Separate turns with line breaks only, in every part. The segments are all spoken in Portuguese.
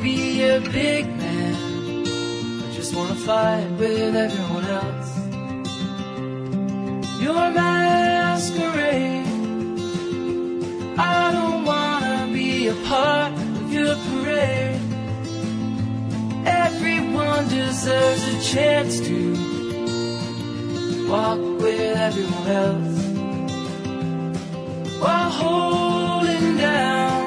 a big man. I just wanna fight with everyone else. Your masquerade. I don't wanna be a part of your parade. Everyone deserves a chance to walk with everyone else while holding down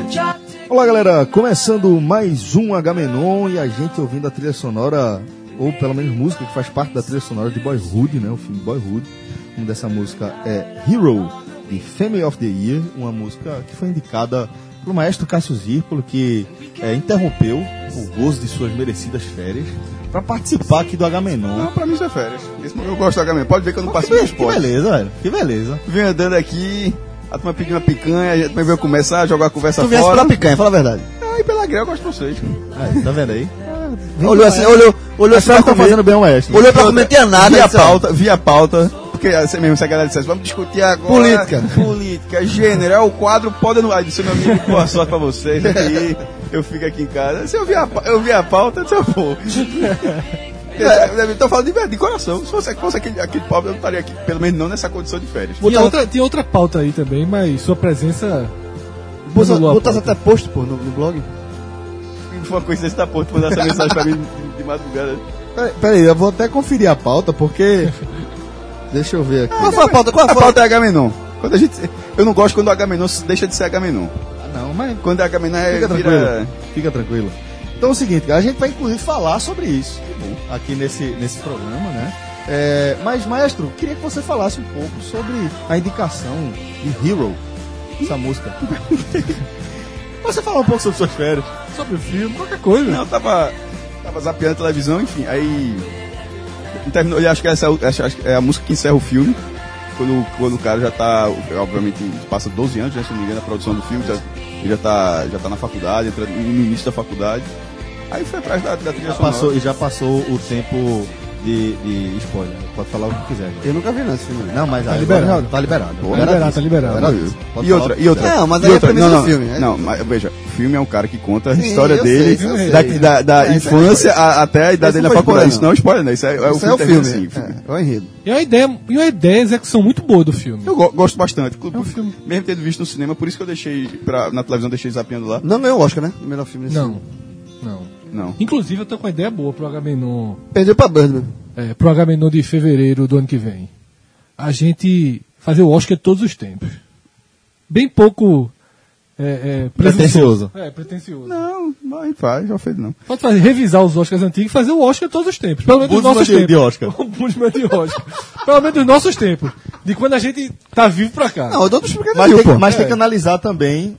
a job. to-
Olá galera, começando mais um Agamenon e a gente ouvindo a trilha sonora, ou pelo menos música que faz parte da trilha sonora de Boyhood, né? O filme Boyhood. O nome dessa música é Hero, de Family of the Year, uma música que foi indicada pelo maestro Cássio Zirpolo, que é, interrompeu o gozo de suas merecidas férias para participar aqui do Agamenon.
Não, pra mim isso é férias. Esse- Eu gosto da HM. Pode ver que eu não passo
Que,
dos
be- que
esporte.
beleza, velho. Que beleza.
Vim andando aqui, a turma pediu uma picanha, a turma veio começar a jogar a conversa
Tu viesse
fora.
pela picanha, fala a verdade.
Ah, e pela greve eu gosto de vocês.
Aí, tá vendo aí?
Olhou assim, olhou, olhou
Você
pra
não tá
comer.
fazendo bem o maestro.
Olhou pra comer, não tinha nada.
Via
disse, ó,
pauta, via pauta. Porque assim mesmo, se a galera dissesse, vamos discutir agora.
Política.
Política, gênero, é o quadro, pode no ar. Eu Disse, meu amigo, boa sorte pra vocês. Aqui, eu fico aqui em casa. Se eu vi a, pa- eu vi a pauta, eu disse, eu vou.
É.
Estou falando de, verdade, de coração. Se fosse, fosse aquele, aquele pobre, eu não estaria aqui. Pelo menos não nessa condição de férias.
Tinha outra, tinha outra pauta aí também, mas sua presença.
Botas,
anulou a
botas
pauta.
até post, pô, no, no blog.
Foi uma coincidência da porra, tu mandar essa mensagem pra mim de madrugada.
Peraí, peraí, eu vou até conferir a pauta, porque. Deixa eu ver aqui.
Qual foi a pauta? Qual
A
foi a
falta é Agamenon. Quando a gente, eu não gosto quando o Agamenon deixa de ser Agamenon.
Não, mas
Quando é Agamenon é,
fica
vira...
tranquilo. Fica tranquilo. Então é o seguinte, cara, a gente vai inclusive falar sobre isso aqui nesse, nesse programa, né? É, mas, maestro, queria que você falasse um pouco sobre a indicação de Hero, essa música. você falar um pouco sobre suas férias.
Sobre o filme, qualquer coisa.
Não, eu tava, tava zapeando a televisão, enfim. Aí. Terminou, eu acho que essa é a- acho- acho que é a música que encerra o filme. Quando, quando o cara já tá, obviamente, passa 12 anos, né, se não me engano, a produção do filme. Já, ele já tá, já tá na faculdade, entrando no início da faculdade. Aí foi atrás da, da trilha
Já
sonora.
passou, e já passou o tempo de, de spoiler. Pode falar o que quiser.
Eu nunca vi não, esse filme.
Não, mas
agora-
Tá liberado.
liberado, tá liberado.
E outra, e outra.
Não, mas
e
aí é a
outra,
premissa
não,
do
não,
filme, né?
Não, mas veja, o filme é um cara que conta a
Sim,
história
eu
dele,
sei, eu sei.
da, da, da
Mas é-
infância a- até a idade dele
Esse não
na
foi
faculdade.
spoiler,
Isso não é spoiler, não. Isso é,
Isso é o
termina
filme.
assim, o filme.
É, é o enredo.
E uma ideia, e uma ideia, execução muito boa do filme.
Eu go- gosto bastante. Por-
É um filme.
Mesmo tendo visto no cinema, por isso que eu deixei pra, na televisão, deixei zapeando lá.
Não ganhou o Oscar, né? O melhor filme desse
Não.
ano.
Não.
Não.
Inclusive, eu tô com uma ideia boa pro Agamenon.
Perdeu pra Birdman.
É, pro Agamenon de fevereiro do ano que vem. A gente fazer o Oscar de todos os tempos. Bem pouco. É, é,
Pretencioso.
É, pretencioso.
Não, não faz, já fez não.
Pode fazer, revisar os Oscars antigos e fazer o Oscar de todos os tempos. Pelo menos dos
Ombudsman
nossos
de-
tempos.
de Oscar.
O Ombudsman Um de Oscar. Pelo menos dos nossos tempos. De quando a gente tá vivo pra cá.
Não, o Doutor Explica
Mas, tem, que- mas
É.
tem que analisar também.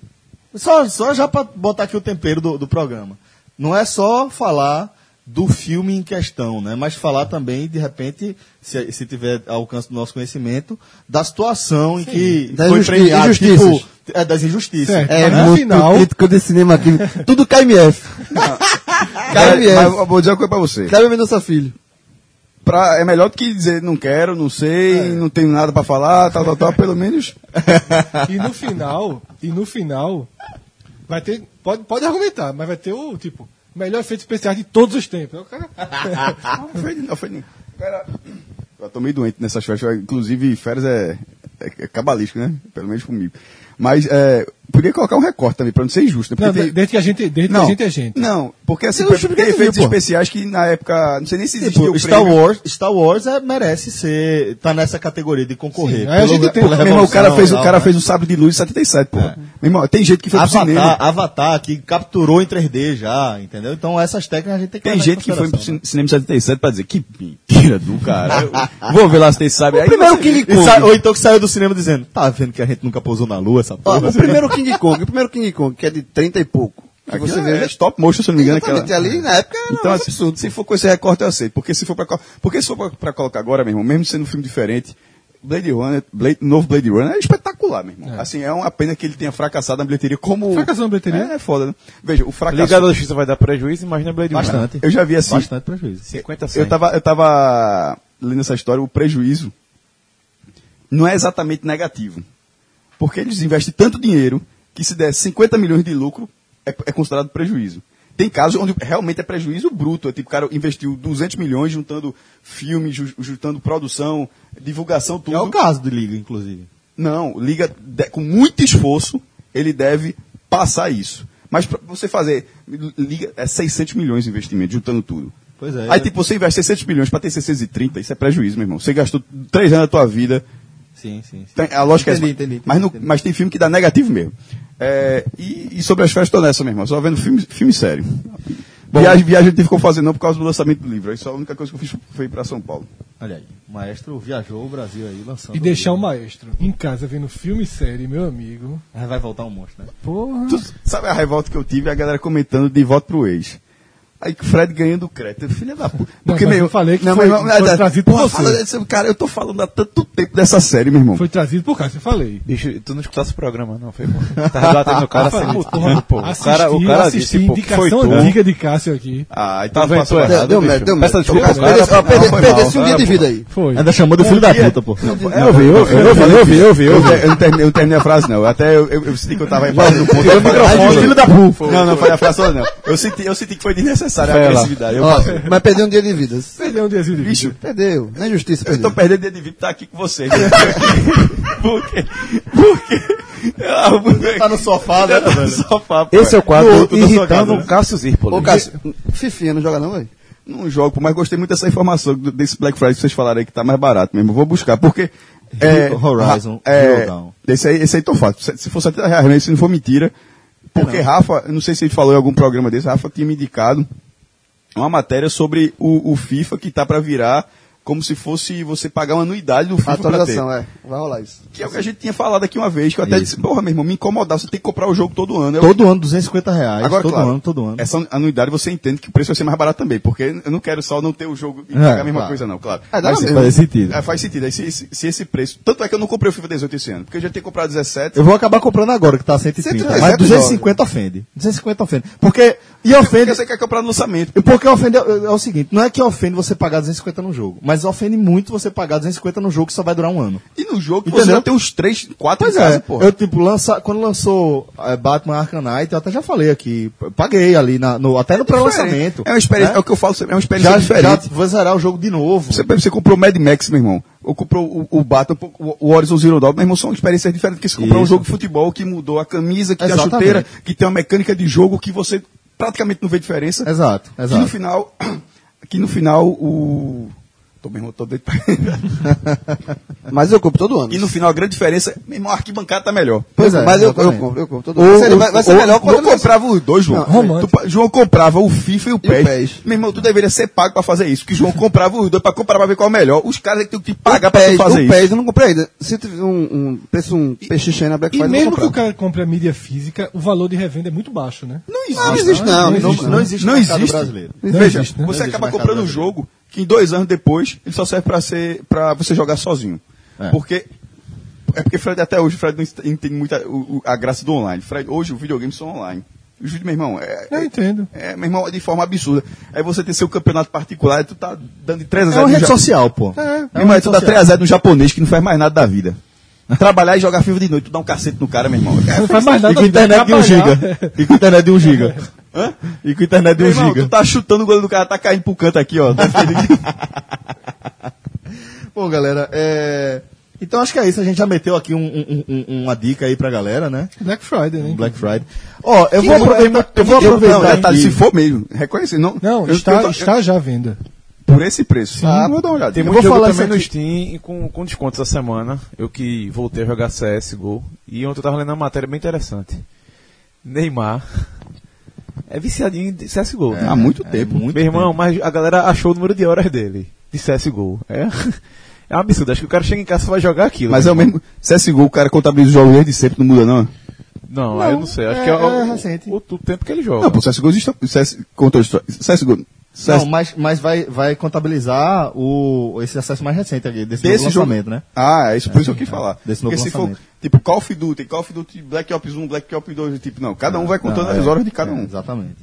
Só, só já para botar aqui o tempero do, do programa. Não é só falar do filme em questão, né? Mas falar também, de repente, se, se tiver ao alcance do nosso conhecimento, da situação em que
Das
foi
injusti-
premiado,
injustiças.
tipo, é, das injustiças.
Certo.
É,
É
Mas no
muito
final-
crítico de cinema aqui. Tudo KMF.
Mas,
KMF.
É, mas eu vou dizer uma coisa pra você.
Cleber Mendonça Filho.
Pra, é melhor do que dizer não quero, não sei,
É.
não tenho nada pra falar, tal, tal, tal. Pelo menos
E no final, e no final, vai ter. Pode, pode argumentar, mas vai ter o tipo, melhor efeito especial de todos os tempos. Aí o cara-
Não foi, não foi nenhum. Cara, eu tô meio doente nessas festas. Inclusive, férias é, é, é cabalístico, né? Pelo menos comigo. Mas é, podia colocar um recorte também, pra não ser injusto. Né?
Não,
Porque tem-
desde que a gente, desde que a gente é gente.
Não, porque assim,
Você não explica
tem
que
efeitos
viu, pô.
especiais que na época. Não sei nem se
tipo,
existia o
Star
prêmio.
Wars, Star Wars é, merece ser, tá nessa categoria de concorrer.
Sim, aí a gente tem-
pela
Meu irmão, o cara,
revolução
fez,
e
o
né? tal,
cara
né?
fez um sabre de luz em 77, pô. Meu irmão, tem jeito que foi pro cinema.
Avatar, Avatar, que capturou em 3D já, entendeu? Então essas técnicas a gente tem que
Tem
levar em
gente que foi pro
consideração, né?
cin- cinema em 77 pra dizer que mentira do cara. Eu Vou ver lá se tem sabe. Aí
primeiro
você-
King
E
Kong.
sa- ou então que saiu do cinema dizendo, tá vendo que a gente nunca pousou na lua, essa
Ó,
porra.
Ah, o primeiro King Kong, o primeiro King Kong, que é de 30 e pouco. Que
Aquilo
você
é,
vê. né?
é stop motion, se eu não me engano. aquela-
Exatamente, Então, tá, ali na época era
Então,
um
assim,
absurdo.
se for com esse recorte, eu aceito. Porque se for pra, col- porque se for pra, pra colocar agora, meu irmão, mesmo sendo um filme diferente, Blade Runner, Blade, novo Blade Runner é espetacular, meu irmão. Assim, é uma pena que ele tenha fracassado na bilheteria como...
Fracassou na bilheteria?
É, é foda, né? Veja, o fracasso...
Ligado da Justiça vai dar prejuízo, imagina Blade Runner.
Bastante.
Eu já vi assim...
Bastante prejuízo.
50
Eu
centavos.
tava, eu tava lendo essa história, o prejuízo não é exatamente negativo. Porque eles investem tanto dinheiro que se der 50 milhões de lucro, é, é considerado prejuízo. Tem casos onde realmente é prejuízo bruto. É tipo, o cara investiu 200 milhões juntando filme, ju- juntando produção, divulgação, tudo.
É o caso de Liga, inclusive.
Não, liga de- com muito esforço, ele deve passar isso. Mas para você fazer, liga é 600 milhões de investimento, juntando tudo.
Pois é.
Aí, tipo, você investe 600 milhões para ter 630, isso é prejuízo, meu irmão. Você gastou três anos da tua vida.
Sim, sim. sim.
Tem- a lógica é
Entendi,
essa.
entendi, entendi,
mas, no-
entendi.
mas tem filme que dá negativo mesmo. É, e, e sobre as festas, tô nessa, meu irmão. Só vendo filme, filme sério. viagem, viagem a gente ficou fazendo não por causa do lançamento do livro. Isso é a única coisa que eu fiz foi ir para São Paulo.
Olha aí. O maestro viajou o Brasil aí lançando.
E deixar o
livro.
maestro em casa vendo filme e série, meu amigo.
Ah, Vai voltar um monstro, né?
Porra.
Tu sabe a revolta que eu tive? A galera comentando de voto pro ex. Aí que o Fred ganhando o crédito. Filha da puta. Porque,
mas
meu,
eu falei que
não,
foi-
meu irmão,
foi
é,
trazido
porra,
por você.
fala desse- cara, eu tô falando há tanto tempo dessa série, meu irmão.
Foi trazido por causa, eu falei.
Bicho, tu não escutasse o programa, não, foi? pô? Tava batendo Tá o cara, você mutando, pô. O cara, o cara
assisti,
disse, pô, foi
indicação
tu.
antiga de Cássio aqui.
Ah, então
Tá vendo,
passou
tu
errado.
errado,
deu
bicho.
merda, deu merda.
Peça desculpa
Cara,
ao
perdesse- ó,
cara, pô.
perde-
Não, foi
Perdesse um
mal,
dia de
foi
vida aí.
Foi.
Ainda chamando filho da puta, pô.
Eu ouvi, eu ouvi, eu ouvi, eu ouvi, eu ouvi. Eu, eu não terminei, eu não terminei a frase, não. Até eu, eu, eu senti que eu tava embaixo do ponto. Eu falei,
Filho da puta.
Não, não foi a frase toda, não. Eu senti, eu senti que foi desnecessária a
Vai lá.
agressividade. Eu,
Ó, mas perdeu um dia de vida.
Perdeu um desenho de vídeo.
bicho,
Perdeu. Na injustiça,
Eu
perdeu.
tô perdendo dia de VIP tá aqui com vocês. porque. Porque. Ah, o moleque
Tá no sofá, né?
tá no sofá, pô.
Esse é o quadro
No outro da sua
irritando
casa,
o Cássio Zirpolo.
Ô, Cássio, Fifinha não joga não, velho?
Não jogo, pô, mas gostei muito dessa informação do- desse Black Friday que vocês falaram aí que tá mais barato mesmo. Eu Vou buscar, porque. É,
Horizon
Ra- é,
Zero Dawn.
esse aí, esse aí tô fato. Se se for 70 reais mesmo, se não for mentira. Porque Rafa, eu não sei se ele falou em algum programa desse, Rafa tinha me indicado uma matéria sobre o, o FIFA que tá pra virar como se fosse você pagar uma anuidade do FIFA. pra ter.
Atualização, é. Vai rolar isso.
Que é o que a gente tinha falado aqui uma vez, que eu até disse, porra, meu irmão, me incomodava, você tem que comprar o jogo todo ano. Eu-
Todo ano, 250 reais.
Agora,
todo
claro, É
ano, todo ano.
Essa anuidade você entende que o preço vai ser mais barato também, porque eu não quero só não ter o jogo e pagar a mesma
claro.
coisa, não, É, claro.
É, dá
Mas
na
se-
mesma.
Faz sentido.
é, faz sentido. Aí, se, se- se esse preço. Tanto é que eu não comprei o FIFA 18 esse ano, porque eu já tinha comprado 17.
Eu vou acabar comprando agora, que tá 130.
137
mas 250 ofende. 250 ofende. Porque. E ofende.
Porque você quer comprar no lançamento.
E Porque ofende é é o seguinte, não é que ofende você pagar 250 no jogo, mas ofende muito você pagar 250 no jogo que só vai durar um ano.
E no jogo você
Entendeu?
já tem uns 3, 4
Pois é, eu tipo, lança, quando lançou eh, Batman Arkham Knight, eu até já falei aqui, p- paguei ali, na- no, até no pré-lançamento.
É uma experiência,
né?
é o que eu falo sempre, é uma experiência
já, já
diferente.
vou zerar o jogo de novo.
Você, você comprou o Mad Max, meu irmão. Ou comprou o, o Batman, o, o Horizon Zero Dawn. Meu irmão, são experiências diferentes. Porque você comprou um
Isso.
jogo de futebol que mudou a camisa, que tem a
Exatamente.
chuteira, que tem uma mecânica de jogo que você praticamente não vê diferença.
Exato,
Que no
exato.
final, que no final o... Tô, meu irmão, tô doido pra...
Mas eu compro todo ano.
E no final a grande diferença, meu irmão, a arquibancada tá melhor.
Pois é,
Mas eu, eu
exatamente.
compro, eu compro todo ano. Sério, vai, vai ser melhor quando
eu comprava os dois, João.
Não,
Tu
romântico.
pa- João comprava o FIFA e o PES.
PES.
Meu irmão, tu deveria ser pago pra fazer isso. Que João comprava os dois pra comprar pra ver qual é o melhor. Os caras é que tem que pagar
o
pra tu
PES,
fazer
o
isso.
PES eu um não comprei ainda. Se tiver um, um preço, um peixe na Black
E
Friday, eu
mesmo
vou
que o
comprar.
cara compre a mídia física, o valor de revenda é muito baixo, né?
Não
Não existe não, não existe não.
existe
Não
no mercado
existe.
brasileiro.
Não
Veja,
existe, né?
você
Não existe
acaba
mercado
comprando um
brasileiro.
jogo que em dois anos depois ele só serve pra ser para você jogar sozinho.
É.
Porque é porque Fred até hoje Fred não est- entende muito a, o- o- a graça do online. Fred, hoje os videogames são online. Os vídeos, meu irmão, é,
Eu
é-
entendo.
é, meu irmão, é de forma absurda. Aí você tem seu campeonato particular e tu tá dando de 3 a
É
0
uma
no
rede
Ja-
social, pô.
É,
uma
meu irmão,
rede
tu dá
social.
3 a 0 no japonês que não faz mais nada da vida. Trabalhar e jogar FIFA de noite, tu dá um cacete no cara, meu irmão. É,
Não faz mais nada.
E com internet de 1 giga. E com internet de 1 giga.
Hã?
E com internet de
Meu
1
irmão, tu
giga.
tá chutando o goleiro do cara, tá caindo pro canto aqui, ó.
Bom, galera, é... Então acho que é isso. A gente já meteu aqui um- um- um- uma dica aí pra galera, né?
Black Friday, né?
Um Black Friday. Ó, eu vou
Que não é
aproveitar. Eu vou
Eu-
aproveitar.
Não, detalhe,
aqui.
se for mesmo, reconhecer. Não,
Não,
eu-
está,
eu tô-
está já à venda.
Por esse preço.
Ah,
vou dar uma olhada.
Tem
Eu
muito
vou
jogo
falar
também
isso
no
aqui.
Steam e com, com descontos essa semana. Eu que voltei a jogar CSGO. E ontem eu tava lendo uma matéria bem interessante. Neymar é viciadinho de CSGO.
É, Há muito tempo.
muito
né? Meu irmão, mas a galera achou o número de horas dele de CSGO. É, é um absurdo. Acho que o cara chega em casa e só vai jogar aquilo.
Mas é o mesmo. CSGO, o cara contabiliza os jogos desde sempre, não muda, não?
Não, aí eu não sei. Acho que é, o- o, o tempo que ele joga.
Não, pô, CSGO existe. CS, Counter Strike. CSGO.
Não, mas, mas vai, vai contabilizar o, esse acesso mais recente aqui, desse, novo lançamento, né?
Ah, é isso, por isso eu quis falar.
desse novo
Porque se for,
lançamento.
tipo, Call of Duty, Call of Duty, Black Ops 1, Black Ops 2, tipo, não. Cada um vai contando
Ah,
as
é,
horas de cada
é,
um.
Exatamente.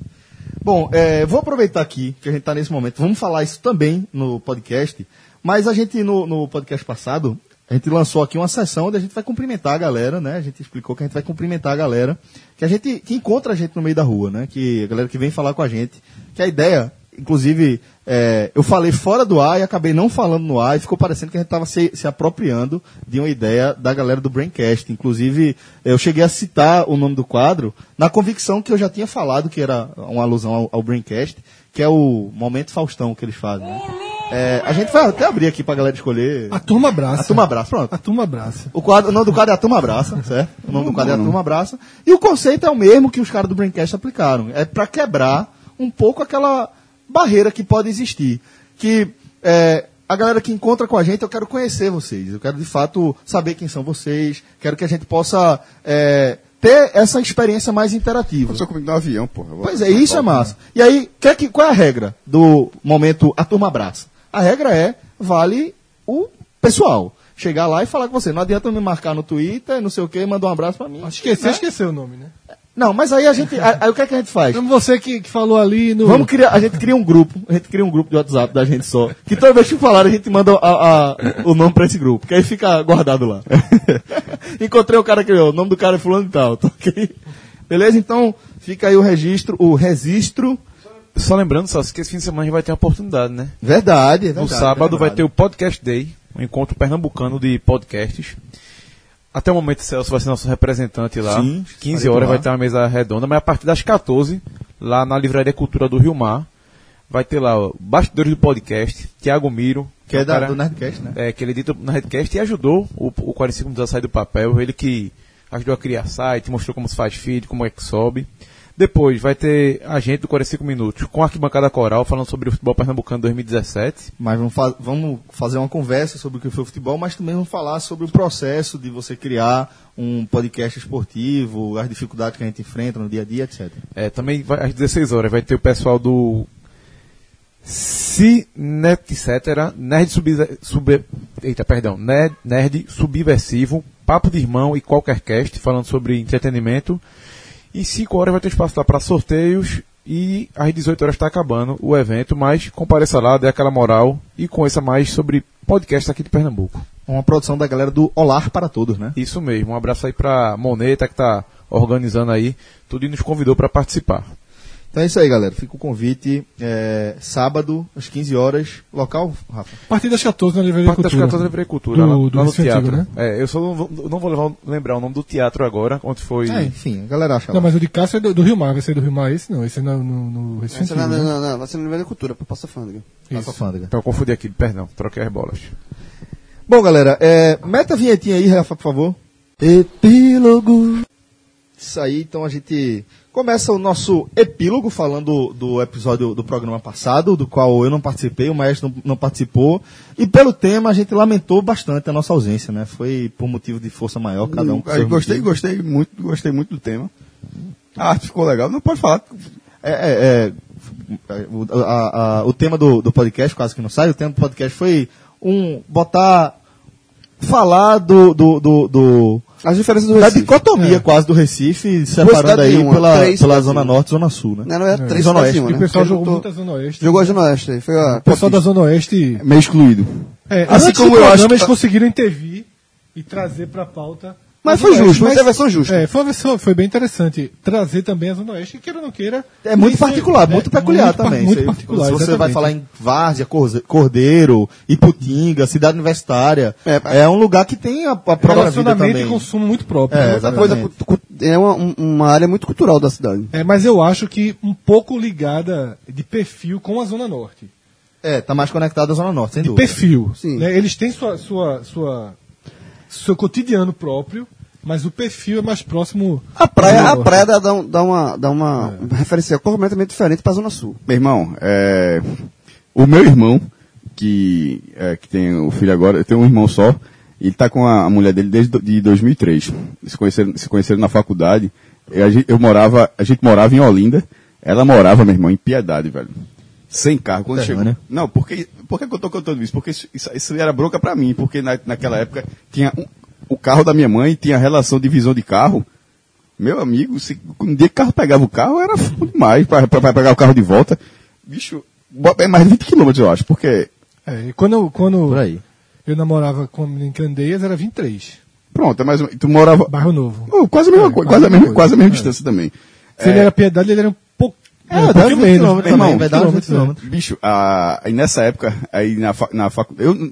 Bom, é, vou aproveitar aqui, que a gente tá está nesse momento, vamos falar isso também no podcast, mas a gente, no, no podcast passado, A gente lançou aqui uma sessão onde a gente vai cumprimentar a galera, né? A gente explicou que a gente vai cumprimentar a galera que a gente que encontra a gente no meio da rua, né? Que a galera que vem falar com a gente. Que a ideia, inclusive, é, eu falei fora do ar e acabei não falando no ar e ficou parecendo que a gente estava se, se apropriando de uma ideia da galera do Braincast. Inclusive, eu cheguei a citar o nome do quadro na convicção que eu já tinha falado que era uma alusão ao, ao Braincast, que é o momento Faustão que eles fazem. Né? É, a gente vai até abrir aqui pra galera escolher.
A turma abraça.
A turma abraça, pronto.
A turma abraça.
O, quadro, o nome do quadro é a Turma Abraça, certo? O nome do quadro é a Turma Abraça. E o conceito é o mesmo que os caras do Braincast aplicaram. É para quebrar um pouco aquela barreira que pode existir. Que é, a galera que encontra com a gente, eu quero conhecer vocês. Eu quero, de fato, saber quem são vocês. Quero que a gente possa é, ter essa experiência mais interativa.
Aconteceu comigo no avião, porra. Eu vou-
Pois é, isso é massa. E aí, que é que- qual é a regra do momento a turma abraça? A regra é, vale o pessoal. Chegar lá e falar com você. Não adianta me marcar no Twitter, não sei o quê, mandar um abraço pra mim.
Esqueceu, esqueceu o nome, né?
Não, mas aí a gente. a- Aí o que é que a gente faz?
Então você que, que falou ali no.
Vamos criar, a gente cria um grupo, a gente cria um grupo de WhatsApp da gente só. Que toda vez que falar, a gente manda a- a- o nome pra esse grupo, que aí fica guardado lá. Encontrei o cara que o nome do cara é fulano e tal, tá ok? Beleza? Então fica aí o registro, o registro.
Só lembrando, só que esse fim de semana a gente vai ter a oportunidade, né?
Verdade, é
No sábado vai ter o Podcast Day, um encontro pernambucano de podcasts. Até o momento, Celso vai ser nosso representante lá.
Sim,
15
estarei
horas
lá.
vai ter uma mesa redonda, mas a partir das 14, lá na Livraria Cultura do Rio Mar, vai ter lá o Bastidores do Podcast, Tiago Miro.
Que é
um
da,
cara-
do Nerdcast, né?
é, que ele edita na Redcast e ajudou o, o 45 minutos a sair do papel. Ele que ajudou a criar site, mostrou como se faz feed, como é que sobe. Depois vai ter a gente do 45 minutos com a Arquibancada Coral falando sobre o futebol pernambucano 2017.
Mas vamos, fa- vamos fazer uma conversa sobre o que foi o futebol, mas também vamos falar sobre o processo de você criar um podcast esportivo, as dificuldades que a gente enfrenta no dia a dia, etc.
É, também vai, às 16 horas vai ter o pessoal do Cinet, etc. Nerd, subver- sub, eita, perdão, nerd, nerd Subversivo, Papo de Irmão e Qualquer Cast, falando sobre entretenimento. E 5 horas vai ter espaço lá para sorteios. E às 18 horas está acabando o evento, mas compareça lá, dê aquela moral e conheça mais sobre podcast aqui de Pernambuco.
Uma produção da galera do Olar para Todos, né?
Isso mesmo, um abraço aí para Moneta que está organizando aí tudo e nos convidou para participar.
Então é isso aí, galera. Fica o convite. é, sábado, às 15 horas. Local, Rafa?
A partir das 14 na Livraria
Parte das
Cultura.
14 da Livraria Cultura,
Do-
lá, lá
do né?
no
Recife
teatro.
Antigo,
É, eu só não vou, não vou levar- lembrar o nome do teatro agora, onde foi.
É, enfim, a galera acha
Não,
lá.
mas o de Cássio é do, do Rio Mar. Vai ser do Rio Mar esse? Não, esse é no, no, no Recife
Essa não, é
Antigo, né?
não, não, não, vai ser na Cultura, pra Passa Fândega.
Rafa Fândega.
Então eu confundi aqui, perdão, troquei as bolas.
Bom, galera, é, meta a vinhetinha aí, Rafa, por favor. Epílogo. Isso aí, então a gente começa o nosso epílogo falando do episódio do programa passado, do qual eu não participei, o maestro não, não participou. E pelo tema a gente lamentou bastante a nossa ausência, né? Foi por motivo de força maior, cada um. com
Aí,
seus
gostei,
motivos.
gostei muito, gostei muito do tema. A arte ficou legal, não pode falar.
É, é, é, o- a- a- o tema do, do podcast, quase que não sai, o tema do podcast foi um botar. falar do- do- do- do
As diferenças do
da
Recife.
dicotomia quase do Recife, separando aí
cidades em uma,
pela,
três
pela
cidades em
Zona
uma.
Norte e Zona Sul, né?
Não, não, era três
Zona
cidades
Oeste.
em uma,
E o
né?
pessoal
Ele
jogou
lutou-
muito a Zona Oeste.
Jogou a Zona Oeste aí, foi a...
O pessoal da Zona Oeste.
Meio excluído.
É,
Assim
antes
como
do
eu
programa,
acho que-
eles conseguiram intervir e trazer para a pauta.
Mas
a
foi
Zona
justo,
Oeste,
foi uma intervenção justa.
É, foi, uma versão- foi bem interessante trazer também a Zona Oeste, queira ou não queira.
É muito
isso
particular,
é
muito peculiar
muito par-
também.
Muito
Isso aí,
particular.
Se você vai
exatamente. É
falar em Várzea, Corze- Cordeiro, Iputinga, Cidade Universitária, é,
É,
um lugar que tem a, a própria vida
relacionamento e
também.
consumo muito próprio.
É,
né?
Uma coisa
Exatamente.
cu- cu- é uma, um- uma área muito cultural da cidade.
É, mas eu acho que um pouco ligada de perfil com a Zona Norte.
É, tá mais conectado à Zona Norte, sem dúvida.
Perfil.
Sim.
né? Eles têm sua, sua, sua, seu cotidiano próprio, mas o perfil é mais próximo.
A praia, a
do-
praia dá, dá um- dá uma, dá uma referência completamente diferente pra Zona Sul.
Meu irmão, é, o meu irmão, que, é, que tem o filho agora, eu tenho um irmão só, ele tá com a, a mulher dele desde do- de 2003. Eles se conheceram, se conheceram na faculdade. Eu, a gente- eu morava, a gente morava em Olinda, ela morava, meu irmão, em Piedade, velho. Sem carro, quando chegou.
né?
Não, porque, por que que eu tô contando isso? Porque isso, isso- isso era bronca pra mim, porque na, naquela época tinha um- o carro da minha mãe, tinha relação de visão de carro, meu amigo, se, um dia que o carro pegava o carro, era foda demais para pegar o carro de volta. Bicho, bo- é mais de 20 km, eu acho, porque
É, e quando, quando
Por aí.
Eu namorava com a menina em Candeias, era 23,
Pronto, é mais um. Tu morava.
bairro novo.
Oh, quase a mesma
É,
coisa,
quase
quase a mesma,
coisa.
quase a mesma
É.
distância também.
Se ele era piedade, ele era um pouco.
É,
um
dá
pouquinho
20
menos.
quilômetros
né?
também,
vai dar uns 20 quilômetros.
Bicho, a, aí nessa época, aí na, fa- na faculdade. Eu,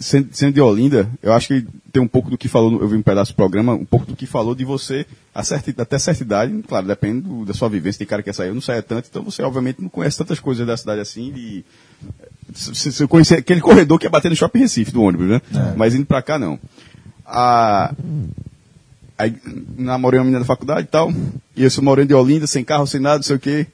sendo, sendo de Olinda, eu acho que tem um pouco do que falou, no- eu vi um pedaço do programa, um pouco do que falou de você, a certa, até certa idade, claro, depende do- da sua vivência, tem cara que quer sair, eu não saia tanto, então você obviamente não conhece tantas coisas da cidade assim, de. Você você conhecia aquele corredor que ia bater no shopping Recife do ônibus, né?
É.
Mas indo pra cá, não. Ah, A, aí namorei uma menina da faculdade e tal, e eu sou morando de Olinda, sem carro, sem nada, não sei o quê.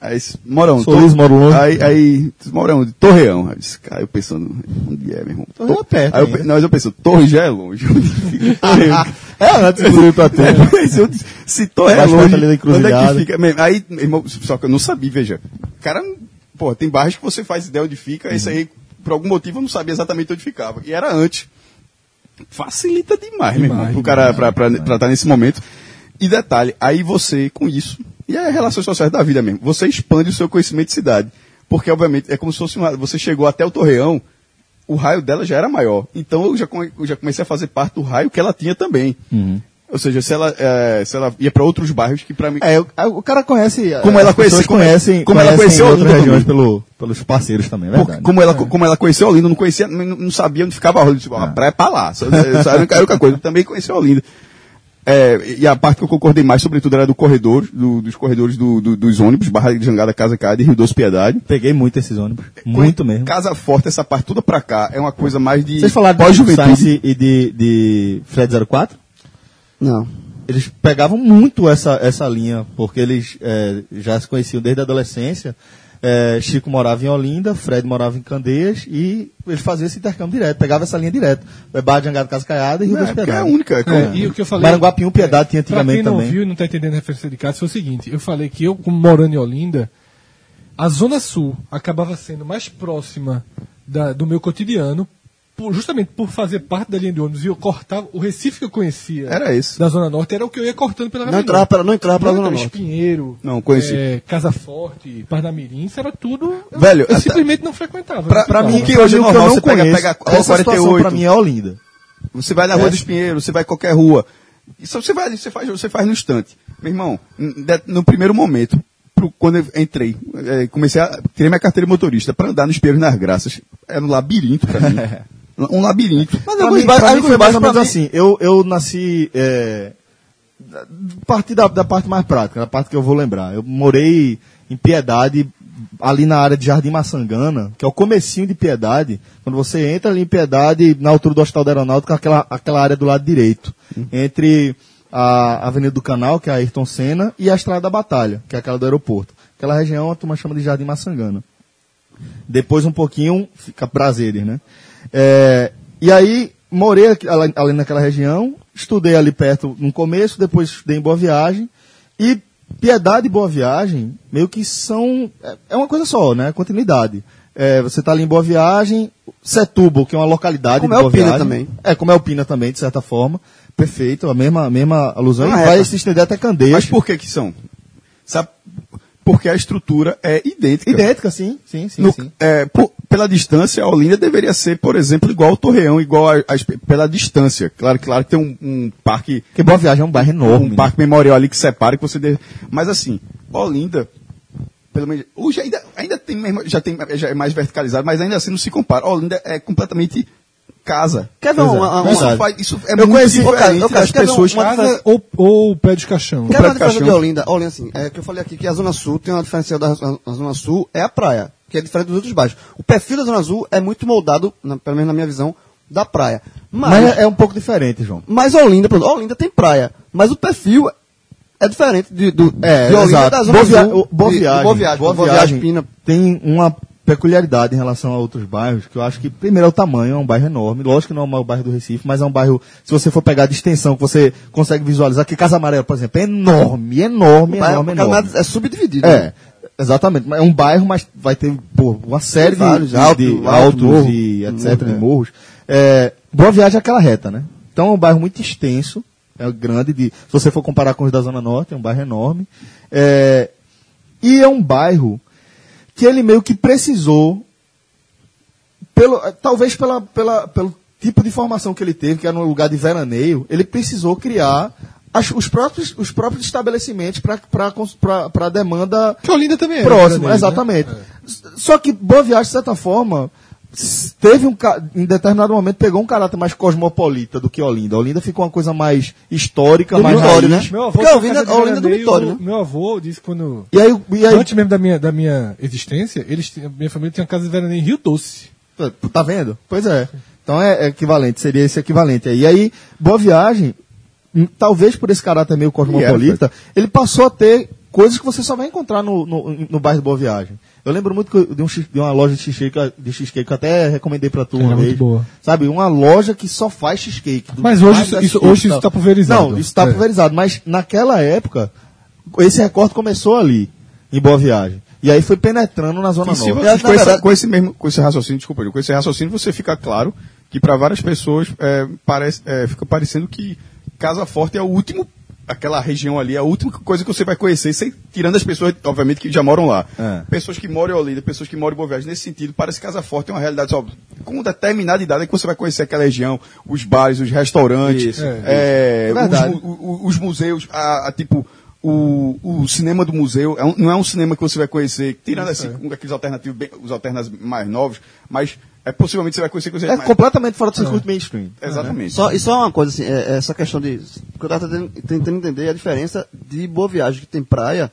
Aí, disse, morão,
Sorriso,
tô-
moro longe.
Aí, aí, disse, morão, de Torreão. Aí, disse, cara, eu pensando, onde é, meu irmão?
Torreão é perto
Aí eu,
ainda.
pe- não, mas eu penso, Torre já é longe. Onde fica Torreão?
É, antes do Rio pra ter.
É, mas eu disse, se Torre é
Mais perto
longe,
ali da
onde é que
encruzilhada.
fica? Meu, Aí, meu irmão, só que eu não sabia, veja. Cara, pô, tem bairros que você faz ideia onde fica,
Uhum.
isso aí, por algum motivo, eu não sabia exatamente onde ficava. E era antes. Facilita demais, meu irmão, pro cara pra, pra, pra estar nesse momento. E detalhe, aí você, com isso, e é relações sociais da vida mesmo, você expande o seu conhecimento de cidade. Porque, obviamente, é como se fosse uma. Você chegou até o Torreão, o raio dela já era maior. Então eu já, come- eu já comecei a fazer parte do raio que ela tinha também.
Uhum.
Ou seja, se ela, eh, se ela ia para outros bairros que pra mim.
É, o, a- o cara conhece.
Como
as
ela conhece-
pessoas
É, como-
conhecem,
como ela
conhecem
conheceu
outras
todo
regiões
mundo.
pelo- pelos parceiros também, é
Porque
verdade.
como, ela, como ela conheceu Olinda, eu não conhecia, não, não sabia onde ficava a Olinda. Tipo, a praia é pra lá. Só- só Era a única coisa. Eu também conhecia Olinda. É, e a parte que eu concordei mais, sobretudo, era do corredor, do- dos corredores do- do- dos ônibus, Barra de Jangada, Casa Cade, Rio Doce Piedade.
Peguei muito esses ônibus. Muito mesmo.
Casa Forte, essa parte toda pra cá, é uma coisa mais de
Vocês falaram de
pós-juventude.
Science e de, de Fred 04?
Não.
Eles pegavam muito essa, essa linha, porque eles eh, já se conheciam desde a adolescência. Eh, Chico morava em Olinda, Fred morava em Candeias e eles faziam esse intercâmbio direto, pegava essa linha direto. Eh, Barra de Angado, Casa Caiada e Rio
É,
das
porque é a
Piedades.
única.
É, e o que eu falei.
Maranguapiú, um, Piedade tinha
Pra
antigamente
quem não
também.
viu e não tá entendendo a referência de casa, foi o seguinte: eu falei que eu, como morando em Olinda, a Zona Sul acabava sendo mais próxima da- do meu cotidiano, por- justamente por fazer parte da linha de ônibus e eu cortava. O Recife que eu conhecia
Era isso.
da Zona Norte era o que eu ia cortando pela
Não entrava pra, não entrava pra Zona
Norte.
Norte.
Espinheiro,
Não, conheci.
eh, Casa Forte, Parnamirim, isso era tudo. eu-
Velho,
eu
até-
simplesmente não frequentava. Então,
Pra-
né? não
pra
ficava.
mim, que hoje é
o
normal,
eu
você
não
pega-
conheço,
pega a
essa situação
48.
pra mim é Olinda.
Você vai na Rua
É.
dos Pinheiros, você vai em qualquer rua. Isso você vai, ali, você faz, você faz no instante. Meu irmão, n- de- no primeiro momento, pro- quando eu entrei, eh, comecei a tirei minha carteira de motorista para andar nos Pinheiros e nas Graças. Era um labirinto pra mim. um labirinto.
Mas
Pra
alguns
mim-
bairros,
pra mim
alguns
foi
bairros
mais ou menos
assim. Eu, eu nasci. É, da- partir da, da parte mais prática, da parte que eu vou lembrar. Eu morei em Piedade, ali na área de Jardim Maçangana, que é o comecinho de Piedade. Quando você entra ali em Piedade, na altura do Hospital da Aeronáutica, aquela, aquela área do lado direito. Entre a Avenida do Canal, que é a Ayrton Senna, e a Estrada da Batalha, que é aquela do aeroporto. Aquela região a turma chama de Jardim Maçangana. Depois um pouquinho fica prazeres, né? É, e aí morei aqui- ali, ali naquela região, estudei ali perto no começo, depois estudei em Boa Viagem. E Piedade e Boa Viagem meio que são. É, é uma coisa só, né? Continuidade. É, você está ali em Boa Viagem, Setúbal, que é uma localidade
Como
de
é
Boa
Alpina
Viagem.
também.
É, como é Alpina também, de certa forma. Perfeito, a mesma, a mesma alusão.
Uma
e vai
reta.
se estender até Candeias.
Mas por que que são? Sabe? Porque a estrutura é idêntica.
Idêntica, sim, assim, sim, sim.
No-
sim.
é, por- pela distância, a Olinda deveria ser, por exemplo, igual ao Torreão, igual a, a- pela distância. Claro, claro que tem um- um parque
Porque Boa Viagem é um bairro enorme.
um
né?
parque memorial ali que separa que você deve... mas assim Olinda pelo menos hoje ainda ainda tem mesmo- já tem já é mais verticalizado mas ainda assim não se compara Olinda é completamente casa
Quer ver uma, uma,
isso,
uma,
faz- isso é
Eu
muito
conheci-
diferente
Ô, cara, ô, cara,
das
quer ver
pessoas
uma-
Casa ou, ou pé de caixão.
Quer ver
Praia
a
do
diferença de
Caixão.
Olinda? Olinda, assim, é que eu falei aqui que a Zona Sul tem uma diferença da a Zona Sul, é a praia, que é diferente dos outros bairros. O perfil da Zona Sul é muito moldado, na- pelo menos na minha visão, da praia. Mas,
Mas é- é um pouco diferente, João.
mas Olinda, por exemplo, Olinda tem praia, mas o perfil é diferente de, do,
É,
de Olinda
exato.
da Zona
boa, via-
Sul.
o- boa
de- de
viagem,
Boa Viagem, Boa Viagem, Pina.
Tem uma peculiaridade em relação a outros bairros, que eu acho que, primeiro, é o tamanho, é um bairro enorme. Lógico que não é o maior bairro do Recife, mas é um bairro, se você for pegar de extensão, que você consegue visualizar, que Casa Amarela, por exemplo, é enorme,
um-
enorme,
Praia-
enorme,
Canadá
enorme.
é subdividido.
né?
É, exatamente. Mas É um bairro, mas vai ter pô, uma série de,
Vários, né?
de-
alto,
de
alto,
altos
morro.
e etc.
Morro,
de
é.
morros. É, Boa Viagem é aquela reta, né? Então é um bairro muito extenso, é grande. De, se você for comparar com os da Zona Norte, é um bairro enorme. É, e é um bairro que ele meio que precisou pelo, eh, talvez pela, pela, pelo tipo de formação que ele teve, que era um lugar de veraneio, ele precisou criar as- os, próprios, os próprios estabelecimentos para a demanda
Que Olinda também era
próximo,
veraneio, né?
exatamente. S- Só que Boa Viagem, de certa forma, s- teve um ca- em determinado momento pegou um caráter mais cosmopolita do que Olinda. Olinda ficou uma coisa mais histórica, mais
Vitória,
raiz. né?
Meu avô,
Porque a
foi
Olinda-
casa de
a Olinda é do
veraneio,
Vitória, né?
Meu avô disse quando.
E aí, e aí
Antes mesmo da minha, da minha existência, eles, tinham- minha família tinha uma casa de veraneio em Rio Doce.
Tá vendo? Pois é. Então é é equivalente, seria esse equivalente aí. E aí, Boa Viagem, hum, talvez por esse caráter
é,
meio cosmopolita, ele passou a ter coisas que você só vai encontrar no, no, no bairro de Boa Viagem. Eu lembro muito que eu- de, um x- de uma loja de cheesecake, de cheesecake que eu até recomendei pra tu
Era
uma
é muito
vez.
boa.
Sabe, uma loja que só faz cheesecake. Do
Mas hoje
bairro
isso-
das
isso-
custas.
hoje isso tá pulverizado.
Não, isso tá
É.
pulverizado. Mas naquela época, esse recorte começou ali, em Boa Viagem. E aí foi penetrando na Zona
E se
Norte.
você-
Eu acho, na
com, esse,
verdade-
com esse mesmo, com esse raciocínio, desculpa, Gil, com esse raciocínio você fica claro que para várias pessoas é, parece, é, fica parecendo que Casa Forte é o último, aquela região ali, é a última coisa que você vai conhecer, sem, tirando as pessoas, obviamente, que já moram lá.
É.
Pessoas que moram em Olinda, pessoas que moram em Boa Viagem, nesse sentido, parece que Casa Forte é uma realidade só. Com determinada idade é que você vai conhecer aquela região, os bares, os restaurantes, é,
Verdade.
os, mu- o- o- os museus, a, a, tipo, o, o cinema do museu, é um- não é um cinema que você vai conhecer, tirando assim, um aqueles alternativos, bem- os alternas mais novos, mas é possivelmente você vai conhecer coisas
É
mais...
completamente fora do circuito mainstream.
Exatamente.
Só, e só uma coisa, assim, é- é essa questão de. que eu tava tentando, tentando entender é a diferença de Boa Viagem, que tem praia,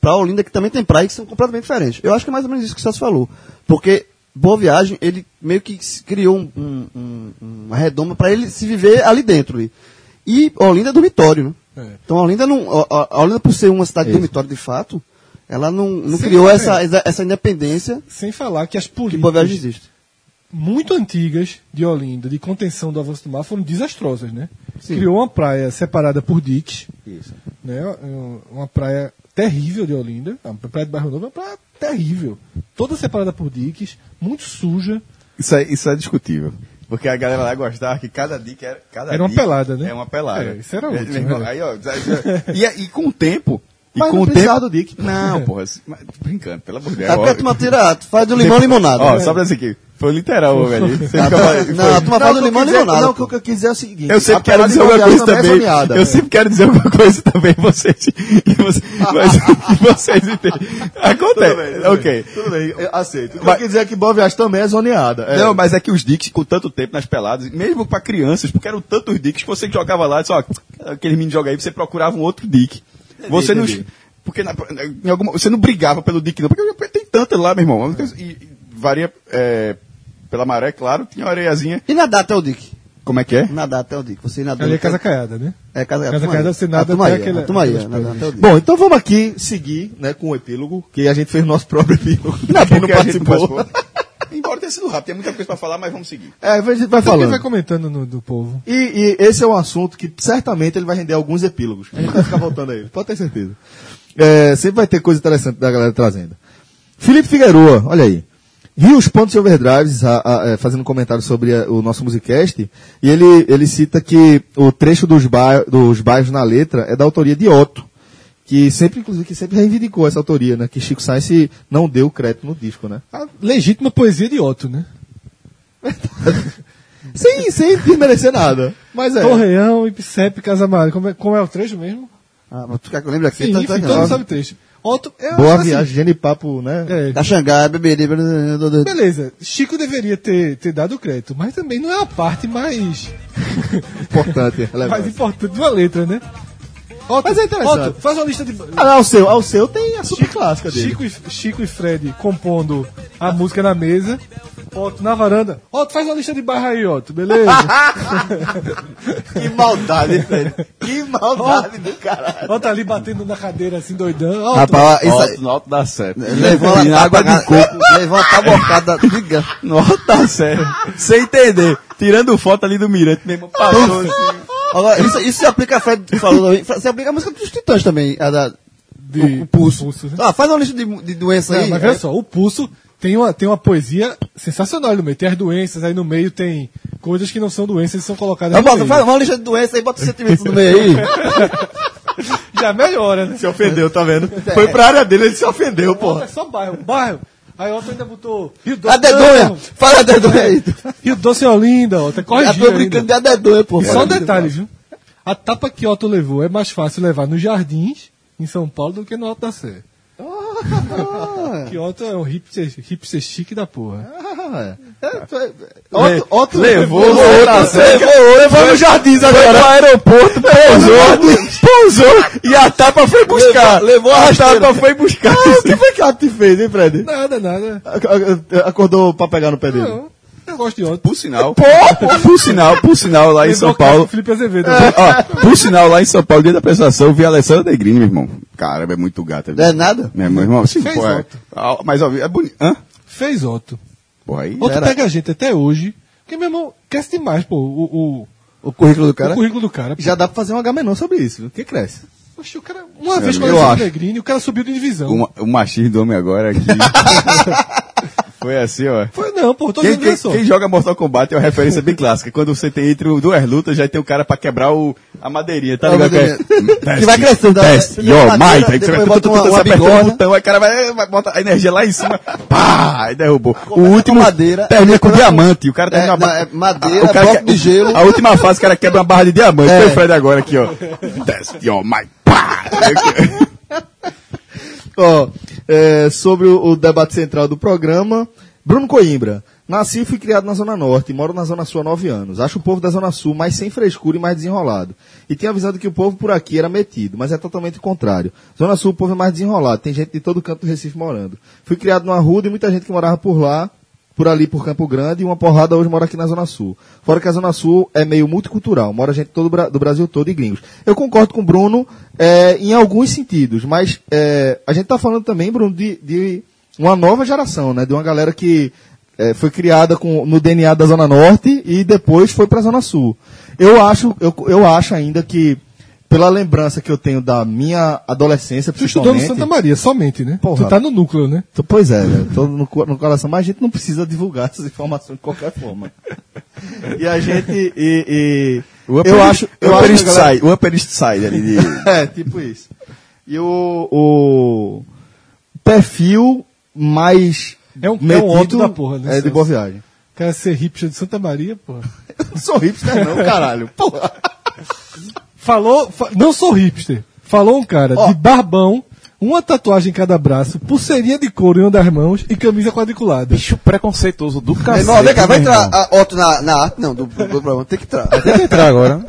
pra Olinda, que também tem praia, que são completamente diferentes. Eu acho que é mais ou menos isso que o Celso falou. Porque Boa Viagem, ele meio que se criou um- um- um- uma redoma pra ele se viver ali dentro. ali. E Olinda é dormitório, né?
É.
Então Olinda não. o- o- A Olinda, por ser uma cidade de dormitório de fato, ela não, não criou essa, essa- essa independência
Sem falar que as
que Boa Viagem
políticas
existe.
muito antigas de Olinda, de contenção do avanço do mar, foram desastrosas, né? Criou uma praia separada por diques, né? Um- Uma praia terrível de Olinda, a praia de Bairro Novo é uma praia terrível, toda separada por diques, muito suja.
Isso, é, isso é discutível. Porque a galera lá gostava que cada dica era. Cada
Era uma
dica
pelada, né?
É uma pelada.
É, isso era
meu
útil,
irmão,
né?
aí, ó, já- já- e, aí, com o tempo. E
Mas
com
não
o
precisava
tempo.
do dick, pô.
Não, porra. assim, mas, tô brincando, pelo amor de Deus.
Até
Ó,
a turma tira, faz do limão limonada.
Ó,
né?
só pra dizer aqui. Foi literal, ô, velho. Você fica- foi-
Não, a turma faz
o que
do
eu
limão
quis dizer-
limonada.
não,
pô.
o que eu quis dizer é o seguinte.
Eu sempre
apesar
quero
de
dizer
Boa
alguma
Viagem
coisa
também é
também. né?
zoneada.
Eu sempre quero dizer alguma coisa também, vocês. E vocês, mas, vocês entendem. Acontece. ok.
Tudo bem, eu aceito. O que eu
Mas-
quis dizer é que Boa Viagem também é zoneada. É.
Não, mas é que os dicks com tanto tempo nas peladas, mesmo pra crianças, porque eram tantos dicks que você que jogava lá, só aquele menino joga aí, você procurava um outro dick. você não porque na- em alguma- você não brigava pelo dick não, porque tem tanto lá, meu irmão. E, e varia é, pela maré, claro, tinha uma areiazinha.
E nadar até o dique.
Como é que é?
Nadar até o dique. Você nadou.
Ali é
até-
Casa Caiada, né?
É, casa, Ah,
Casa Caiada, você nada
Atumaia,
até aquele-
Atumaia,
aquelas
nadar até o dique.
Bom, então vamos aqui seguir né, com o epílogo, que a gente fez nosso próprio epílogo. Quem
Porque a gente não participou. Embora tenha sido rápido, tem muita coisa pra falar, mas vamos seguir.
É, a gente vai
Então, quem
falando.
vai comentando no- do povo.
E, e esse é um assunto que certamente ele vai render alguns epílogos. A gente vai ficar voltando a ele, pode ter certeza. É, sempre vai ter coisa interessante da galera trazendo. Felipe Figueroa, olha aí. Rios Pontos e Overdrives, a- a- é, fazendo comentário sobre é, o nosso musicast, e ele, ele cita que o trecho dos, bai- dos bairros na letra é da autoria de Otto, que sempre, inclusive, que sempre reivindicou essa autoria, né? Que Chico Sainz não deu crédito no disco, né?
A legítima poesia de Otto, né?
Sem, sem desmerecer nada. Mas é.
Torreão, Ipsep, Casamar. Como é, como é o trecho mesmo?
Ah, mas tu quer que eu lembre aqui?
Sim,
Tá-
enfim,
tá-
todo mundo sabe o trecho. Otto é
Boa
assim,
viagem, genipapo, né?
é,
Da Xangai, beberê,
Beleza, Chico deveria ter, ter dado o crédito, mas também não é a parte mais,
Importante, relevante.
mais importante de uma letra, né? Otto,
Mas é interessante.
Otto, faz uma lista de.
Ah, ao seu, ao seu tem a super clássica dele.
Chico e, Chico e Fred compondo a música na mesa, Otto na varanda. Otto, faz uma lista de barra aí, Otto, beleza?
Que maldade, velho. Que maldade
né?
do caralho.
Otto ali batendo na cadeira assim, doidão. Otto,
Rapaz, isso aí.
no alto da seta.
Levou uma tábua de coco, levou uma tabocada, diga.
Nossa, sério. Sem entender. Tirando foto ali do Mirante mesmo. Passou assim.
Agora, isso, isso se aplica a Fred falou também. Se aplica a música dos titãs também, a da.
De-
o, o pulso.
pulso, é. né?
Ah, faz uma lista de, de doença
Não,
aí.
mas veja só, o pulso tem uma, tem uma poesia sensacional aí no meio. Tem as doenças, aí no meio tem coisas que não são doenças e são colocadas
Eu
no
boto,
meio.
faz uma lista de doença aí, bota os sentimentos no meio aí.
Já né? melhora, né? É,
Se ofendeu, tá vendo? Foi pra área dele, ele se ofendeu,
Porra.
porra.
É só bairro, bairro. Aí outro ainda botou. Rio
A dedonha! Fala a dedonha aí.
Rio Doce é Olinda, ó. Tá
Eu
corrigindo.
tô
ainda.
brincando de a dedonha, pô.
E só um detalhe, viu? A tapa que Otto levou é mais fácil levar nos jardins, em São Paulo, do que no Alto da Sé.
Ah.
que Otto é um hipster, hipster chique da porra.
Otto, Otto
Levou
é,
o
tá
outro cerca.
levou no jardins agora. Foi aeroporto, pousou, pousou e a tapa foi buscar. Levou, a tapa foi buscar.
O que foi que ela te fez, hein, Fred?
Nada, nada.
Acordou pra pegar no pé dele.
Não, eu gosto de Otto.
Por sinal, por sinal, por sinal, lá em São
Lembrou o caso
Paulo,
do Felipe Azevedo.
É.
Ó, por sinal, lá em São Paulo, dia da prestação, eu vi a Alessandra Negrini, meu irmão. Caramba, é muito gata.
Não é nada?
Meu irmão, irmão assim,
Fez
pô, é,
outro.
Ah, mas ó, é bonito. Hã?
Fez Otto.
Pô, aí.
Otto
Era-
pega a gente até hoje. Porque, meu irmão, cresce demais, pô, o, o,
O currículo do
o
cara.
currículo do cara. pô.
Já dá pra fazer um Agamenon sobre isso, viu? que cresce.
Poxa, o cara, uma vez com
eu
o
acho.
Negrini, o cara subiu de divisão.
O, ma- o machismo do homem agora aqui. Foi assim, ó.
Foi não, pô, tô
Quem,
dizendo
quem-
isso.
quem joga Mortal Kombat é uma referência bem clássica. Quando você tem entre duas lutas, já tem o cara pra quebrar o, a madeirinha, tá
A
ligado?
madeirinha.
Teste,
Que vai crescendo, né?
Teste,
Primeiro
yo,
madeira,
might. Aí você vai
depois bota
tu- tu- tu-
uma-
você
uma
apertando o
bigorna.
botão, aí o cara vai, vai botar a energia lá em cima, pá, aí derrubou. O
com
último
madeira,
termina
é
com
quando-
diamante. O cara
É,
termina
não,
ba-
é madeira,
a- o cara
bloco
que-
de gelo.
A última fase, o cara quebra uma barra de diamante.
É.
Foi o Fred agora aqui, ó. Teste, yo, might. Pá!
Ó, é, sobre o, o debate central do programa, Bruno Coimbra. Nasci e fui criado na Zona Norte, moro na Zona Sul há nove anos. Acho o povo da Zona Sul mais sem frescura e mais desenrolado. E tinha avisado que o povo por aqui era metido, mas é totalmente o contrário. Zona Sul o povo é mais desenrolado, tem gente de todo canto do Recife morando. Fui criado numa rua e muita gente que morava por lá, por ali por Campo Grande, e uma porrada hoje mora aqui na Zona Sul. Fora que a Zona Sul é meio multicultural, mora gente todo Bra- do Brasil todo e gringos. Eu concordo com o Bruno é, em alguns sentidos, mas é, a gente está falando também, Bruno, de, de uma nova geração, né? De uma galera que é, foi criada com, no DNA da Zona Norte e depois foi para a Zona Sul. Eu acho, eu, eu acho ainda que pela lembrança que eu tenho da minha adolescência,
Tu estudou no
principalmente-
Santa Maria, somente, né?
Porra.
Tu tá no núcleo, né?
Tu- Pois é, velho. Tô no, co- no coração, mas a gente não precisa divulgar essas informações de qualquer forma. E a gente. E, e-
O upper-
eu acho. Eu
o
acho
upper
que a
east
galera-
side, o upper east side ali de...
É, tipo isso. E o, o perfil mais.
É um- é um
metido
ódio da porra, né,
É de
Celso?
boa viagem.
O cara ser hipster de Santa Maria, pô.
Não sou hipster, não, caralho.
Tá
Porra.
Falou, fa- não sou hipster. Falou um cara de barbão, uma tatuagem em cada braço, pulseirinha de couro em uma das mãos e camisa quadriculada.
Bicho preconceituoso do
Meu
cacete.
irmão, vem cá, vai
meu
entrar
irmão.
a Otto na, na arte? Não, do, do programa. Tem que entrar.
Tem que entrar agora.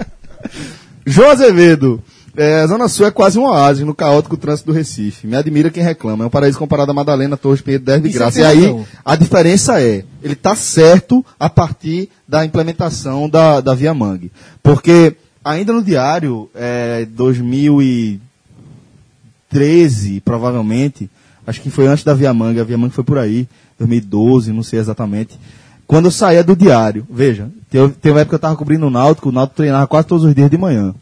João Azevedo. É, a Zona Sul é quase um oásis no caótico trânsito do Recife. Me admira quem reclama. É um paraíso comparado à Madalena, Torres, Pinheiro, 10 de
é
Isso
graça.
tem
E aí,
razão.
a diferença é, ele está certo a partir da implementação da, da Via Mangue. Porque, ainda no diário, é, 2013, provavelmente, acho que foi antes da Via Mangue, a Via Mangue foi por aí, 2012, não sei exatamente. Quando eu saía do diário, veja, teve teve uma época que eu estava cobrindo o Náutico, o Náutico treinava quase todos os dias de manhã.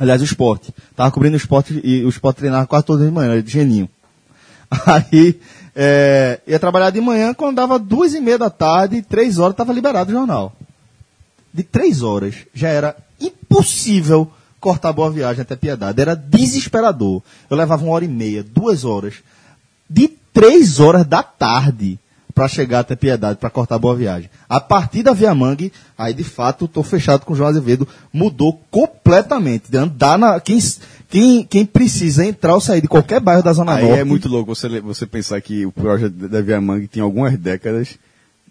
Aliás, o esporte. Tava cobrindo o esporte e o esporte treinava quase todas as manhãs, de geninho. Aí, é, ia trabalhar de manhã, quando dava duas e meia da tarde, três horas, tava liberado o jornal. De três horas, já era impossível cortar boa viagem até Piedade. Era desesperador. Eu levava uma hora e meia, duas horas. De três horas da tarde para chegar até Piedade, para cortar boa viagem. A partir da Via Mangue, aí de fato, tô fechado com o João Azevedo. Mudou completamente. De andar na. Quem, quem, quem precisa entrar ou sair de qualquer bairro da Zona
Aí
Norte.
é muito louco você, le- você pensar que o projeto da Via Mangue tem algumas décadas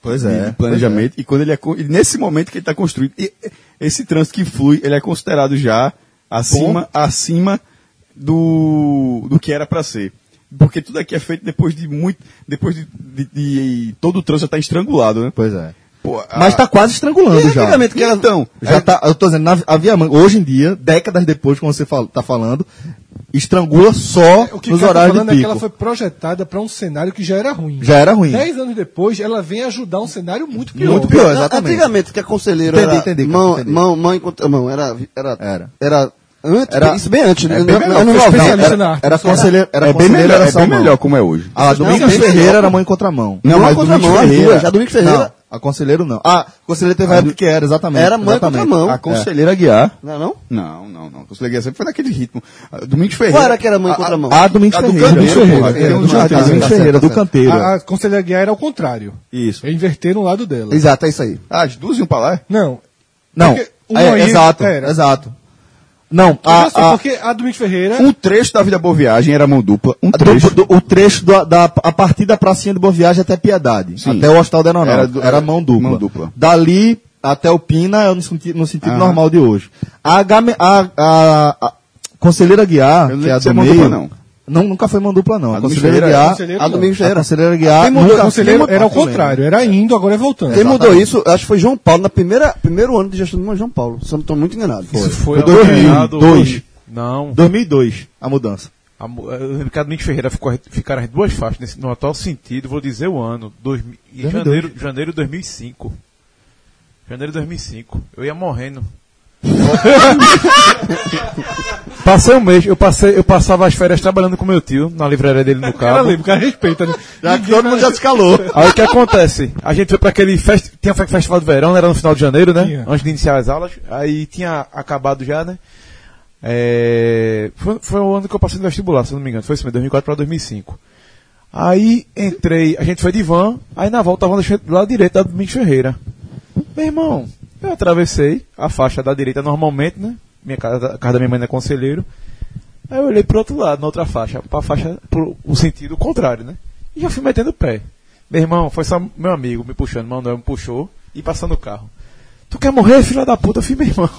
Pois
de-
é,
de planejamento e quando ele é co- e nesse momento que ele está construído e- e- esse trânsito que flui ele é considerado já acima acima do, do que era para ser porque tudo aqui é feito depois de muito depois de, de- de- todo o trânsito está estrangulado né
Pois é.
Pô, a-
Mas tá quase estrangulando
E
já.
antigamente que era- Então,
já
aí-
tá, eu tô dizendo, na, a Via Manga, hoje em dia, décadas depois, como você fal, tá falando, estrangula só
O que
nos
eu
horários de
falando
pico.
é que ela foi projetada pra um cenário que já era ruim.
Já era ruim.
Dez anos depois, ela vem ajudar um cenário muito pior.
Muito pior, exatamente.
Antigamente, que a conselheiro
Entendi,
era
entendi, cara,
mão,
entendi.
mão, mão, enquanto- mão, era, era,
Era.
era antes,
Era-
isso bem antes, né?
bem
Não-
melhor, foi
não- não- não-
especialista
era-
na arte.
Era conselheiro, era
é bem
conselheiro,
melhor
era
é bem
Salmão.
melhor como é hoje
A Ah, Domingos
bem
Ferreira
melhor.
era mão em contramão.
Não,
Não,
mas
contra
Domingos
mão, as
Ferreira.
duas, já Domingos Ferreira.
Não, A conselheiro não. Ah, conselheiro teve a época que era, exatamente.
Era mãe
exatamente. Ah, é.
contra mão.
A conselheira guiar.
Não é não?
Não, não, não. Conselheiro Guiar sempre foi naquele ritmo. Ah, Domingos Ferreira. Ah,
Qual era que era mãe
A-
contra mão?
A, Ah, Domingos
A do
Ferreira.
Candeiro,
Domingos
porra.
Ferreira.
Tem um
do
jantar,
A Domingos
tá certo,
Ferreira,
tá
do
certo.
canteiro.
A, a conselheira Guiar era ao contrário.
Isso.
Eu invertei no lado dela.
Exato, é isso aí.
Ah, as duas iam pra lá? é?
Não.
Não,
Porque o
é,
Moí-
exato,
Pera.
exato. Ah, Não,
Mas
a,
olha só,
a,
porque a Domingos Ferreira.
Um trecho da Vida Boa Viagem era mão dupla. Um
a do-
trecho.
do- o trecho da, da- a partir da pracinha de Boa Viagem até Piedade,
Sim.
até o Hostal da Aeronáutica,
Era
era,
do-
mão, dupla.
mão dupla.
Dali até o Pina é no sentido, no sentido
Aham.
normal de hoje. A, Game- a- a- a Conselheira Guiar,
Eu não
que é a
lembro se é
do
mão
meio,
dupla, não.
não, nunca foi mão dupla não.
A
A
do
Conselheira
Ferreira é
Guiar, a
conselheiro não.
Domingos Ferreira, a Conselheira
Quem
Guiar,
mudou
nunca,
a conselheira
nenhuma
era ao
parte eu lembro.
contrário, era indo, agora é voltando.
Quem mudou isso, acho que foi João Paulo, na primeira primeiro ano de gestão do João Paulo. Se eu não estou muito enganado.
Isso foi
Foi 2000,
apoiado-
dois.
Não.
2002, a mudança.
A, mu- eh, eu lembro que a Domingos Ferreira ficou, ficaram as duas faixas nesse, no atual sentido, vou dizer o ano. Dois, mi- em
2002.
janeiro, janeiro de 2005. Janeiro de 2005. Eu ia morrendo. Volta- passei um mês, eu, passei, eu passava as férias trabalhando com meu tio, na livraria dele no
Cara,
carro.
lembra, o cara respeita. né?
Já que Tá, todo mundo já se calou.
Aí o que acontece? A gente foi pra aquele fest... tinha fe- festival de verão, né? era no final de janeiro, né?
Tinha.
Antes de iniciar as aulas. Aí tinha acabado já, né? É, Foi, foi o ano que eu passei no vestibular, se eu não me engano. Foi isso mesmo, 2004 pra 2005. Aí entrei, a gente foi de van, aí na volta a van deixou do lado direito da Domingos Ferreira. Meu irmão, eu atravessei a faixa da direita normalmente, né? Minha casa, a casa da minha mãe não é conselheiro. Aí eu olhei pro outro lado, na outra faixa, pra faixa, pro o sentido contrário, né? E já fui metendo o pé. Meu irmão, foi só meu amigo me puxando, Manuel me puxou e passando o carro. Tu quer morrer, filha da puta? Eu fui, meu irmão.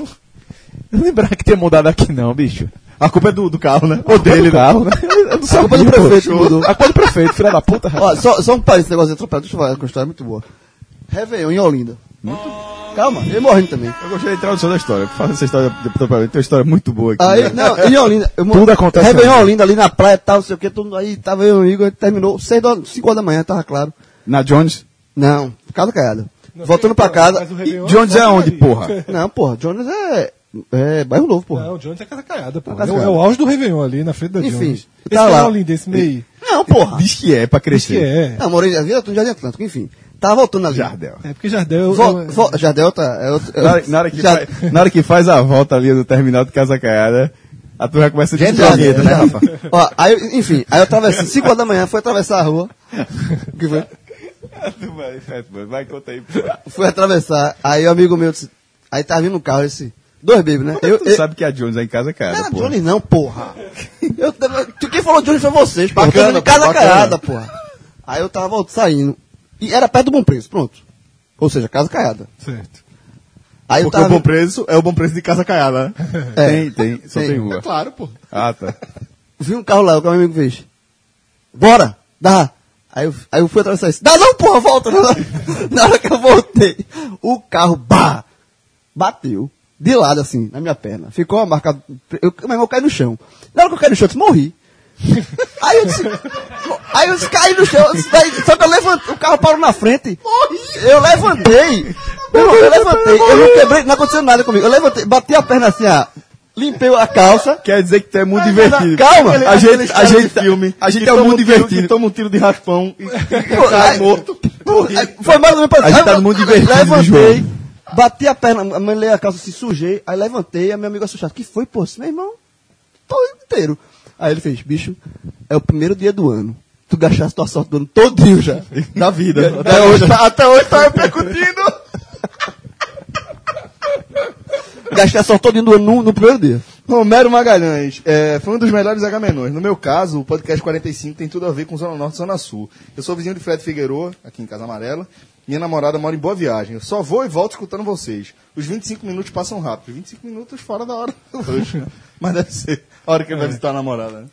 Eu não lembrava que tinha mudado aqui não, bicho.
A culpa é do, do carro, né? é
Ou dele, carro, né? Eu não sabia,
culpa do
pô.
prefeito que mudou.
A culpa do prefeito, filha da puta.
Ó, só, só um parênteses, esse negócio de atropelado, deixa eu falar, que a história é muito boa. Réveillon em Olinda. Calma, ele morrendo também.
Eu gostei da introdução da história. Fala essa história de Tem uma história muito boa aqui. né?
Aí, não, em Olinda. Eu, mo-
Tudo acontece
Réveillon
ali.
em Olinda, ali na praia e tal, não sei o que, todo mundo aí, tava eu e o Igor, a gente terminou 6 horas, 5 horas da manhã, tava claro.
Na Jones.
Não, casa caiada. Voltando pra casa.
Mas o
e-
Réveillon
Jones é
volta
onde,
ali.
porra?
Não, porra, Jones é, é bairro novo, porra.
Não, o Jones é casa caiada, pô.
Casa
é, o- é
caiada.
o auge do Réveillon ali, na frente da
Enfim,
Jones. Esse
tá
cara
lá.
é um lindense meio...
Não, porra.
Diz que é pra
Diz que
crescer.
é.
Não, morei na Vila Jardim Atlântico, enfim. Tava voltando ali.
Jardel.
É porque Jardel...
Vo,
eu-
vo, Jardel tá. É outro, é
Na hora,
outro-
na hora que
Já-
faz, na hora que faz a volta ali do terminal de Casa Caiada, a turma começa a
Gente,
descer a vinheta, né,
já-
Rafa?
Ó, aí, enfim, aí eu atravessei, 5 horas da manhã, fui atravessar a rua. O que foi?
Vai, conta aí.
Fui atravessar, aí o amigo meu disse. Aí tava vindo um carro esse. Dois bebês, né? Eu,
Tu
eu,
sabe que a Jones é em Casa
não
Caiada,
era
porra.
Johnny, não, porra. Eu, tava- tu- quem falou Johnny foi vocês, porra.
Bacana,
Eu tava em casa
pô, bacana.
caiada, porra. Aí eu tava voltando, saindo. E era perto do Bom Preço, pronto. Ou seja, casa caiada.
Certo.
Aí eu
Porque
tava.
o bom preço é o bom preço de casa caiada, né?
é,
Tem, tem. Só
Tem.
tem, uma.
Claro, pô.
Ah, tá.
vi um carro lá, o que meu amigo fez. Bora! Dá! Aí eu, aí eu fui atravessar isso. Dá não, porra, volta! Na hora, na hora que eu voltei, o carro, bah! Bateu. De lado, assim, na minha perna. Ficou uma marca. Eu, meu irmão, eu caí no chão. Na hora que eu caí no chão, eu disse, morri. Aí eu disse. Aí eu disse, caí no chão. eu disse, daí- só que eu levantei. O carro parou na frente. Morri! Eu levantei. Eu, não- eu levantei. Eu não quebrei, não aconteceu nada comigo. Eu levantei, bati a perna assim, ah, limpei a calça.
Quer dizer que tu é muito
Mas, mas,
divertido.
calma.
a gente, a gente,
filme.
a gente
que
é um
toma
mundo
um tiro-
divertido.
Que toma um tiro de raspão e
Pô,
cai
aí-
morto.
Pô, aí Foi mais ou menos pra
Tá A gente tá no mundo divertido,
Levantei,
João.
bati a perna, mandei a calça, se sujei, aí levantei, aí meu amigo assustado. Que foi, pô? Disse, Meu irmão, tô inteiro. Aí ele fez, bicho, é o primeiro dia do ano. Tu gastaste tua sorte do ano todinho já.
Da vida.
né?
Até hoje, tá, até hoje tá repercutindo. Gastei a sorte todinha do ano no, no primeiro dia.
Romero Magalhães, é, foi um dos melhores H-Menores. No meu caso, o podcast 45 tem tudo a ver com Zona Norte e Zona Sul. Eu sou vizinho de Fred Figueiredo, aqui em Casa Amarela. Minha namorada mora em Boa Viagem. Eu só vou e volto escutando vocês. Os 25 minutos passam rápido. 25 minutos fora da hora do lanche. Mas deve ser a hora que ele vai visitar a namorada. né?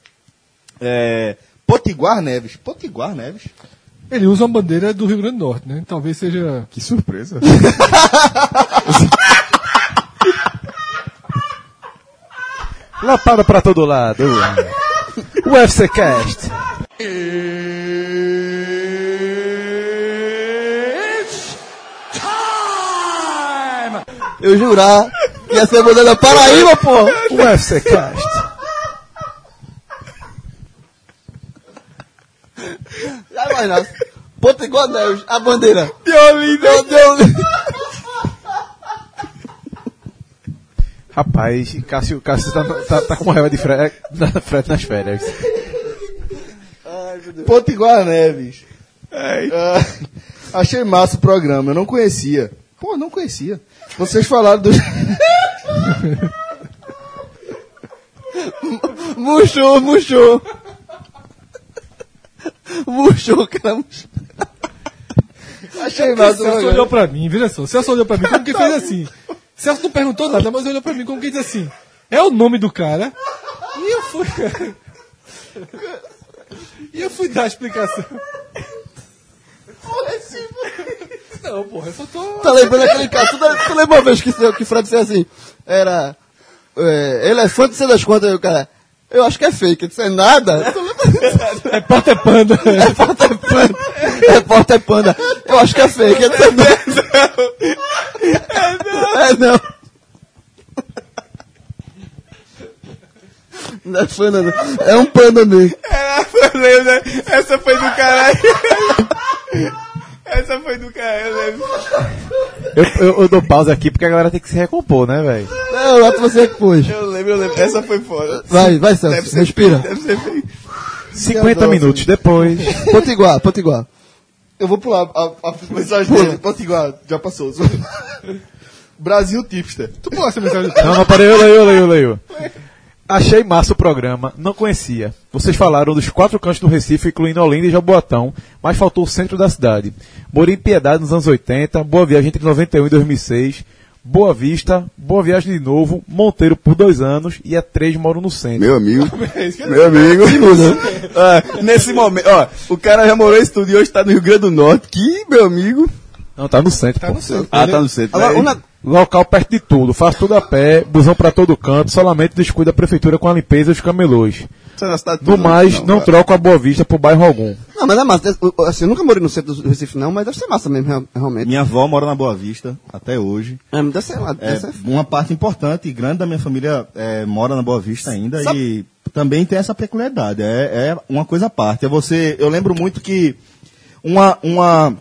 É, Potiguar Neves. Potiguar Neves?
Ele usa uma bandeira do Rio Grande do Norte, né? Talvez seja...
Que surpresa.
Lapada pra todo lado. UFC Cast.
Eu jurar que ia ser modelo da Paraíba, pô.
UFC Cast.
Já vai, Potiguar Neves, a bandeira.
De Olinda, de Olinda.
Rapaz, e Cássio, Cássio tá, tá, tá com raiva de É, Fred, da Fred nas férias.
Potiguar Neves. Ah, achei massa o programa, eu não conhecia. Pô, não conhecia. Vocês falaram do.
Murchou, murchou. Murchou, cara. murchou.
Achei massa o
Celso olhou
programa.
pra mim, veja só, Celso olhou pra mim como que fez assim. Celso não perguntou nada, mas olhou pra mim como que disse assim. É o nome do cara. E eu fui. e eu fui dar a explicação. Não, porra, eu só tô.
Tá lembrando aquele caso? Tu, tá- tu lembra uma vez que, que o Fred disse assim? Era. É, elefante, você das contas, aí o cara. Eu acho que é fake. Eu disse, é nada. Tu
É porta é panda.
Repórter Panda. Repórter Panda. Eu acho que é fake. É não. É não. Não é panda, não. É um panda mesmo.
Eu lembro, né? Essa foi do caralho. Essa foi do caralho, né? eu lembro.
Eu, eu, eu dou pausa aqui porque a galera tem que se recompor, né, velho?
Não, lá você É, que pôs.
Eu lembro, eu lembro. Essa foi foda.
Vai, vai, Celso. Respira.
Deve ser feio.
50 minutos depois.
Potiguar, Potiguar.
Eu vou pular a, a mensagem dele. Potiguar, já passou. Brasil Tipster.
Tu pulou essa mensagem.
Não, não, parei, eu leio, eu leio, eu leio. Achei massa o programa, não conhecia. Vocês falaram dos quatro cantos do Recife, incluindo Olinda e Jaboatão, mas faltou o centro da cidade. Morei em Piedade nos anos 80, Boa Viagem entre 91 e 2006, Boa Vista, Boa Viagem de novo, Monteiro por dois anos e a três moro no centro.
Meu amigo. Meu amigo. Ah, nesse momento, ó, o cara já morou em estúdio e hoje tá no Rio Grande do Norte. Que, meu amigo.
Não, tá no centro.
Tá
pô.
no centro.
Ah, tá no centro.
Agora,
né?
uma-
Local perto de tudo, faço tudo a pé, busão pra todo canto, solamente descuida a prefeitura com a limpeza e os camelôs.
Isso é na cidade
No
toda,
mais, não
cara.
troco a Boa Vista por bairro algum.
Não, mas é massa. Eu- eu- Assim, eu nunca morei no centro do Recife, não, mas deve ser massa mesmo, real- realmente.
Minha avó mora na Boa Vista até hoje.
É, mas deve ser lá.
É,
Deve ser...
uma parte importante e grande da minha família é, mora na Boa Vista ainda e também tem essa peculiaridade. É, é uma coisa à parte. É você, eu lembro muito que uma, uma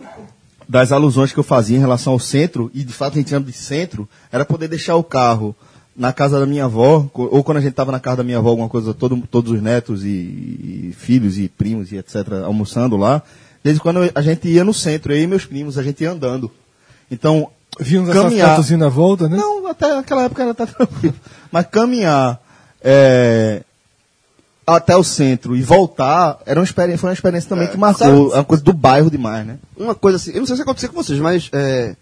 das alusões que eu fazia em relação ao centro, e de fato a gente chama de centro, era poder deixar o carro na casa da minha avó, co- ou quando a gente estava na casa da minha avó, alguma coisa, todo, todos os netos e, e filhos e primos e etc., almoçando lá. Desde quando a gente ia no centro, eu e meus primos, a gente ia andando. Então,
Vi uns
caminhar.
assassinatos na volta, né?
Não, até aquela época ela tá tranquila. Mas caminhar é, até o centro e voltar era uma experiência, foi uma experiência também que marcou. É uma coisa do bairro demais, né?
uma coisa assim, eu não sei se aconteceu com vocês, mas é,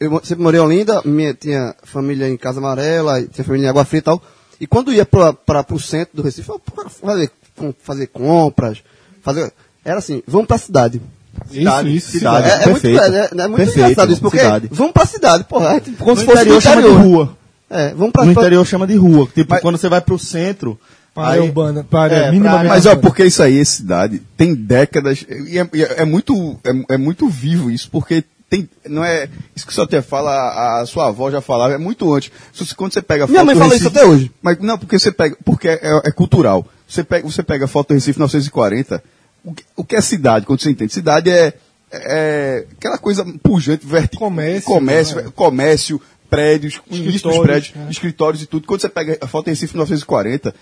eu mo- sempre morei em Olinda, minha, tinha família em Casa Amarela, e tinha família em Água Fria e tal. E quando ia para o centro do Recife, eu- pra fazer, com- fazer compras, fazer, era assim, vamos para a cidade.
Isso, isso,
cidade.
cidade.
é, é muito,
perfeito.
é, é muito
Perfeito,
engraçado isso, porque
cidade.
vamos para a cidade, porra, é, tipo, como
No
se fosse
interior
no
chama de
interior.
rua.
É, vamos para
No interior chama de rua. Tipo, quando você vai pro centro.
Para
aí-
urbana, para
É,
minimamente.
Mas ó,
urbana.
porque isso aí, essa cidade, tem décadas, e é, e é- é muito, é, é muito vivo isso, porque tem, não é, isso que só te fala, a, a sua avó já falava, é muito antes. Se você- Quando você pega
Minha mãe
do
fala isso até hoje.
Mas não, porque você pega, porque é, é cultural. Você pega, você pega a foto do Recife 1940, o que, o que é cidade, quando você entende? Cidade é, é aquela coisa pujante, vertical.
Comércio,
Comércio,
né?
comércio, prédios, o início dos
Escritórios,
prédios,
né?
escritórios e tudo. Quando você pega a foto em Recife 1940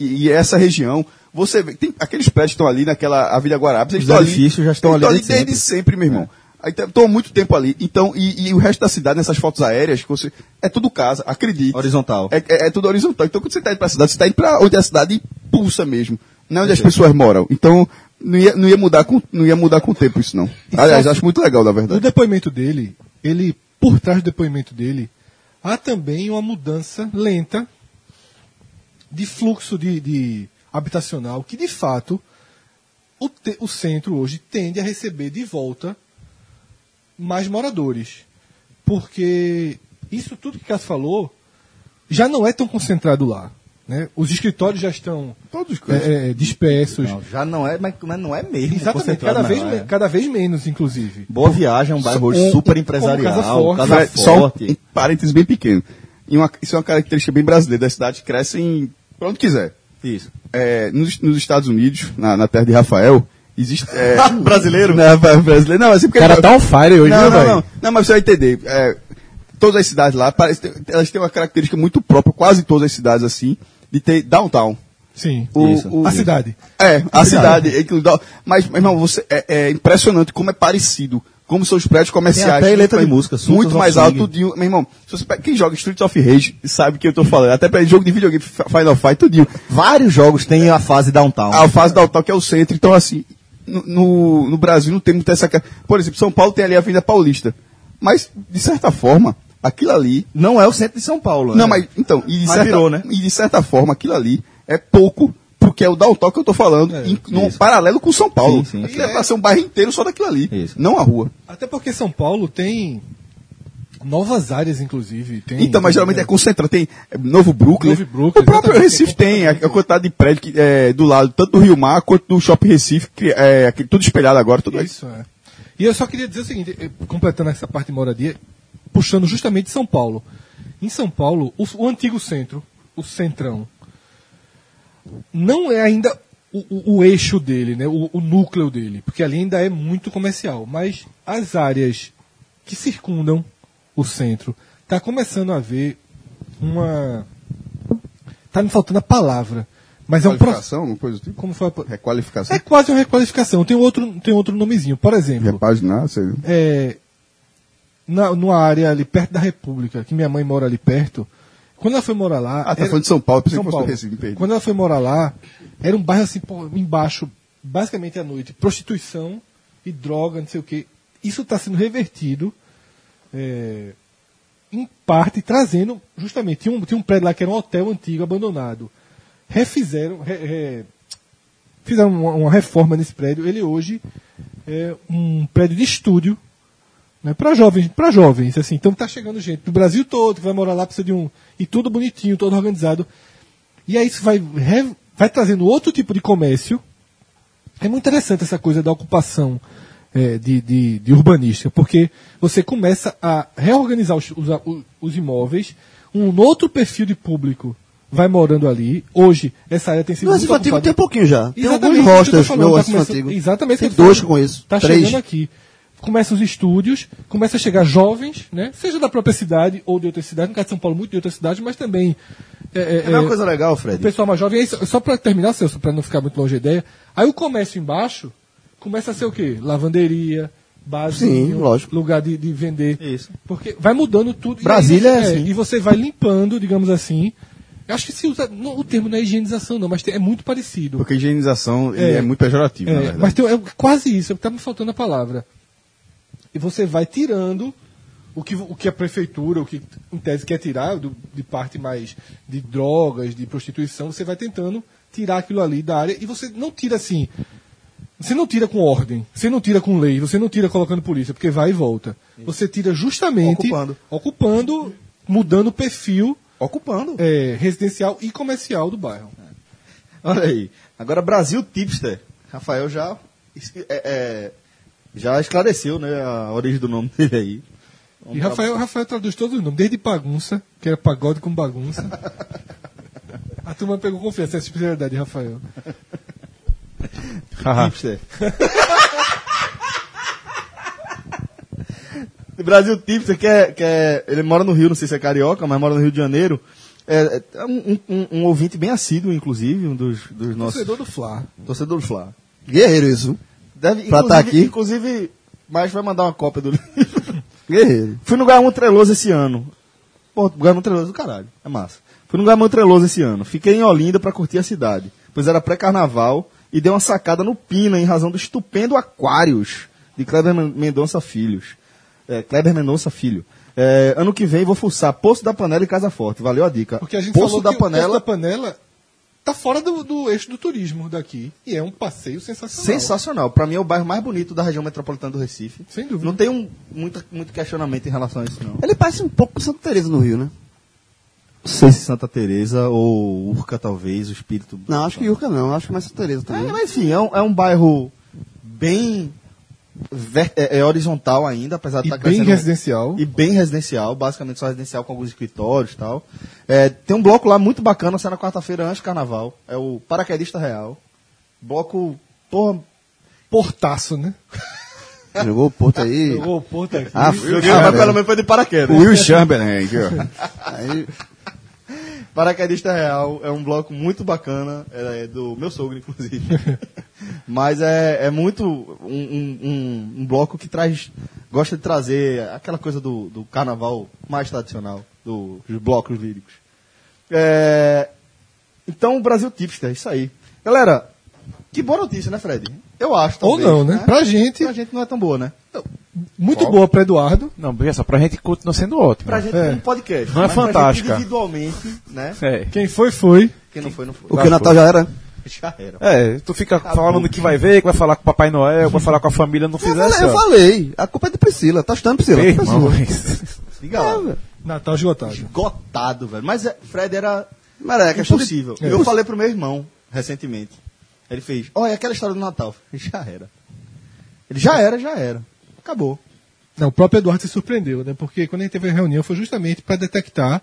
e, e essa região, você vê, tem aqueles prédios que estão ali naquela Avenida Guarabes, eles
Os
estão ali,
edifícios já estão
eles
ali
desde,
desde É.
sempre, meu irmão. Aí tá- Estão há muito tempo ali. Então, e, e o resto da cidade, nessas fotos aéreas, que você, é tudo casa, acredite.
Horizontal.
É, é- é tudo horizontal. Então, quando você está indo para a cidade, você está indo para onde a cidade pulsa mesmo, não é onde as pessoas moram. Então, não ia, não ia, mudar, com, não ia mudar com o tempo isso, não. Aliás, acho muito legal, na
No
verdade.
depoimento dele, ele, por trás do depoimento dele, há também uma mudança lenta de fluxo de, de habitacional que, de fato, o, te- o centro hoje tende a receber de volta mais moradores. Porque isso tudo que Cássio falou já não é tão concentrado lá. Né? Os escritórios já estão eh, eh, dispersos.
Não, já não é, mas, mas não é mesmo.
Exatamente,
concentrado,
cada
não,
vez,
é.
me- cada vez menos, inclusive.
Boa Viagem é um bairro hoje
Um-
super
um-
empresarial.
um casa
Tá
forte.
casa
Fred, só um,
forte.
um parênteses bem pequeno. E uma- isso é uma característica bem brasileira. As cidades crescem pra onde quiser.
Isso.
É, nos, nos Estados Unidos, na, na terra de Rafael, Existe. é,
Brasileiro?
Não, pra- brasileiro. Não, assim porque.
O cara tá on fire hoje,
não,
né,
não,
velho?
não. Não, mas você vai entender. É, todas as cidades lá, parece, ter- elas têm uma característica muito própria, quase todas as cidades assim, de ter downtown.
Sim.
O- Isso.
a cidade.
É, a cidade. é que o down- Mas, mas irmão, você, é, é impressionante como é parecido. Como são os prédios comerciais.
até letra de
Muito-
música, Sultans
Muito
of
mais
Swing.
alto tudinho. Meu irmão, se você pega- quem joga Streets of Rage sabe o que eu tô falando. Até pra jogo de videogame, F- Final Fight, tudinho.
Vários jogos têm a fase downtown.
A fase da Altal, que é o centro. Então, assim, no, no, no Brasil não tem muita essa. ca- Por exemplo, São Paulo tem ali a Avenida Paulista. Mas, de certa forma, aquilo ali.
Não é o centro de São Paulo.
Não,
né?
mas. Então, e de,
Mas
certa,
virou, né?
e de certa forma, aquilo ali é pouco. Porque é o downtown que eu tô falando, em- no paralelo com São Paulo.
Sim, sim.
Aquilo é pra ser um bairro inteiro só daquilo ali.
Isso.
Não a rua.
Até porque São Paulo tem novas áreas, inclusive. Tem,
Então, mas geralmente é concentrado. Tem é, Novo Brooklyn.
Novo Brooklyn,
o próprio
exatamente,
Recife tem a, a quantidade de prédio que, é, do lado, tanto do Rio Mar quanto do Shopping Recife, que é, aqui- tudo espelhado agora, tudo isso.
Isso, é. E eu só queria dizer o seguinte, eh, completando essa parte de moradia, puxando justamente São Paulo. Em São Paulo, o, o antigo centro, o centrão, não é ainda o, o- o eixo dele, né? o, o núcleo dele, porque ali ainda é muito comercial. Mas as áreas que circundam o centro, está começando a ver uma... Está me faltando a palavra, mas é um processo...
Qualificação, alguma coisa do tipo?
Como foi a... pa-
Requalificação.
É quase uma requalificação, tem outro, tem outro nomezinho. Por exemplo,
Repaginar, sei lá.
é, na, numa área ali perto da República, que minha mãe mora ali perto. Quando ela foi morar lá.
Ah, tá falando de São Paulo, pensei
São
que fosse do
Paulo.
Recife, me perdi.
Quando ela foi morar lá, era um bairro assim, pô, embaixo, basicamente à noite, prostituição e droga, não sei o quê. Isso está sendo revertido, é, em parte, trazendo, justamente, tinha um, tinha um prédio lá que era um hotel antigo, abandonado. Refizeram, re- re- fizeram uma, uma reforma nesse prédio. Ele hoje é um prédio de estúdio né, para jovens, para jovens, assim. Então tá chegando gente do Brasil todo que vai morar lá precisa de um e tudo bonitinho, todo organizado. E aí isso vai re- vai trazendo outro tipo de comércio. É muito interessante essa coisa da ocupação é, de, de, de urbanística, porque você começa a reorganizar os, os, a- o- os imóveis, um outro perfil de público vai morando ali. Hoje essa área tem sido
No
muito
Recife Antigo
ocupada.
tem pouquinho já. Tem
Exatamente,
alguns
isso que eu tô
hostels
falando,
no
tá
Recife
começando-
Antigo.
Exatamente.
Tem
que eu tô
dois
falando.
com isso.
Tá
três.
chegando aqui. Começam os estúdios, começa a chegar jovens, né? Seja da própria cidade ou de outra cidade. No caso de São Paulo, muito de outra cidade, mas também... É, é,
É uma
é,
coisa legal,
o
Fred.
pessoal mais jovem. Aí, só só para terminar, Celso, para não ficar muito longe a ideia. Aí o comércio embaixo começa a ser o quê? Lavanderia, barzinho,
Sim, lógico.
lugar de, de vender.
Isso.
Porque vai mudando tudo.
Brasília
e aí
é
você-
assim.
E você vai limpando, digamos assim. Eu acho que se usa. não, o termo não é higienização, não, mas tem- é muito parecido.
Porque a higienização ele
É.
é, muito pejorativo, na
É,
verdade.
mas tem, é quase isso, está me faltando a palavra. E você vai tirando o que, o que a prefeitura, o que em tese quer tirar, do- de parte mais de drogas, de prostituição, você vai tentando tirar aquilo ali da área e você não tira assim. Você não tira com ordem, você não tira com lei, você não tira colocando polícia, porque vai e volta. Você tira justamente
Ocupando.
ocupando, mudando o perfil
Ocupando.
é, residencial e comercial do bairro.
Olha aí. Agora, Brasil Tipster. Rafael já, é, é, já esclareceu né, a origem do nome dele aí.
E Rafael, Rafael traduz todos os nomes, desde bagunça, que era pagode com bagunça. A turma pegou confiança, essa especialidade, Rafael. Ah.
Tipster. Brasil Tipster, que é, que é- Ele mora no Rio, não sei se é carioca, mas mora no Rio de Janeiro. É, é um, um- um ouvinte bem assíduo, inclusive, um dos, dos nossos.
Torcedor é do Fla.
Torcedor do Flá.
Guerreiro isso.
Deve,
Pra tá
inclusive-
aqui.
Inclusive, mas vai mandar uma cópia do livro.
Guerreiro.
Fui no Gamu Treloso esse ano. Pô, Gamu Treloso do caralho. É massa. Fui no Gamu Treloso esse ano. Fiquei em Olinda pra curtir a cidade, pois era pré-carnaval e dei uma sacada no Pina em razão do estupendo Aquários de Kleber Men- Mendonça Filhos. É, Kleber Mendonça Filho. É, ano que vem vou fuçar Poço da Panela e Casa Forte. Valeu a dica.
Porque a gente
Poço
falou
da
que o Poço da
Panela,
Panela tá fora do, do eixo do turismo daqui. E é um passeio sensacional.
sensacional. Pra mim é o bairro mais bonito da região metropolitana do Recife.
Sem dúvida.
Não tem um, muita- muito questionamento em relação a isso, não.
Ele parece um pouco com Santa Teresa no Rio, né?
Não sei se Santa Teresa ou Urca, talvez, o espírito.
Não, acho que Iurca não. Acho que mais Santa Teresa
É,
também.
mas enfim, é um, é um bairro bem ver- é, é horizontal ainda, apesar de
E
estar
bem residencial.
E bem residencial, basicamente só residencial com alguns escritórios e tal. É, tem um bloco lá muito bacana, sai na quarta-feira antes do carnaval. É o Paraquedista Real. Bloco, porra,
Portaço, né?
Jogou o Porto aí.
Jogou o Porto aqui.
Ah,
Joguei, mas pelo menos foi de paraquedas.
Will Chamberlain, aqui, ó.
aí,
Paraquedista Real é um bloco muito bacana, é do meu sogro, inclusive. Mas é, é muito um, um- um- um bloco que traz, gosta de trazer aquela coisa do, do carnaval mais tradicional, do- dos blocos líricos. É, então, o Brasil Tipster, isso aí. Galera, que boa notícia, né, Fred? Eu acho.
Ou
talvez,
não, né? Pra gente,
Pra gente não é tão boa, né?
muito boa pra Eduardo.
Não, veja só, pra gente continua sendo ótimo.
Pra gente
É.
um podcast.
Não é
mas pra gente
fantástica.
individualmente, né?
É.
Quem foi, foi.
Quem não foi, não foi.
o que o Natal já era?
Já era.
É, tu fica falando do que vai ver, que vai falar com o Papai Noel, que vai falar com a família, não
Eu
fizer
falei, eu falei. A culpa é de Priscila. Tá estando Priscila.
Ei,
Tá
irmão,
Priscila.
mas-
Diga lá.
Natal esgotado.
esgotado, velho. Mas é, Fred era
Mas é questão de...
impossível. Eu falei pro meu irmão recentemente. Ele fez, olha aquela história do Natal. Já era. Ele já era, já era. Acabou.
Não, o próprio Eduardo se surpreendeu, né? Porque quando a gente teve a reunião foi justamente para detectar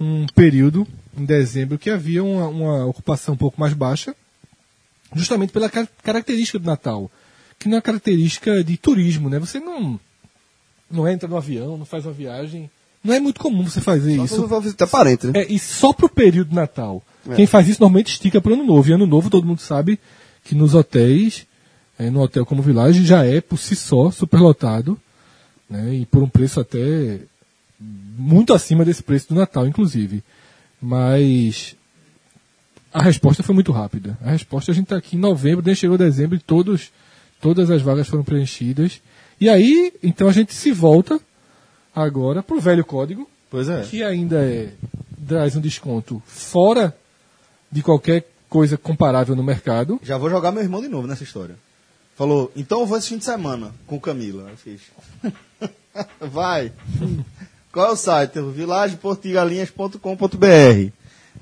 um período em dezembro que havia uma, uma ocupação um pouco mais baixa, justamente pela ca- característica do Natal, que não é uma característica de turismo, né? Você não não entra no avião, não faz uma viagem, não é muito comum você fazer
Isso
isso.
eu vou visitar parente, né?
É, e só pro período Natal. Quem faz isso normalmente estica pro ano novo. E ano novo todo mundo sabe que nos hotéis, é, no hotel como Village, já é por si só superlotado, né? E por um preço até muito acima desse preço do Natal, inclusive. Mas a resposta foi muito rápida. A resposta a gente está aqui em novembro, nem chegou dezembro e todos, todas as vagas foram preenchidas. E aí, então a gente se volta agora pro velho código,
Pois é.
que ainda é, traz um desconto fora de qualquer coisa comparável no mercado.
Já vou jogar meu irmão de novo nessa história. Falou, então eu vou esse fim de semana com Camila. Eu fiz. Vai. Qual é o site? vilageportigalinhas.com.br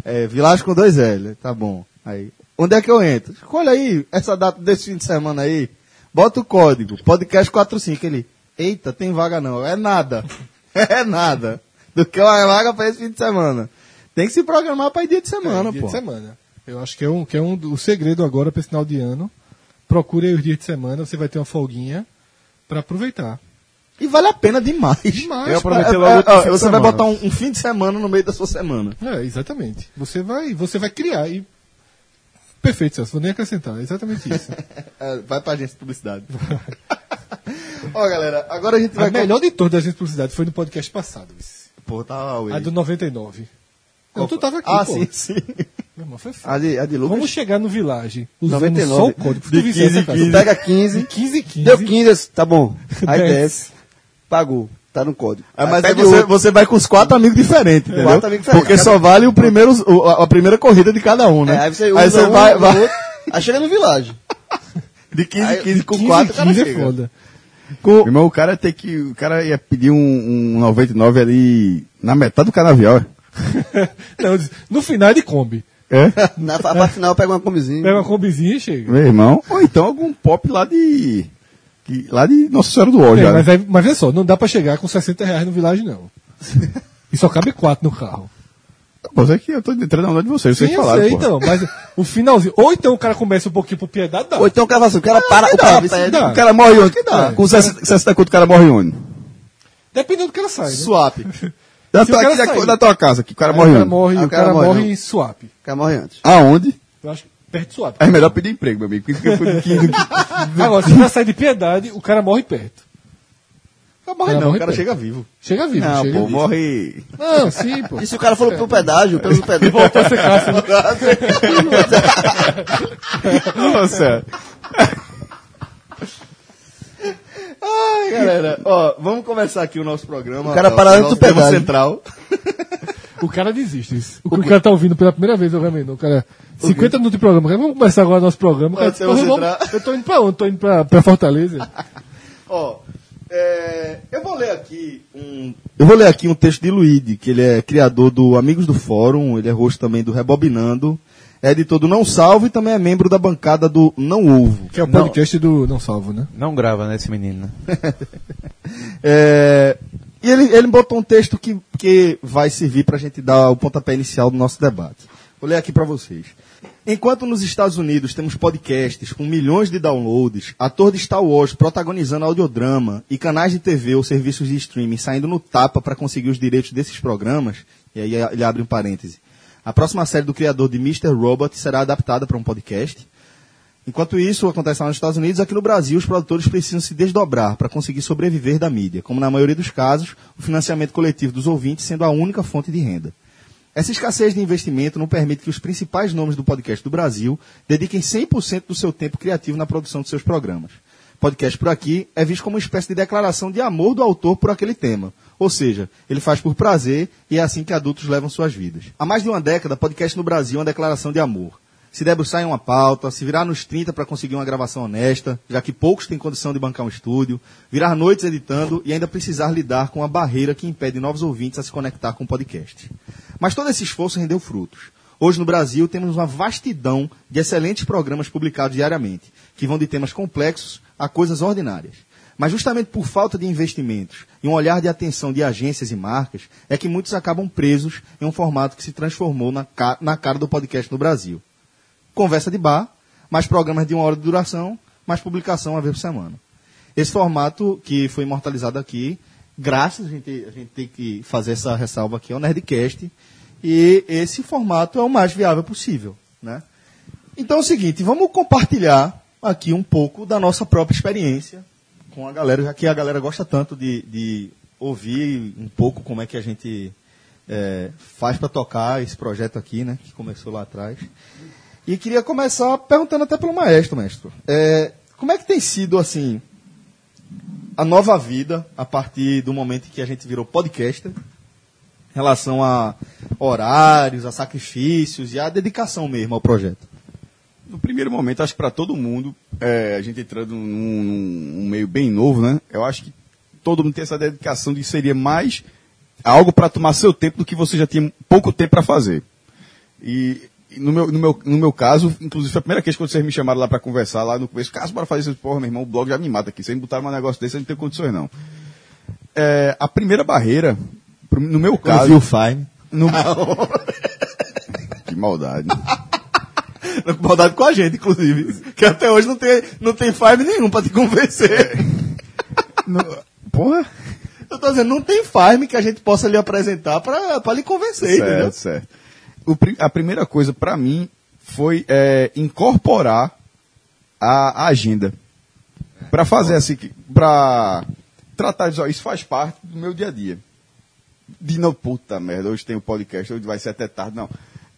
é, Vilagem com dois L, tá bom. Aí. Onde é que eu entro? Escolha aí essa data desse fim de semana aí. Bota o código, podcast 45. Ele, eita, tem vaga não. É nada. É nada. Do que uma vaga pra esse fim de semana. Tem que se programar pra ir dia de semana,
É, dia
pô.
de semana. Eu acho que é um, que é um do- o segredo agora para esse final de ano. Procure aí os dias de semana, você vai ter uma folguinha para aproveitar.
E vale a pena demais.
Demais,
Eu aproveitei
cara.
logo
É,
outro
é,
fim de
você
semana.
vai botar
um, fim de semana no meio da sua semana.
É, exatamente. Você vai, você vai criar e perfeito, Celso, vou nem acrescentar, é exatamente isso.
vai pra agência de publicidade. Ó, galera, agora a gente
a
vai...
melhor de todas as publicidade foi no podcast passado, isso.
Pô, tá lá,
a
Will.
do 99. Não, tu tava aqui,
Ah,
pô.
sim, sim.
Meu irmão, foi foda.
A de, a de Lucas.
Vamos chegar no Village. Usando
99.
só o código. De 15,
Tu Pega 15.
15, 15.
Deu 15, tá bom. Aí
Desce.
desce. Pagou. Tá no código.
Ah, mas
Até
aí
de
você,
outro.
você vai com os quatro amigos diferentes, entendeu?
Quatro amigos diferentes.
Porque só vale o primeiro, o- a, a primeira corrida de cada um, né?
É, aí você usa um,
vai...
usa
vai-
outro. Aí chega no Village.
De 15
Aí,
15 com
15,
quatro, o cara
15 é
chega.
foda.
Meu irmão, o cara tem que. O cara ia pedir um, um 99 ali na metade do canavial. é.
Não, no final é de Kombi.
Na a parte final pega uma combizinha.
Pega uma Kombizinha e chega.
Meu irmão. Ou então algum pop lá de. que- lá de Nossa Senhora do Ó,
É,
já.
mas, aí, mas vê só, não dá pra chegar com 60 reais no Village, não. E só cabe 4 no carro.
Pô, é que eu tô entrando na onda de vocês, vocês
Sim,
falaram.
eu sei,
pô.
então. Mas o finalzinho. Ou então o cara começa um pouquinho por piedade, dá.
Ou então o cara fala assim, o cara para, o cara pede.
dá.
O cara morre onde?
dá.
Com 60 60 conto, o cara morre onde?
Dependendo do que ela sai. Né?
Swap.
Da
Se o
tua,
cara
aqui, da-
sair.
da tua casa, que o cara
É,
morre
Aí o cara
onde?
morre,
Ah,
o cara, morre em swap.
O cara morre antes.
Aonde?
Eu acho que perto de swap.
É melhor pedir emprego, meu amigo. porque fica por 15.
Agora, se o cara sai de piedade, o cara morre perto.
Não morre
Ela
não,
morre
o cara
perto.
chega vivo.
Chega vivo,
Não,
chega
pô,
vivo.
morre.
Não, sim, pô.
E se o cara for pro pedágio, pelo pedágio.
Nossa.
Ai, galera, ó, vamos começar aqui o nosso programa.
O cara
ó,
para
o
antes
nosso
do
tema
pedágio.
central.
O cara desiste. isso. O, o cara tá ouvindo pela primeira vez, eu realmente. O cara, 50 minutos de programa. Cara, vamos começar agora nosso programa. O Cara,
Antes de você
"Pô, vamos-
entrar."
eu tô indo pra onde? Tô indo pra, pra Fortaleza.
Ó, é, eu vou ler aqui um. Eu vou ler aqui um texto de Luíde, que ele é criador do Amigos do Fórum, ele é host também do Rebobinando, é editor do Não Salvo e também é membro da bancada do Não Ovo.
Que é o podcast do Não Salvo, né?
Não grava, né, esse menino, né?
É, e ele, ele botou um texto que, que vai servir para a gente dar o pontapé inicial do nosso debate. Vou ler aqui para vocês.
Enquanto nos Estados Unidos temos podcasts com milhões de downloads, ator de Star Wars protagonizando audiodrama e canais de TV ou serviços de streaming saindo no tapa para conseguir os direitos desses programas, e aí ele abre um parêntese. A próxima série do criador de Mr. Robot será adaptada para um podcast. Enquanto isso acontece lá nos Estados Unidos, aqui no Brasil os produtores precisam se desdobrar para conseguir sobreviver da mídia, como na maioria dos casos, o financiamento coletivo dos ouvintes sendo a única fonte de renda. Essa escassez de investimento não permite que os principais nomes do podcast do Brasil dediquem 100% do seu tempo criativo na produção de seus programas. Podcast por aqui é visto como uma espécie de declaração de amor do autor por aquele tema. Ou seja, ele faz por prazer e é assim que adultos levam suas vidas. Há mais de uma década, podcast no Brasil é uma declaração de amor se debruçar em uma pauta, se virar nos 30 para conseguir uma gravação honesta, já que poucos têm condição de bancar um estúdio, virar noites editando e ainda precisar lidar com a barreira que impede novos ouvintes a se conectar com o podcast. Mas todo esse esforço rendeu frutos. Hoje no Brasil temos uma vastidão de excelentes programas publicados diariamente, que vão de temas complexos a coisas ordinárias. Mas justamente por falta de investimentos e um olhar de atenção de agências e marcas, é que muitos acabam presos em um formato que se transformou na, ca- na cara do podcast no Brasil conversa de bar, mais programas de uma hora de duração, mais publicação uma vez por semana. Esse formato que foi imortalizado aqui, graças a gente, a gente tem que fazer essa ressalva aqui, é o Nerdcast, e esse formato é o mais viável possível, né? Então é o seguinte, vamos compartilhar aqui um pouco da nossa própria experiência com a galera, já que a galera gosta tanto de, de ouvir um pouco como é que a gente eh, faz para tocar esse projeto aqui, né? Que começou lá atrás. E queria começar perguntando até pelo maestro, mestre. Eh, como é que tem sido, assim, a nova vida a partir do momento em que a gente virou podcaster? Em relação a horários, a sacrifícios e a dedicação mesmo ao projeto.
No primeiro momento, acho que para todo mundo, é, a gente entrando num, num meio bem novo, né? Eu acho que todo mundo tem essa dedicação de que seria mais algo para tomar seu tempo do que você já tinha pouco tempo para fazer. E, e no, meu, no, meu, no meu caso, inclusive foi a primeira vez quando vocês me chamaram lá para conversar lá no começo, caso bora fazer isso, porra, meu irmão, o blog já me mata aqui. Vocês me botaram um negócio desse, eu não tenho condições não. É, a primeira barreira, pro- no meu caso.
Viu o Fine?
No... que maldade.
Com maldade com a gente, inclusive. Que até hoje não tem, não tem Fine nenhum pra te convencer.
É.
Porra.
Eu tô dizendo, não tem Fine que a gente possa lhe apresentar pra, pra lhe convencer, entendeu?
Certo, certo. O pri- a primeira coisa para mim foi é, incorporar a, a agenda. Para fazer assim, para tratar disso, ó, isso faz parte do meu dia a dia. De não, puta merda, hoje tem o podcast, hoje vai ser até tarde, não.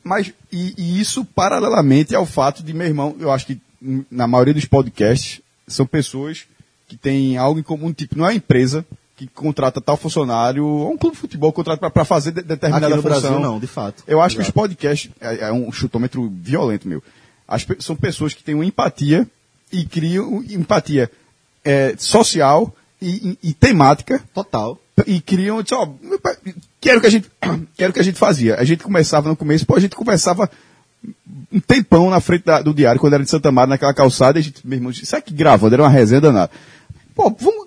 Mas, e, e isso paralelamente ao fato de meu irmão, eu acho que hum, na maioria dos podcasts, são pessoas que têm algo em comum, tipo, não é uma empresa que contrata tal funcionário, ou um clube de futebol que contrata para fazer de- determinada
Aqui no
função.
Brasil não, de fato.
Eu acho que os podcasts é, é um chutômetro violento, meu. As pe- são pessoas que têm uma empatia e criam empatia é, social e, e- e temática
Total.
e criam, disse, ó, quero que a gente, quero que a gente fazia. A gente começava no começo, pô, a gente conversava um tempão na frente da- do diário, quando era de Santa Maria, naquela calçada, e a gente, meu irmão, disse, sabe que gravando, era uma resenha danada. Pô, vamos,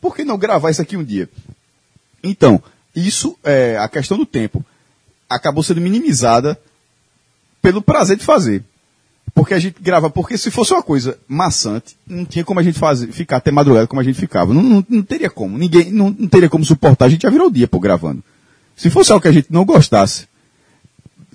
por que não gravar isso aqui um dia? Então, isso, é, a questão do tempo, acabou sendo minimizada pelo prazer de fazer. Porque a gente grava, porque se fosse uma coisa maçante, não tinha como a gente fazer, ficar até madrugada como a gente ficava. Não, não- não teria como. Ninguém não, não teria como suportar. A gente já virou o dia, pô, gravando. Se fosse algo que a gente não gostasse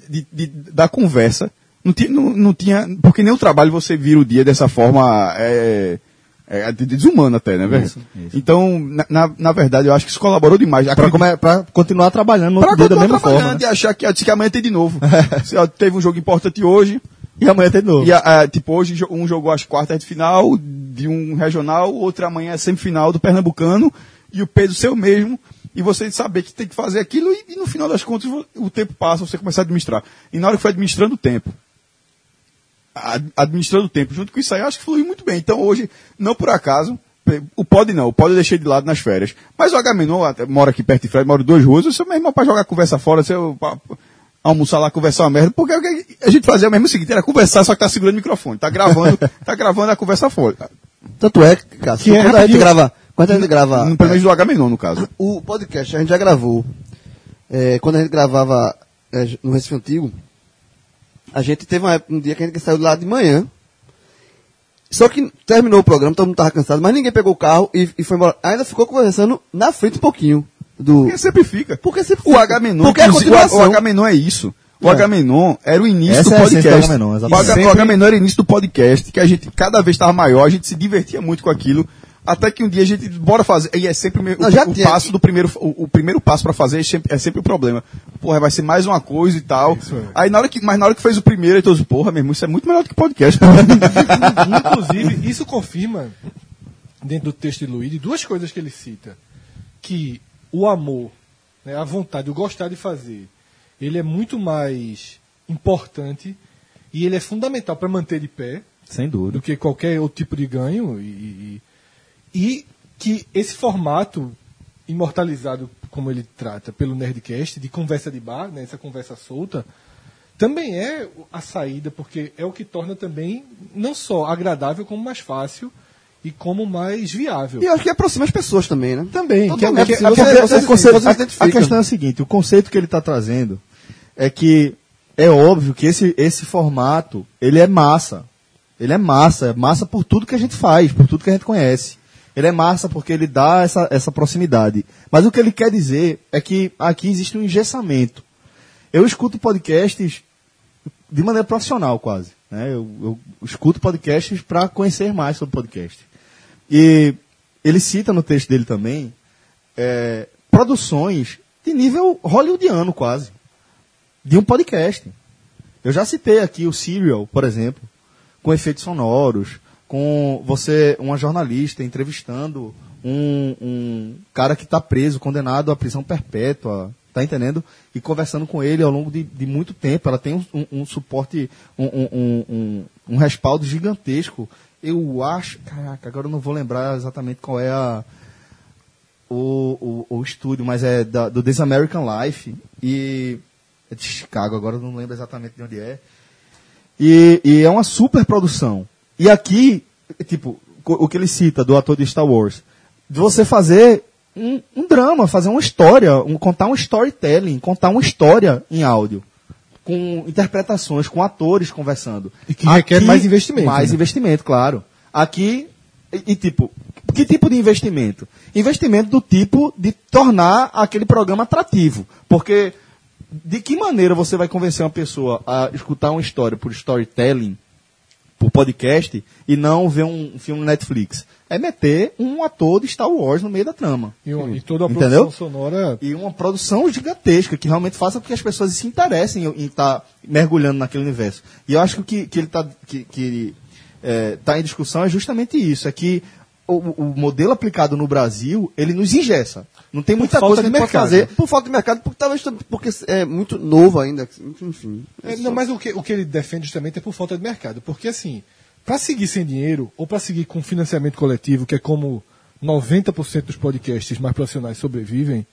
de- de- da conversa, não tinha, não, não tinha. Porque nem o trabalho você vira o dia dessa forma. É, é, de- de- desumana até, né, velho? Então, na, na, na verdade, eu acho que isso colaborou demais.
Pra,
Acredito-
come- pra continuar trabalhando no
Pra
outro dia da mesma
continuar
forma. né? É.
trabalhando e achar que, disse que amanhã tem de novo. Se, ó, teve um jogo importante hoje.
E amanhã tem novo.
E, ah, tipo, hoje jo- um jogou as quartas de final de um regional, outro amanhã é semifinal do Pernambucano, e o peso seu mesmo, e você saber que tem que fazer aquilo, e, e no final das contas vo- o tempo passa, você começa a administrar. E na hora que foi administrando o tempo, a- administrando o tempo, junto com isso aí, eu acho que fluiu muito bem. Então hoje, não por acaso, pe- o pode não, o pode eu deixei de lado nas férias. Mas o Agamenon até mora aqui perto de Fred, mora em duas ruas, eu sou meu irmão pra jogar conversa fora, se eu pra- almoçar lá, conversar uma merda, porque o que a gente fazia mesmo é o seguinte, era conversar, só que tá segurando o microfone, tá gravando, tá gravando a conversa fora.
Tanto é, que, cara,
Que é
quando a gente
rapidinho.
grava, quando a gente grava é.
No- Pelo menos do Agamenon, no caso.
o podcast, a é, gente já gravou, é, quando a gente gravava é, no Recife Antigo, A gente teve uma época, um dia que a gente saiu de lá de manhã. Só que terminou o programa, todo mundo tava cansado, mas ninguém pegou o carro e, e foi embora. Ainda ficou conversando na frente um pouquinho do.
Porque sempre fica.
Porque sempre
O H-Menon,
Porque é a
inclusive, o-
continuação.
o H-Menon é isso. O H-Menon era o início
Essa
do
é a essência
podcast.
do Agamenon,
o
exatamente.
H- o H-Menon era o início do podcast, que a gente cada vez estava maior, a gente se divertia muito com aquilo. Até que um dia a gente, bora fazer. E é sempre o, me-
Não,
o-
já
o
tinha.
passo do primeiro. O, o primeiro passo para fazer é sempre, é sempre o problema. Porra, vai ser mais uma coisa e tal. Aí na hora que, mas na hora que fez o primeiro, eu disse, porra, meu irmão, isso é muito melhor do que podcast.
Inclusive, isso confirma, dentro do texto de Luíde, duas coisas que ele cita. Que o amor, né, a vontade, o gostar de fazer, ele é muito mais importante e ele é fundamental para manter de pé
Sem dúvida.
do que qualquer outro tipo de ganho. E, e- e que esse formato imortalizado, como ele trata, pelo Nerdcast, de conversa de bar, né, essa conversa solta, também é a saída, porque é o que torna também não só agradável, como mais fácil e como mais viável.
E eu acho que aproxima as pessoas também, né?
Também, que é-
Totalmente.
que é-
Se
É
você-
porque
você
o
se-
conceito-
você se
a- a,
identifica.
questão é a seguinte: o conceito que ele está trazendo é que é óbvio que esse, esse formato ele é massa. Ele é massa, é massa por tudo que a gente faz, por tudo que a gente conhece. Ele é massa porque ele dá essa, essa proximidade. Mas o que ele quer dizer é que aqui existe um engessamento. Eu escuto podcasts de maneira profissional, quase. Né? Eu, eu escuto podcasts para conhecer mais sobre podcast. E ele cita no texto dele também é, produções de nível hollywoodiano, quase, de um podcast. Eu já citei aqui o Serial, por exemplo, com efeitos sonoros, com você, uma jornalista, entrevistando um, um cara que está preso, condenado à prisão perpétua, tá entendendo? E conversando com ele ao longo de, de muito tempo. Ela tem um, um- um suporte, um, um- um- um- um respaldo gigantesco. Eu acho, caraca, agora eu não vou lembrar exatamente qual é a, o, o, o estúdio, mas é da- do This American Life e é de Chicago, agora eu não lembro exatamente de onde é. E, e é uma super produção. E aqui, tipo, co- o que ele cita do ator de Star Wars, de você fazer um, um drama, fazer uma história, um- contar um storytelling, contar uma história em áudio. Com interpretações, com atores conversando.
E que requer mais investimento,
Mais
né?
investimento, claro. Aqui, e, e tipo, que tipo de investimento? Investimento do tipo de tornar aquele programa atrativo. Porque de que maneira você vai convencer uma pessoa a escutar uma história por storytelling, por podcast, e não ver um filme Netflix? É meter um ator de Star Wars no meio da trama.
E, uma- e toda a produção
Entendeu?
sonora
E uma produção gigantesca que realmente faça com que as pessoas se interessem em estar mergulhando naquele universo. E eu acho que o que, que ele está que, que, é, tá em discussão é justamente isso, é que o, o modelo aplicado no Brasil, ele nos ingessa. Não tem muita
falta
coisa que
de
a gente pode
mercado.
fazer.
Por falta de mercado, porque talvez tam- porque é muito novo ainda, enfim.
É, não, mas o que, o que ele defende justamente é por falta de mercado. Porque, assim, para seguir sem dinheiro ou para seguir com financiamento coletivo, que é como 90% dos podcasts mais profissionais sobrevivem,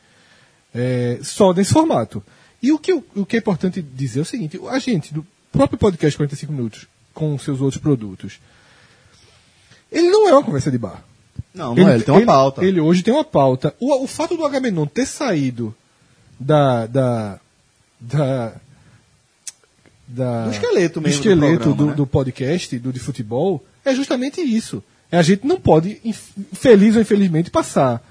é, só nesse formato. E o que, eu- o que é importante dizer é o seguinte: a gente, do próprio podcast 45 Minutos, com os seus outros produtos, ele não é uma conversa de bar.
Não, não é, ele tem uma pauta.
Ele hoje tem uma pauta. O, o fato do Agamenon ter saído da. da. da. da-
Do esqueleto mesmo do
Do esqueleto do,
programa, né?
do podcast, do de futebol, é justamente isso. É, a gente não pode, inf- feliz ou infelizmente, passar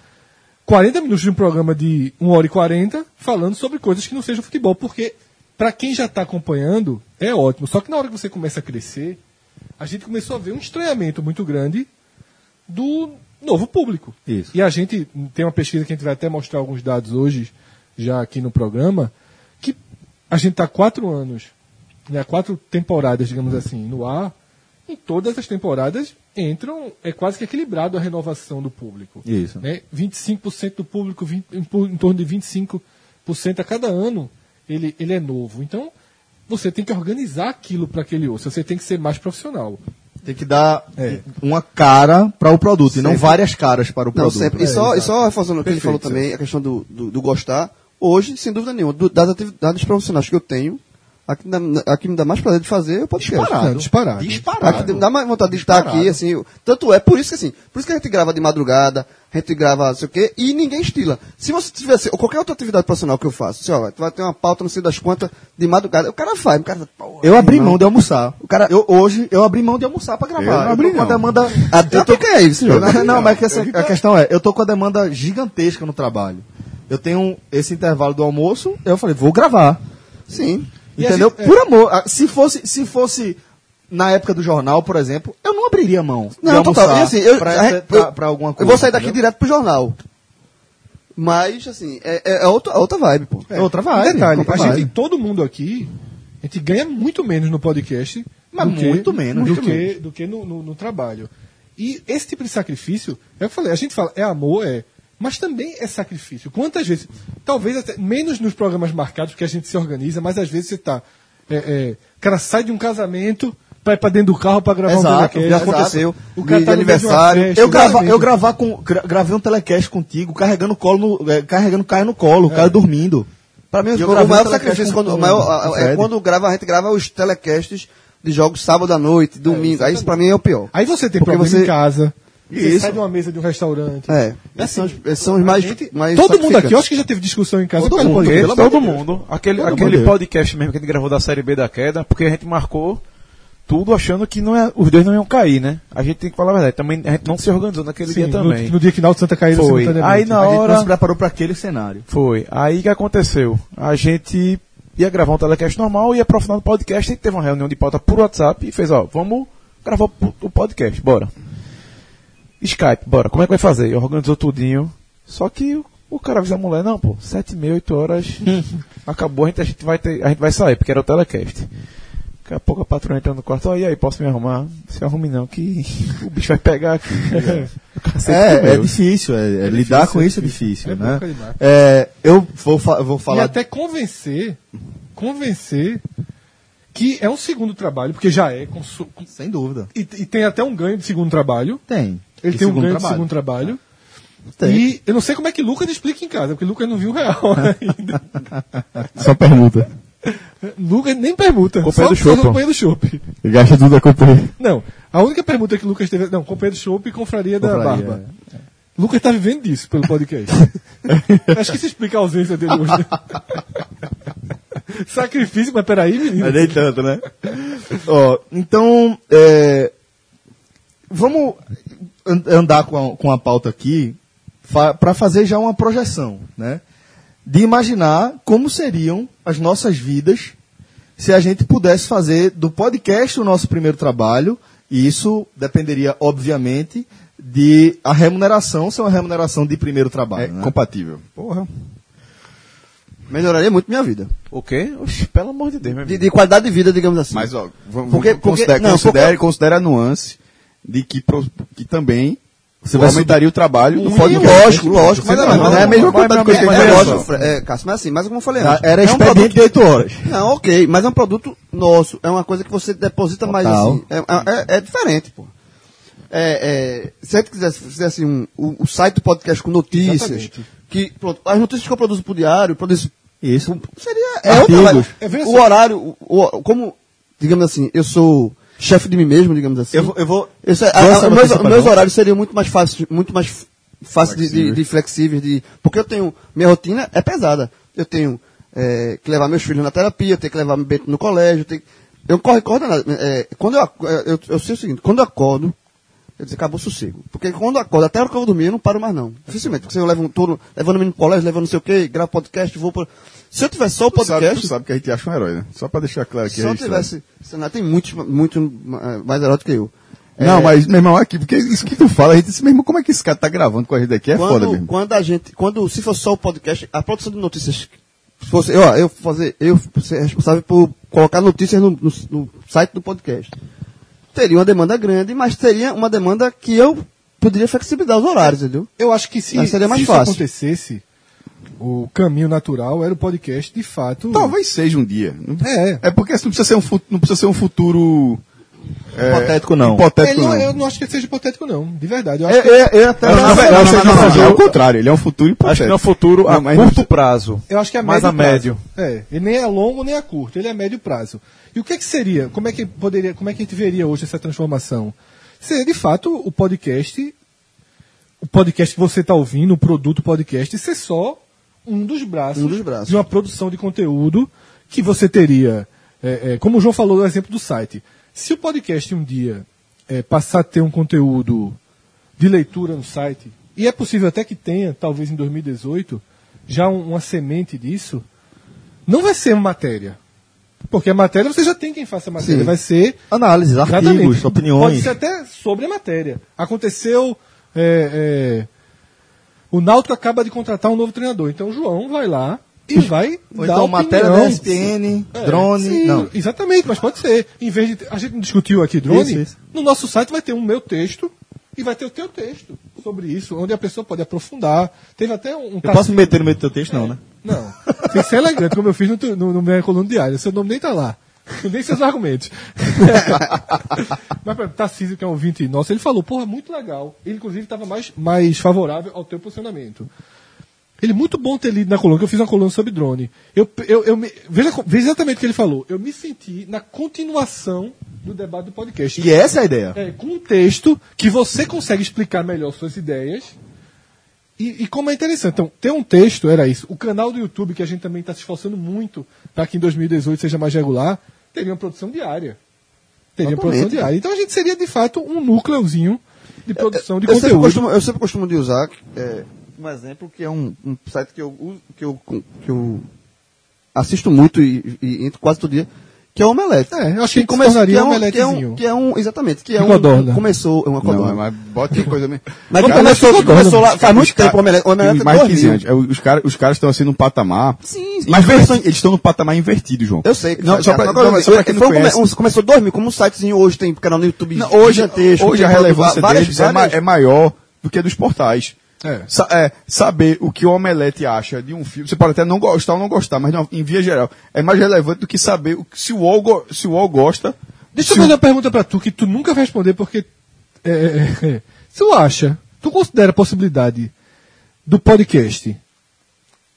40 minutos de um programa de 1 hora e 40 falando sobre coisas que não sejam futebol, porque para quem já está acompanhando é ótimo. Só que na hora que você começa a crescer, a gente começou a ver um estranhamento muito grande do novo público.
Isso.
E a gente tem uma pesquisa que a gente vai até mostrar alguns dados hoje, já aqui no programa, que a gente está quatro anos, né, quatro temporadas, digamos assim, no ar. Em todas as temporadas entram, é quase que equilibrado a renovação do público.
Isso.
Né? 25% do público, 20 em, por- em torno de 25% a cada ano, ele, ele é novo. Então, você tem que organizar aquilo para aquele ouça, você tem que ser mais profissional.
Tem que dar
É.
uma cara para o produto, e não várias caras para o
Não,
produto. é,
sempre. E só, e só reforçando o que ele falou também, a questão do, do, do gostar. Hoje, sem dúvida nenhuma, do- das atividades profissionais que eu tenho, Aqui, aqui me dá mais prazer de fazer é o podcast.
Disparado.
Não,
Disparado.
Disparado. Aqui dá mais vontade de estar aqui, assim. eu- Tanto é, por isso que assim, por isso que a gente grava de madrugada, a gente grava não sei o quê, e ninguém estila. Se você tivesse, ou qualquer outra atividade profissional que eu faço, assim, ó, tu vai ter uma pauta, não sei das quantas, de madrugada, o cara faz, o cara Pô,
Eu abri mão de almoçar. O cara, eu, hoje eu abri mão de almoçar pra gravar. Eu não Ah, abri, eu tô com a demanda.
a dica é isso,
Eu
João.
não- não, mas que essa- a questão é, eu tô com a demanda gigantesca no trabalho. Eu tenho esse intervalo do almoço, eu falei, vou gravar.
Sim.
Entendeu? Por amor. Ah, Se fosse, se fosse na época do jornal, por exemplo, eu não abriria mão. de
Não, total.
almoçar
E assim, eu,
pra,
a
essa-
gente-
pra-
eu-
pra alguma
eu
coisa.
vou sair daqui
entendeu?
direto pro jornal. Mas, assim, é, é- é outra, é outra vibe, pô.
É outra vibe.
Um Detalhe,
outra
a
vibe.
gente, todo mundo aqui, a gente ganha muito menos no podcast.
Mas
do que-
muito menos,
Do
muito
que,
menos.
Do que no, no- no trabalho. E esse tipo de sacrifício, é o que eu falei, a gente fala, é amor, é. Mas também é sacrifício. Quantas vezes, talvez até menos nos programas marcados, que a gente se organiza, mas às vezes você tá. é, é, o cara sai de um casamento pra ir pra dentro do carro pra gravar um
Exato,
podcast.
já aconteceu.
O cara
De-
tá
de
no meio de uma
aniversário.
festa,
Eu,
um
grava,
casamento.
eu gravar com, gra- gravei um telecast contigo, carregando o colo no, eh, carregando o cara no colo, o cara dormindo.
Pra
E
mim,
eu
o
gravei
maior
um
sacrifício
telecast
quando,
com-
o maior-
com o
é
Fred.
quando grava, a gente grava os telecasts de jogos sábado à noite, domingo. Aí isso pra mim é o pior.
Aí você tem
Porque
problema
você-
em casa. Você
Isso.
sai de uma mesa de um restaurante.
É. Esses são os, esses são os mais, mais
Todo mundo aqui, eu
sacrificantes.
acho que já teve discussão em casa.
Todo
por causa do
mundo,
podcast.
todo, mundo. Aquele,
Todo
aquele
mundo.
podcast mesmo que a gente gravou da Série B da queda, porque a gente marcou tudo achando que não é, os dois não iam cair, né? A gente tem que falar a verdade. Também, a gente não se organizou naquele
Sim,
dia também.
No, no dia que Náutico e Santa Caíra
Foi.
simultaneamente.
Aí na
a gente não
hora
se preparou pra aquele cenário.
foi. Aí que aconteceu? A gente ia gravar um telecast normal e aprofundar no podcast. A gente teve uma reunião de pauta por WhatsApp e fez, ó, vamos gravar o po- o podcast, bora. Skype, bora. Como é que vai fazer? Organizou tudinho. Só que o- o cara avisa a mulher, não, pô, sete e meia, oito horas, acabou, a gente, a gente vai ter- a gente vai sair, porque era o telecast. Daqui a pouco a patroa entra no quarto, ó, e aí, posso me arrumar? Se arrume não, que o bicho vai pegar aqui. O cacete
É, é
comeu.
difícil, é, é lidar com isso é difícil,
É
né?
boca de vaca.
É, eu vou, fa- vou
E
falar.
até convencer, convencer que é um segundo trabalho, porque já é. consu- com-
Sem dúvida.
E, e tem até um ganho de segundo trabalho.
Tem.
Ele
E
tem um
segundo
ganho de
trabalho.
segundo trabalho.
Tem.
E eu não sei como é que Lucas explica em casa, porque Lucas não viu o real ainda.
Só é pergunta.
Lucas nem permuta.
Companhia do
só
Chopp.
companhia do Chopp.
Gasta tudo a companhia.
Não, a única permuta que Lucas teve. Não, companhia do Chopp e confraria da
Confraria, é.
Barba. Lucas tá vivendo disso pelo podcast. Acho que isso explica a ausência dele hoje. né? Sacrifício, mas peraí, menino.
Mas nem tanto, né? Ó, então, é, vamos an- andar com a, com a pauta aqui para fazer já uma projeção, né? De imaginar como seriam as nossas vidas se a gente pudesse fazer do podcast o nosso primeiro trabalho, e isso dependeria, obviamente, de a remuneração ser uma remuneração de primeiro trabalho.
É
né?
compatível.
Melhoraria muito minha vida.
O quê? Oxi, pelo amor de Deus, meu amigo.
De, de qualidade de vida, digamos assim.
Mas, ó, vamos,
Porque- porque- é
considere,
não,
considere, considere a nuance de que, pro- que também
Você vai
aumentaria o trabalho do
Sim,
podcast.
lógico, lógico. Mas,
um Você
mas-
não-
mas é a mesma
não-
quantidade de coisa que eu
mas-
tenho,
mas-
lógico, Fre- é, Cássio, mas assim, mas como eu falei antes,
Era
é um
expediente
produto-
de 8 horas.
Não, ok, mas é um produto nosso, é uma coisa que você deposita mais
Total.
assim. É, é- é diferente, pô. É, é, se a gente quisesse, fizesse um, o, o site do podcast com notícias, que pronto, as notícias que eu produzo pro diário, eu produzo
Isso.
seria é outra,
Artigos.
vibe.
É, veja
o
só.
horário, o, o- como digamos assim, eu sou chefe de mim mesmo, digamos assim.
Eu vou- eu vou-
Isso é-
Lança
a- a-
a
meus,
notícia pra
meus
nós.
horários seriam muito mais fáceis, muito mais f- fáceis de- de, de flexíveis, de porque eu tenho minha rotina é pesada. Eu tenho é, que levar meus filhos na terapia, eu tenho que levar meu Bento no colégio, eu tenho que- eu corro coordenado. É, quando eu, ac- é, eu, eu sei o seguinte, quando eu acordo, eu disse, acabou o sossego. Porque quando eu acordo, até a hora que eu vou dormir, eu não paro mais, não. Dificilmente. Porque se eu levo um turno, levando o menino pro colégio, levando não sei o quê, gravo podcast, vou pro... Se eu tivesse só o
Tu sabe,
podcast,
tu sabe que a gente acha um herói, né? Só pra deixar claro é aqui.
se eu
registrado.
tivesse... Senado, tem muitos, muito eh, mais erótico que eu.
né? Não,
É,
mas, meu irmão, aqui, porque isso que tu fala, a gente disse, meu irmão, como é que esse cara tá gravando com a gente aqui? É
quando,
foda mesmo.
Quando a gente, quando se fosse só o podcast, a produção de notícias se fosse, ó, eu fazer, eu ser responsável por colocar notícias no, no- no site do podcast. Teria uma demanda grande, mas teria uma demanda que eu poderia flexibilizar os horários, entendeu?
Eu acho que se,
Mas seria mais
se isso
fácil.
acontecesse, o caminho natural era o podcast, de fato.
Talvez seja um dia. Não-
É.
É porque assim, não precisa ser um, fu- não precisa ser um futuro
hipotético, não.
Hipotético
Ele não-
não.
É, Eu não acho que ele seja hipotético, não. De verdade. Eu acho que-
Eu, eu, eu É, até
Não, não, não, não, não, não, não, não, é o contrário, ele é um futuro
Acho que
hipotético.
no futuro, a
Não, mas-
curto prazo.
Eu acho que é a
Mas
médio
a
prazo.
médio.
É, ele nem é longo nem é curto, ele é médio prazo. E o que, que seria? Como é que poderia, como é que a gente veria hoje essa transformação? Seria de fato o podcast, o podcast que você está ouvindo, o produto podcast, ser só um dos braços,
Um dos braços.
de uma produção de conteúdo que você teria. é, é, como o João falou no exemplo do site. Se o podcast um dia é, passar a ter um conteúdo de leitura no site, e é possível até que tenha, talvez em 2018, já um- uma semente disso, não vai ser matéria. Porque a matéria você já tem quem faça a matéria.
Sim.
Vai ser
análises, artigos,
Exatamente. Pode
opiniões.
ser até sobre a matéria. Aconteceu. é, é, o Náutico acaba de contratar um novo treinador. Então o João vai lá e vai
Ou
dar
então
opinião.
matéria da SPN,
É,
drone.
sim,
Não.
Exatamente, mas pode ser. Em vez de. A gente não discutiu aqui drone.
Isso, isso.
No nosso site vai ter um meu texto e vai ter o teu texto sobre isso, onde a pessoa pode aprofundar. Teve até um. um
Eu posso me meter no meio do teu texto, não, né?
não. Tem que ser elegante, como eu fiz no, tu- no, no meu coluna diária. Seu nome nem tá lá. Nem seus argumentos. Mas, por exemplo, Tarcísio, que é um ouvinte nosso, ele falou, porra, muito legal. Ele, inclusive, estava mais, mais favorável ao teu posicionamento. Ele, muito bom ter lido na coluna, que eu fiz uma coluna sobre drone. Eu, eu, eu me- veja, co- veja exatamente o que ele falou. Eu me senti na continuação do debate do podcast.
E essa é a ideia.
É, com um texto que você consegue explicar melhor suas ideias. E, e como é interessante. Então, ter um texto era isso. O canal do YouTube, que a gente também está se esforçando muito para que em 2018 seja mais regular, teria uma produção diária. Teria uma produção diária. Então a gente seria, de fato, um núcleozinho de produção de
eu Sempre
conteúdo.
costumo, eu sempre costumo de usar é, um exemplo que é um, um site que eu, uso- que eu, que eu assisto muito e, e entro quase todo dia, que é o Omelete.
É, eu acho que
come-
se tornaria
é um-
um
que é um-
omeletezinho.
Que é um, exatamente, que é
De
um...
codorna.
Começou... É uma codorna.
Não, mas bota em coisa mesmo.
Mas
Cara,
começou,
mas-
começou lá faz muito
Os caras-
tempo o Omelete. O Omelete é
mais de 15
2000.
anos. É, Os caras os caras estão assim num patamar.
Sim,
Mas
e começou-
eles estão num patamar invertido, João.
Eu sei. Tá,
Não, só pra-
agora,
não, mas só pra quem não
foi um come-
conhece.
um- começou a dormir como um sitezinho hoje tem canal no YouTube
Não, hoje,
gigantesco.
hoje a
tem
relevância
várias-
deles é,
várias-
ma- é maior do que a dos portais.
É.
Sa- é, saber o que o Omelete acha de um filme, você pode até não gostar ou não gostar, mas não, em via geral, é mais relevante do que saber o que- se o UOL, go- se o UOL gosta.
Deixa
se
eu
o-
fazer uma pergunta para tu que tu nunca vai responder porque é, é, é. tu acha, tu considera a possibilidade do podcast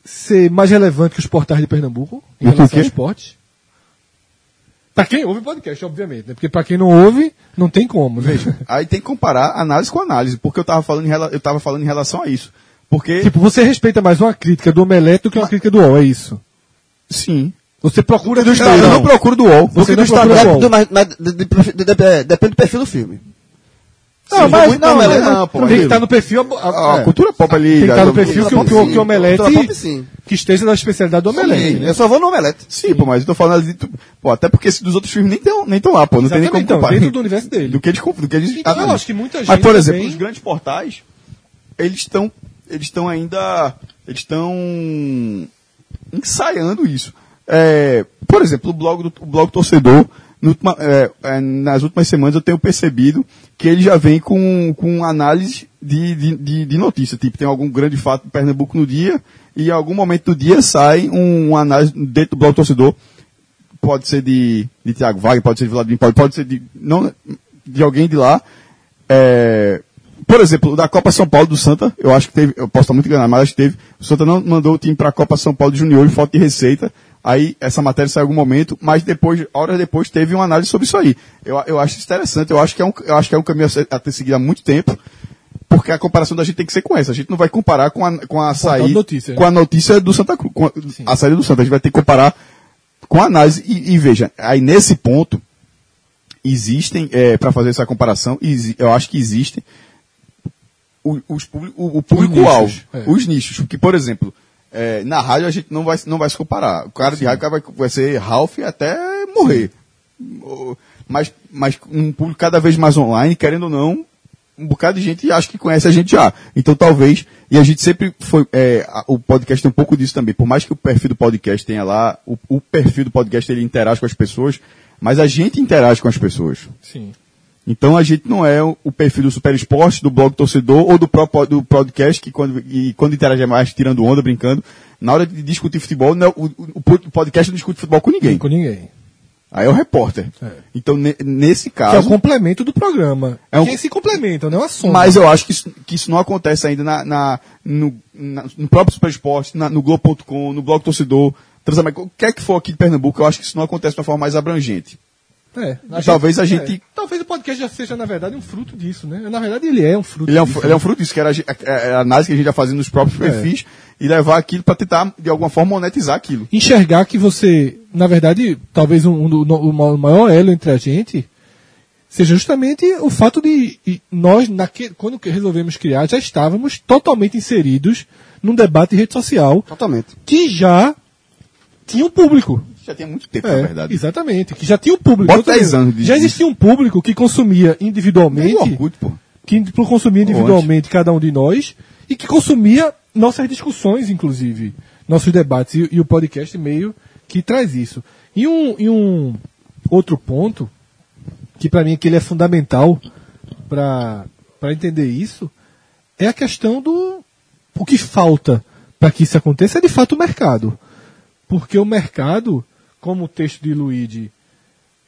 ser mais relevante que os portais de Pernambuco em
Do que
relação
o
ao
quê?
esporte? Para quem ouve podcast, obviamente, né? Porque para quem não ouve, não tem como, né?
Aí tem que comparar análise com análise, porque eu tava falando em, rela- eu tava falando em relação a isso. Porque,
tipo, você respeita mais uma crítica do Omelete do que uma crítica do UOL, é isso?
sim.
Você procura do
Não, eu não
Estadão.
procuro do UOL.
Você não procura
Depende
do UOL.
do- mas- mas de- de- de- de- de- Depende do perfil do filme.
Não, mas não,
Não,
mas
mas
não, pô.
Tem que
aí-
estar no perfil. a- a-
A
é.
cultura pop ali.
Tem que estar
da-
no perfil que, o- que, o- que o Omelete.
Cultura pop, sim.
Que esteja na especialidade do Omelete. né?
Eu só vou no Omelete.
Sim, pô, mas eu tô falando ali. tu- Pô, até porque esses dos outros filmes nem estão nem tão lá, pô. Não tem nem como
Exatamente, então,
comparar.
dentro do universo dele.
Do que eles compram, do que eles.
Então, eu
analisam.
acho que muita
Mas,
gente
por exemplo,
também-
os grandes portais, eles estão. Eles estão ainda. Eles estão. ensaiando isso. É, por exemplo, o blog do o blog torcedor. no última- é, é, nas últimas semanas eu tenho percebido que ele já vem com, com análise de, de, de, de notícia. Tipo, tem algum grande fato de Pernambuco no dia e em algum momento do dia sai um, uma análise dentro do blog torcedor pode ser de, de Thiago Wagner, pode ser de Vladimir, pode, pode ser de, não, de alguém de lá. É, por exemplo, da Copa São Paulo do Santa, eu acho que teve, eu posso estar muito enganado, mas acho que teve. O Santa não mandou o time para a Copa São Paulo de Junior em foto de receita. Aí essa matéria saiu em algum momento, mas depois, horas depois, teve uma análise sobre isso aí. Eu, eu acho isso interessante, eu acho que é um, eu acho que é um caminho a ser- a ter seguido há muito tempo. Porque a comparação da gente tem que ser com essa. A gente não vai comparar com a, com a
portal de
saída,
notícia, né?
com a notícia do Santa Cruz, com a, a saída do Santa. A gente vai ter que comparar com a análise. E, e veja, aí nesse ponto, existem, para fazer essa comparação, exi- eu acho que existem o, os publi- o- o público-alvo,
nichos, é.
os nichos. Que, por exemplo, é, na rádio a gente não vai, não vai se comparar. O cara de rádio vai, vai ser Ralph até morrer. O- Mas, mas um público cada vez mais online, querendo ou não, um bocado de gente acha que conhece a gente já. Então talvez, e a gente sempre foi, é, a- o podcast tem um pouco disso também. Por mais que o perfil do podcast tenha lá, o, o perfil do podcast ele interage com as pessoas, mas a gente interage com as pessoas.
Sim.
Então a gente não é o o perfil do Super Esporte, do blog torcedor ou do próprio do podcast que quando, e quando interage é mais tirando onda, brincando. Na hora de discutir futebol, não é o, o- o podcast não discute futebol com ninguém.
Com ninguém.
Aí é o repórter. Então, ne- nesse
Que é o
caso.
complemento do programa.
É um-
Que se complementa, não é uma soma.
mas eu acho que isso, que isso não acontece ainda na, na- no, na- no próprio Super Esporte, na- no Globo.com, no Blog Torcedor, Transamérica, o que é que for aqui de Pernambuco, eu acho que isso não acontece de uma forma mais abrangente.
É, a
Talvez a gente-
é, talvez o podcast já seja, na verdade, um fruto disso, né? Na verdade, ele é um fruto
Ele é um,
disso.
fru- ele é um fruto disso, que era a, ge- a- a- a análise que a gente ia fazer nos próprios
É.
perfis e levar aquilo para tentar, de alguma forma, monetizar aquilo.
enxergar que você, na verdade, talvez um, um do- no- o ma- o maior elo entre a gente seja justamente o fato de e nós, naque- quando que resolvemos criar, já estávamos totalmente inseridos num debate em rede social
Totalmente.
que já tinha um público.
Já tem muito tempo,
É,
na verdade.
Exatamente, que já tinha um público.
Bota
Eu tô
10
dizendo,
anos de-
já existia um público que consumia
Nem o
individualmente
Orkut, pô.
que pro- consumia individualmente cada um de nós e que consumia nossas discussões, inclusive, nossos debates. E, e o podcast meio que traz isso. E um, e um outro ponto, que para mim que ele é fundamental para entender isso, é a questão do o que falta para que isso aconteça é de fato o mercado. Porque o mercado, como o texto de Luigi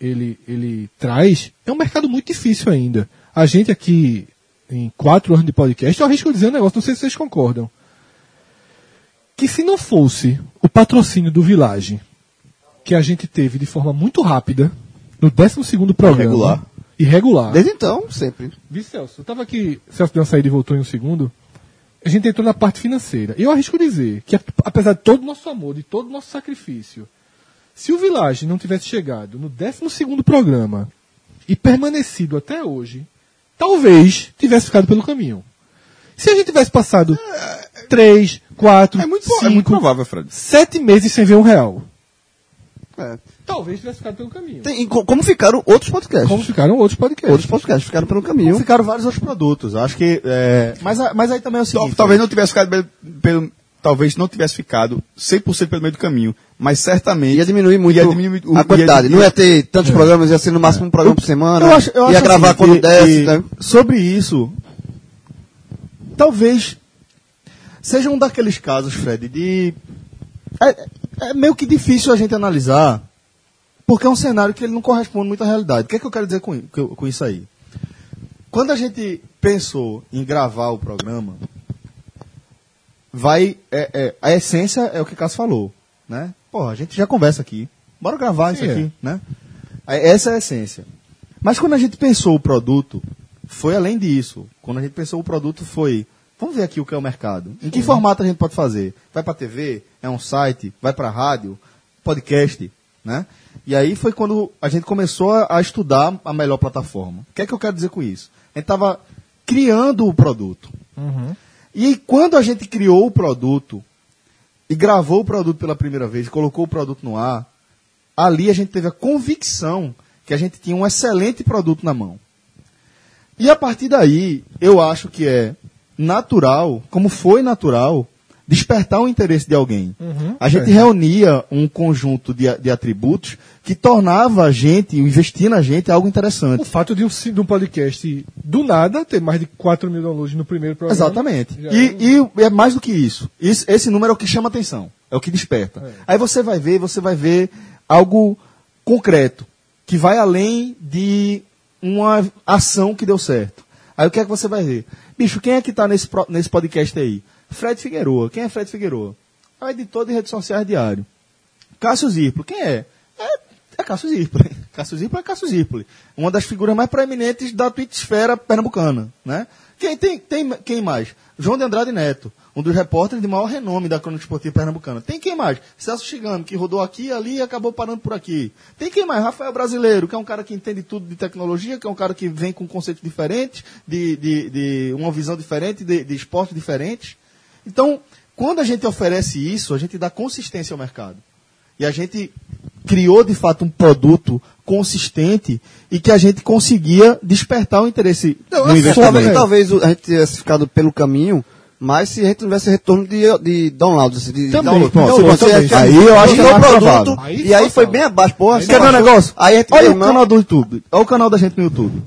ele, ele traz, é um mercado muito difícil ainda. A gente aqui, em quatro anos de podcast, eu arrisco dizer um negócio, não sei se vocês concordam. Que se não fosse o patrocínio do Village, que a gente teve de forma muito rápida, no 12 programa.
Irregular.
Irregular.
Desde então, sempre.
Vi, Celso, eu tava aqui. Celso deu uma saída e voltou em um segundo. A gente entrou na parte financeira. E eu arrisco dizer que, apesar de todo o nosso amor, de todo o nosso sacrifício, se o Village não tivesse chegado no 12 programa e permanecido até hoje, talvez tivesse ficado pelo caminho. Se a gente tivesse passado três, quatro,
É muito,
cinco,
é muito provável, Fred.
sete meses sem ver um real,
É.
talvez tivesse ficado pelo caminho.
Tem- e co- como ficaram outros podcasts?
Como ficaram outros podcasts.
Outros podcasts ficaram pelo
Então
caminho.
ficaram vários outros produtos. Acho que. é, mas, a- mas aí também é o
Tal-
seguinte.
talvez não tivesse ficado pelo, pelo- talvez não tivesse ficado 100% pelo meio do caminho, mas certamente
Ia diminuir muito
Ia É. diminuir o-
a quantidade.
ia-
não ia ter tantos programas, ia ser no máximo um programa por semana. ia gravar
assim,
quando
que-
desce.
que
né?
Sobre isso, talvez seja um daqueles casos, Fred, de. É, é meio que difícil a gente analisar, porque é um cenário que ele não corresponde muito à realidade. O que é que eu quero dizer com, i- com- com isso aí? Quando a gente pensou em gravar o programa, vai. é- é, a essência é o que o Cássio falou. Né? Porra, a gente já conversa aqui. Bora gravar isso
Sim, é.
aqui. Né? Aí, Essa é a essência. Mas quando a gente pensou o produto, foi além disso. Quando a gente pensou o produto, foi. Vamos ver aqui o que é o mercado. Em que formato a gente pode fazer? Vai para TV? É um site? Vai para rádio? Podcast? Né? E aí foi quando a gente começou a, a estudar a melhor plataforma. O que é que eu quero dizer com isso? A gente estava criando o produto. E quando a gente criou o produto e gravou o produto pela primeira vez, colocou o produto no ar, ali a gente teve a convicção que a gente tinha um excelente produto na mão. E a partir daí, eu acho que é natural, como foi natural, despertar o interesse de alguém. a gente reunia um conjunto de, a- de atributos que tornava a gente, investir na gente, algo
O
interessante.
fato de um, de um podcast do nada ter mais de 4 mil downloads no primeiro programa.
Exatamente.
Já é um-
E, e é mais do que isso. Isso- Esse número é o que chama atenção, é o que desperta. Aí você vai ver, você vai ver algo concreto, que vai além de uma ação que deu certo. Aí o que é que você vai ver? Bicho, quem é que está nesse, pro- nesse podcast aí? Fred Figueroa. Quem é Fred Figueroa? É o editor de redes sociais diário. Cássio Zirpoli, quem é? É, é Cássio Zirpoli. Cássio Zirpoli é Cássio Zirpoli. Uma das figuras mais proeminentes da twitosfera pernambucana, né? Quem, tem, tem, quem mais? João de Andrade Neto, um dos repórteres de maior renome da crônica esportiva pernambucana. Tem quem mais? Celso Chigano, que rodou aqui e ali e acabou parando por aqui. Tem quem mais? Rafael Brasileiro, que é um cara que entende tudo de tecnologia, que é um cara que vem com conceitos diferentes, de, de, de uma visão diferente, de, de esportes diferentes. Então, quando a gente oferece isso, a gente dá consistência ao mercado. E a gente criou de fato um produto consistente e que a gente conseguia despertar o interesse
Não,
do
assim, talvez,
investimento.
talvez o- a gente tivesse ficado pelo caminho, mas se a gente não tivesse retorno de, de downloads, assim, de
Também,
download.
também,
Pronto, se você
também.
acha-
Aí eu acho que é
Criou o
mais
produto,
provável.
Aí
e aí
só
foi
salva.
bem abaixo, porra.
Quer ver um negócio?
Aí a gente
Olha
fez,
o
irmão,
canal do YouTube. Olha o canal da gente no YouTube.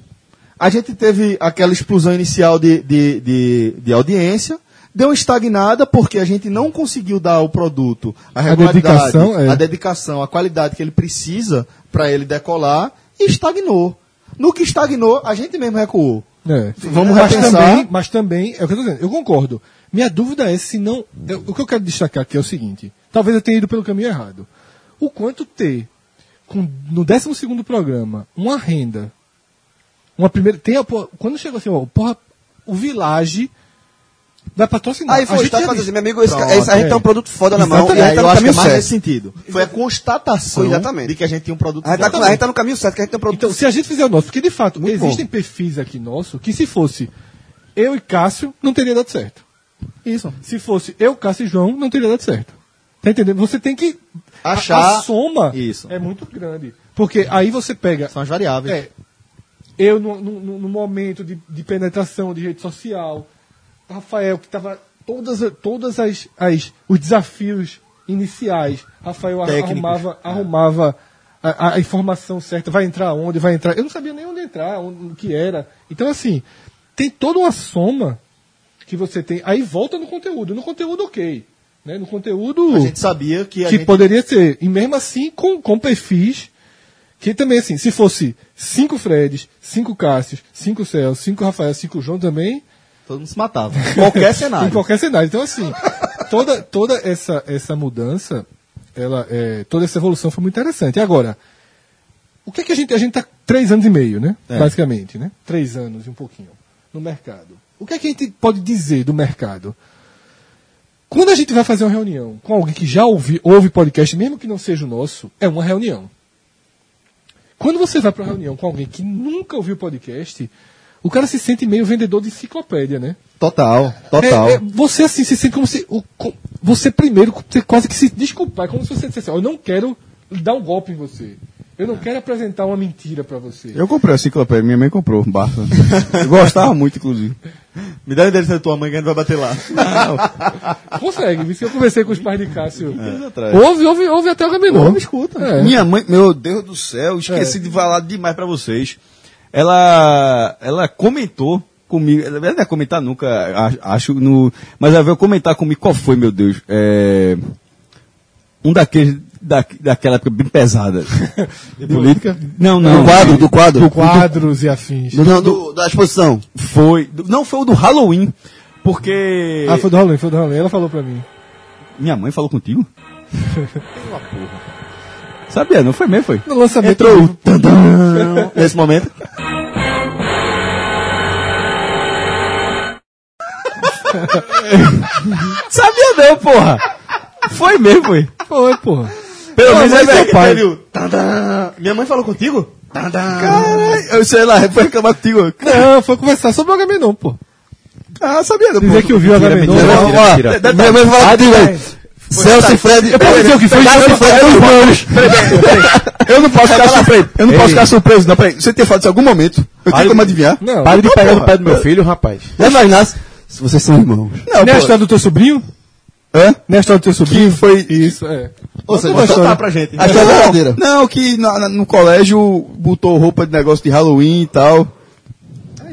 A gente teve aquela explosão inicial de, de, de, de audiência, deu uma estagnada porque a gente não conseguiu dar ao produto a regularidade,
dedicação, é.
a dedicação, a qualidade que ele precisa para ele decolar e estagnou. No que estagnou, a gente mesmo recuou.
É.
Vamos
mas
repensar.
também, mas também, é o que eu tô dizendo, eu concordo. Minha dúvida é se não. eu- o que eu quero destacar aqui é o seguinte: talvez eu tenha ido pelo caminho errado. O quanto ter, com, no 12 programa, uma renda, uma primeira. Tem a, por- quando chegou assim, ó, porra, o Village vai patrocinar.
Aí
A
foi o
gente
Estado
já
pra dizer,
disse.
meu amigo, esse,
Pronto,
ca- esse- a gente
é.
tem um produto foda na mão
Exatamente.
e a gente
Aí
tá
eu
no
acho que é
caminho
mais
certo.
nesse sentido. Foi a constatação
Foi exatamente.
de que a gente tinha um produto
A gente, tá, com- a gente tá no caminho certo, que a gente tem um produto
Então, se a gente fizer o nosso, porque de fato,
Muito
existem perfis aqui nosso que se fosse eu e Cássio, não teria dado certo.
Isso.
Se fosse eu, Cássio e João, não teria dado certo. Tá entendendo? Você tem que a-
Achar-
a soma
Isso.
é muito grande. Porque aí você pega
São as variáveis.
é, eu no, no- no- no momento de, de penetração de rede social, Rafael que estava todas a- todas as, as- os desafios iniciais, Rafael ar-
Técnicos.
arrumava arrumava a, a informação certa, vai entrar onde, vai entrar. Eu não sabia nem onde entrar, onde, o que era. Então assim, tem toda uma soma que você tem. Aí volta no conteúdo. No conteúdo, ok. Né? No conteúdo
A gente sabia que a
que
gente...
poderia ser. E mesmo assim, com, com perfis que também, assim, se fosse cinco Freds, cinco Cássios, cinco Celso, cinco Rafael, cinco João também,
Todo mundo se matava. Qualquer cenário.
em qualquer cenário. Então, assim, toda, toda essa, essa mudança, ela, é, toda essa evolução foi muito interessante. E agora, o que, é que a gente. A gente está três anos e meio, né?
É.
Basicamente, né? Três anos e um pouquinho no mercado. O que, é que a gente pode dizer do mercado? Quando a gente vai fazer uma reunião com alguém que já ouvi, ouve podcast, mesmo que não seja o nosso, é uma reunião. Quando você vai para uma reunião com alguém que nunca ouviu podcast, o cara se sente meio vendedor de enciclopédia, né?
Total, total.
É, é, você assim se sente como se. o- co- você primeiro você quase que se desculpar. É como se você dissesse, ó, eu não quero dar um golpe em você. Eu não quero apresentar uma mentira pra você.
Eu comprei a enciclopédia, minha mãe comprou, Barça. Eu gostava muito, inclusive.
Me dá o endereço da tua mãe que a gente vai bater lá.
Consegue, viu? Que eu conversei com os pais de Cássio.
atrás.
Ouve, ouve, É. ouve até o Gamelô.
Ouve, escuta.
É.
Minha mãe, meu Deus do céu, esqueci de falar demais pra vocês. Ela, ela comentou comigo, ela não ia comentar nunca, a- acho, no, mas ela veio comentar comigo qual foi, meu Deus, é, um daqueles, da, daquela época bem pesada. De política? Não, não.
do quadro, do quadro. Do,
Quadros e afins.
não, do- da exposição.
Foi, do- não, foi o do Halloween, porque...
Ah, foi do Rolê, foi do Rolê. Ela falou pra mim.
Minha mãe falou contigo? Sabia, não foi mesmo, foi?
No lançamento.
Entrou o tandam nesse momento.
Sabia não, porra! Foi mesmo, foi.
Foi, porra.
Pelo menos é
seu
verdade.
pai. viu? Tandam. Minha mãe falou contigo? Tandam.
Caralho, eu sei lá, foi reclamar contigo.
Não, foi conversar sobre o Agamenon, pô.
Ah, sabia
Tipo,
não,
Dizer
pô.
que ouviu o
Mentira,
Agamenon.
mentira,
Não,
mentira,
ó,
mentira.
Minha mãe fala
Ah,
contigo, velho. Celso e Fred. Eu posso dizer o que foi? Celso e Fred dos manos.
Eu não posso ficar surpreso. Eu não posso ficar surpreso, não. Peraí, você tem falado isso em algum momento. Eu tenho como adivinhar.
Não.
Pare de
Não,
pegar
porra.
no pé do meu filho, rapaz.
Leva aí, Inácio. Se Vocês são irmãos.
Não,
Nem a
pô.
história do teu sobrinho?
Hã?
Nem a história do teu sobrinho?
Que foi.
Isso, é.
Ou seja,
Conta uma
né?
contar
história.
pra gente.
A
história
não,
verdadeira.
né? Não, que na- na- no colégio botou roupa de negócio de Halloween e tal.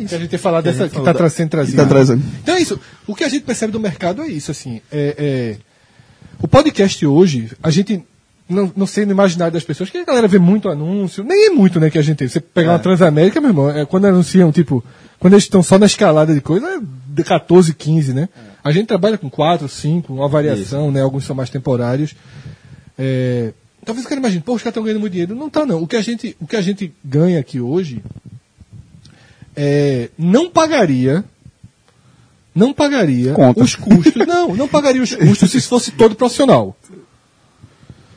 Que a gente tem falado dessa que está sendo
Que
trazida.
tá trazendo.
Então é isso. O que a gente percebe do mercado é isso, assim. É, é, o podcast hoje, a gente. Não, não sei no imaginário das pessoas, que a galera vê muito anúncio, nem é muito, né, que a gente tem. Você pegar uma Transamérica, meu irmão, é, quando anunciam, tipo, quando eles estão só na escalada de coisa, é de 14, 15,
É.
né? A gente trabalha com 4, 5, uma variação, né? Alguns são mais temporários. É, talvez o cara imagine, pô, os caras estão ganhando muito dinheiro. Não tá, não. O que a gente, o que a gente ganha aqui hoje é, não pagaria. Não pagaria
Conta.
os custos. Não, não pagaria os custos se fosse todo profissional.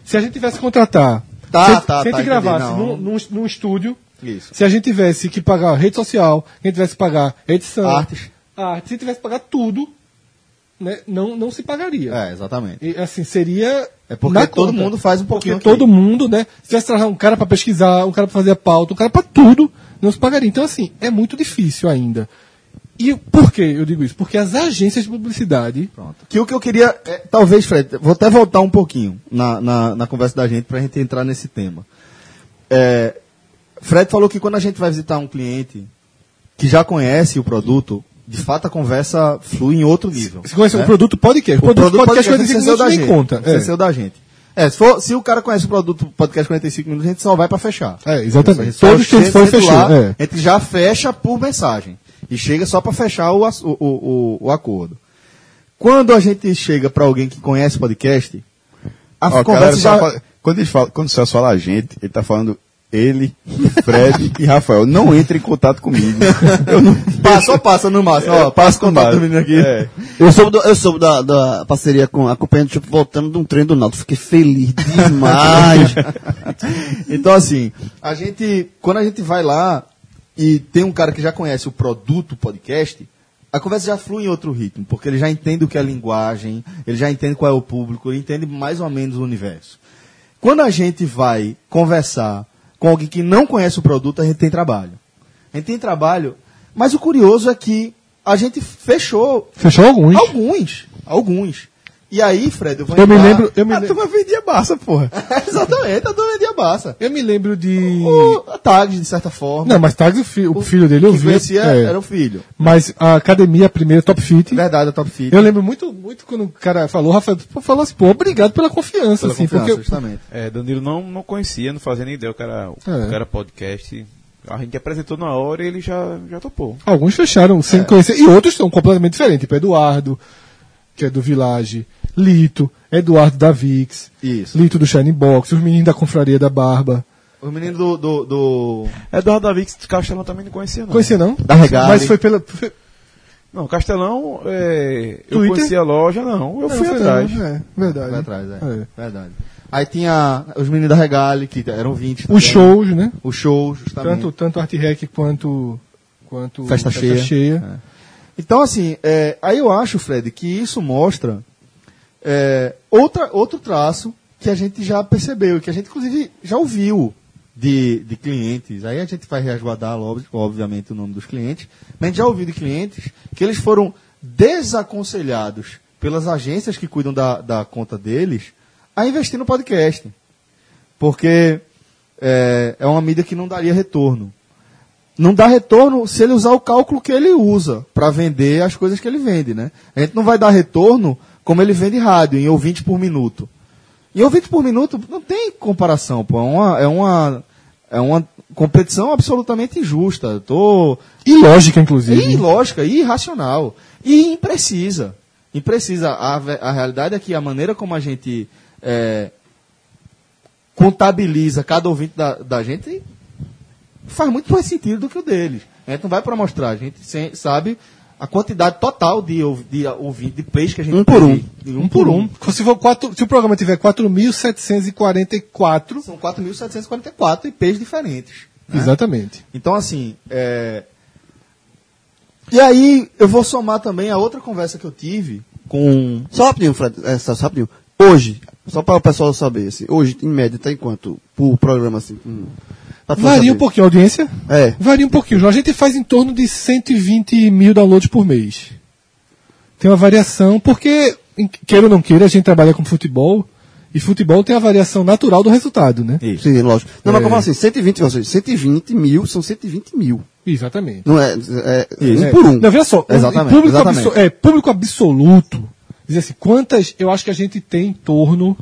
Se a gente tivesse que contratar.
Tá,
se,
tá,
a-
tá,
se a gente
entendi,
gravasse
não.
num, num- num estúdio.
Isso.
Se a gente tivesse que pagar rede social, se a gente tivesse que pagar edição.
Artes.
arte, se tivesse que pagar tudo, né, não, não se pagaria.
É, exatamente.
E, assim, seria.
É porque
na
todo
conta.
mundo faz um
Porque
pouquinho aqui.
todo mundo, né? Se tivesse que trazer um cara para pesquisar, um cara para fazer a pauta, um cara para tudo, não se pagaria. Então, assim, é muito difícil ainda. E por que eu digo isso? Porque as agências de publicidade.
Que o que eu queria, é, talvez, Fred, vou até voltar um pouquinho na, na, na conversa da gente para a gente entrar nesse tema. É, Fred falou que quando a gente vai visitar um cliente que já conhece o produto, de fato a conversa flui em outro nível.
Você conhece um
né?
o produto podcast.
O produto podcast
eu
que
digo
você
que
saiu
não
da
se nem
gente.
conta.
Você
É.
saiu da gente. É, se, for, se o cara conhece o produto Podcast 45 minutos, a gente só vai pra fechar.
É,
A gente
exatamente.
só
Todos que a gente
chega
foi
sempre
fechou.
lá,
É.
A gente já fecha por mensagem. E chega só pra fechar o, ass- o, o, o- o acordo. Quando a gente chega pra alguém que conhece o podcast, a
Ó,
conversa
galera, só
já...
fala- quando, ele fala, quando o Celso fala a gente, ele tá falando ele, Fred e Rafael. Não entre em contato comigo. Eu não
Passa, só passa no máximo. Ó, passa o contato do menino aqui.
É.
É. Eu soube, do- eu soube da, da parceria com a companhia do Chupo voltando de um treino do Náutico. Fiquei feliz demais.
Então, assim, a gente, quando a gente vai lá e tem um cara que já conhece o produto podcast, a conversa já flui em outro ritmo, porque ele já entende o que é linguagem, ele já entende qual é o público, ele entende mais ou menos o universo. Quando a gente vai conversar com alguém que não conhece o produto, a gente tem trabalho. A gente tem trabalho, mas o curioso é que a gente fechou
Fechou alguns.
alguns, alguns. E aí, Fred, eu vou
Eu me
entrar-
lembro- eu me
a
lem-
turma vendia massa, porra. Exatamente, a turma vendia massa.
Eu me lembro de.
O a Tags, de certa forma.
Não, mas Tags, o, fi- o filho dele eu
que
vi.
conhecia
é.
era o filho.
Mas a academia, a primeira, Top Fit.
Verdade, a Top Fit.
Eu lembro muito, muito quando o cara falou, Rafael, pô, falou assim, pô, obrigado pela confiança,
Pela
assim,
confiança,
porque.
justamente.
É, Danilo não, não conhecia, não fazia nem ideia. O cara, o
É.
cara podcast. A gente apresentou na hora e ele já, já topou.
Alguns fecharam sem
É.
conhecer, e outros são completamente diferentes, tipo Eduardo, que é do Village, Lito, Eduardo da Vix,
Isso.
Lito do Shining Box, os meninos da Confraria da Barba.
O menino do. do, do-
Eduardo Davix Castelão também não conhecia, não.
Conhecia não?
É. Da Regale.
Mas foi pela. foi-
Não, Castelão, é, eu
Twitter?
conhecia a loja, não.
não,
Eu fui
foi
atrás.
não, É, verdade.
Vai atrás, é.
É.
Verdade. Aí tinha os meninos da Regale, que eram 20.
Os
também.
shows, né?
O show, justamente.
Tanto, tanto Art Rec quanto. quanto
Tá Festa Cheia. Então, assim, é, aí eu acho, Fred, que isso mostra é, outra, outro traço que a gente já percebeu, que a gente, inclusive, já ouviu de, de clientes. Aí a gente vai resguardar, logo, obviamente, o nome dos clientes, mas a gente já ouviu de clientes que eles foram desaconselhados pelas agências que cuidam da, da conta deles a investir no podcast. Porque é, é uma mídia que não daria retorno não dá retorno se ele usar o cálculo que ele usa para vender as coisas que ele vende, né? A gente não vai dar retorno como ele vende rádio, em ouvinte por minuto. Em ouvinte por minuto não tem comparação, pô. É uma, é uma, é uma competição absolutamente injusta. Eu tô
E lógica, inclusive.
e ilógica, e irracional, e imprecisa. Imprecisa. A, ve- a realidade é que a maneira como a gente é, contabiliza cada ouvinte da, da gente faz muito mais sentido do que o deles. A gente não vai para mostrar, a gente se- sabe a quantidade total de, ouv- de ah, ouvinte, de plays que a gente
Um por um.
teve. Um por um.
Se, for quatro, se o programa tiver 4.744.
São 4.744 e plays diferentes.
Exatamente.
Então, assim, é... e aí eu vou somar também a outra conversa que eu tive com
Só rapidinho, Fred. É, só, só rapidinho. Hoje, só para o pessoal saber, assim, hoje, em média, tá em quanto? Por programa, assim. Hum, pra tu
Varia um
saber.
pouquinho a audiência.
É.
Varia um pouquinho. João. A gente faz em torno de 120 mil downloads por mês. Tem uma variação, porque, em- queira ou não queira, a gente trabalha com futebol. E futebol tem a variação natural do resultado, né?
Sim, lógico. Não, mas
É.
como assim? 120, ou seja, 120 mil são 120 mil.
Exatamente.
Não é, é, um
É.
por um.
Não, veja só. o-
Exatamente,
Público,
exatamente.
abso- é, público absoluto. Dizer assim, quantas. Eu acho que a gente tem em torno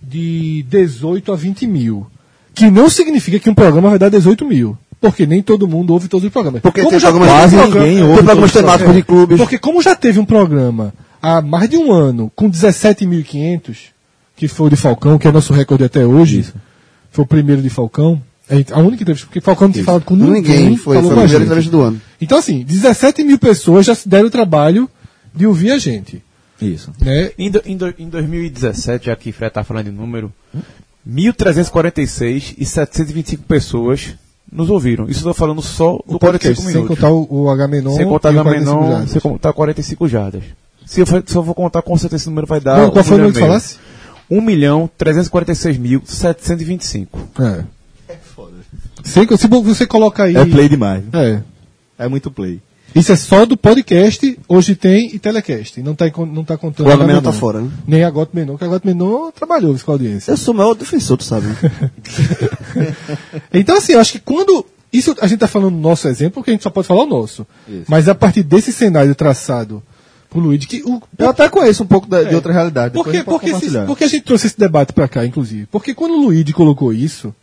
de 18 a 20 mil. Que não significa que um programa vai dar 18 mil. Porque nem todo mundo ouve todos os programas.
Porque
Como
tem
já
programas-
teve
quase
um programa-
ninguém ouve Tem programas
todos os
temáticos de clubes.
Porque como já teve um programa há mais de um ano com 17.500, que foi o de Falcão, que é nosso recorde até hoje, foi o primeiro de Falcão. A gente- a única entrevista, porque Falcão não tinha falado com ninguém.
Ninguém foi,
falou
foi a
com a
primeira
gente.
entrevista do ano.
Então, assim, 17 mil pessoas já se deram o trabalho de ouvir a gente.
isso.
Né?
Em, do- em do- em 2017, já que o Fred está falando em número, 1.346 e 725 pessoas nos ouviram. Isso eu estou falando só do 45
sem
minutos.
contar o, o Agamenon.
Sem contar
e o
Gamenon,
45
sem contar 45 jardas. Se eu, for, se eu for contar, com certeza esse número vai dar.
Não, qual foi o número que falasse?
1 milhão 346 mil 725.
jardas. É. Sem co- se bo- você colocar aí.
É play demais. viu?
É.
É muito play.
Isso é só do podcast, hoje tem e telecast. Não está não tá contando.
O Agamenon
Agamenon.
tá fora, né?
Nem a Goto Menon, que a Goto Menon trabalhou com a audiência.
Eu sou o maior defensor, tu sabe. né?
Então, assim, eu acho que quando. Isso tá a gente está falando do nosso exemplo, porque a gente só pode falar o nosso. Mas a partir desse cenário traçado com o Luigi. Que o,
Eu até conheço um pouco da- de
É.
outra realidade.
por
depois a
que
gente pode
porque se-
compartilhar.
porque a gente trouxe esse debate pra cá, inclusive? Porque quando o Luigi colocou isso,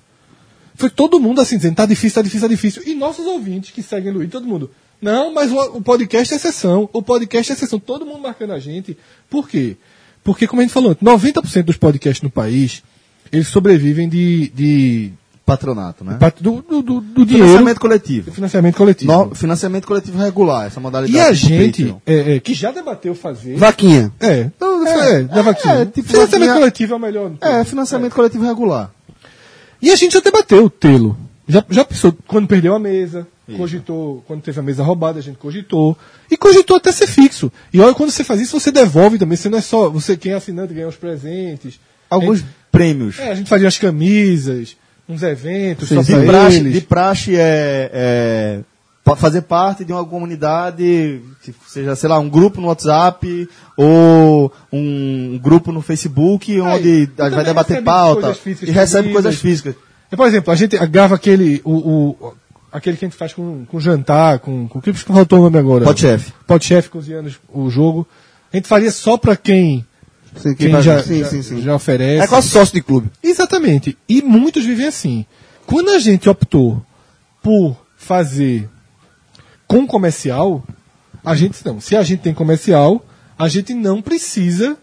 foi todo mundo assim dizendo, tá difícil, tá difícil, tá difícil. E nossos ouvintes que seguem o Luigi, todo mundo, não, mas o, o podcast é exceção, o podcast é exceção. Todo mundo marcando a gente. Por quê? Porque, como a gente falou, antes, 90% dos podcasts no país, eles sobrevivem de... de
Patronato, né?
pat- do, do, do- do dinheiro...
Financiamento coletivo.
Financiamento coletivo.
No- financiamento coletivo regular, essa modalidade.
E a
do
gente,
Patreon.
é, é, que já debateu fazer.
Vaquinha.
É, então, é, da vaquinha.
é, tipo,
financiamento
vaquinha-
coletivo é o melhor.
É, financiamento coletivo regular.
E a gente já debateu o telo. Já, já pensou quando perdeu a mesa, cogitou, quando teve a mesa roubada, a gente cogitou. E cogitou até ser fixo. E olha, quando você faz isso, você devolve também. Você não é só. Você, quem é assinante, ganha os presentes.
Alguns
A gente-
prêmios.
É, a gente fazia as camisas, uns eventos, só
de,
pra
praxe,
eles.
de praxe é, é pa- fazer parte de uma comunidade, tipo, seja, sei lá, um grupo no WhatsApp ou um grupo no Facebook,
e
onde a gente
É, também
vai debater
recebe
pauta
coisas físicas
e recebe
comidas.
coisas físicas.
É, Por exemplo, a gente grava aquele. O, o- aquele que a gente faz com, com jantar, com. com o que faltou o nome
É.
agora?
Podchef.
Podchef cozinhando o jogo. A gente faria só pra quem,
Sim, que
quem
vai-
já,
sim,
já-
sim, sim.
já oferece.
É quase sócio de clube.
Exatamente. E muitos vivem assim. Quando a gente optou por fazer com comercial, a gente não. Se a gente tem comercial, a gente não precisa.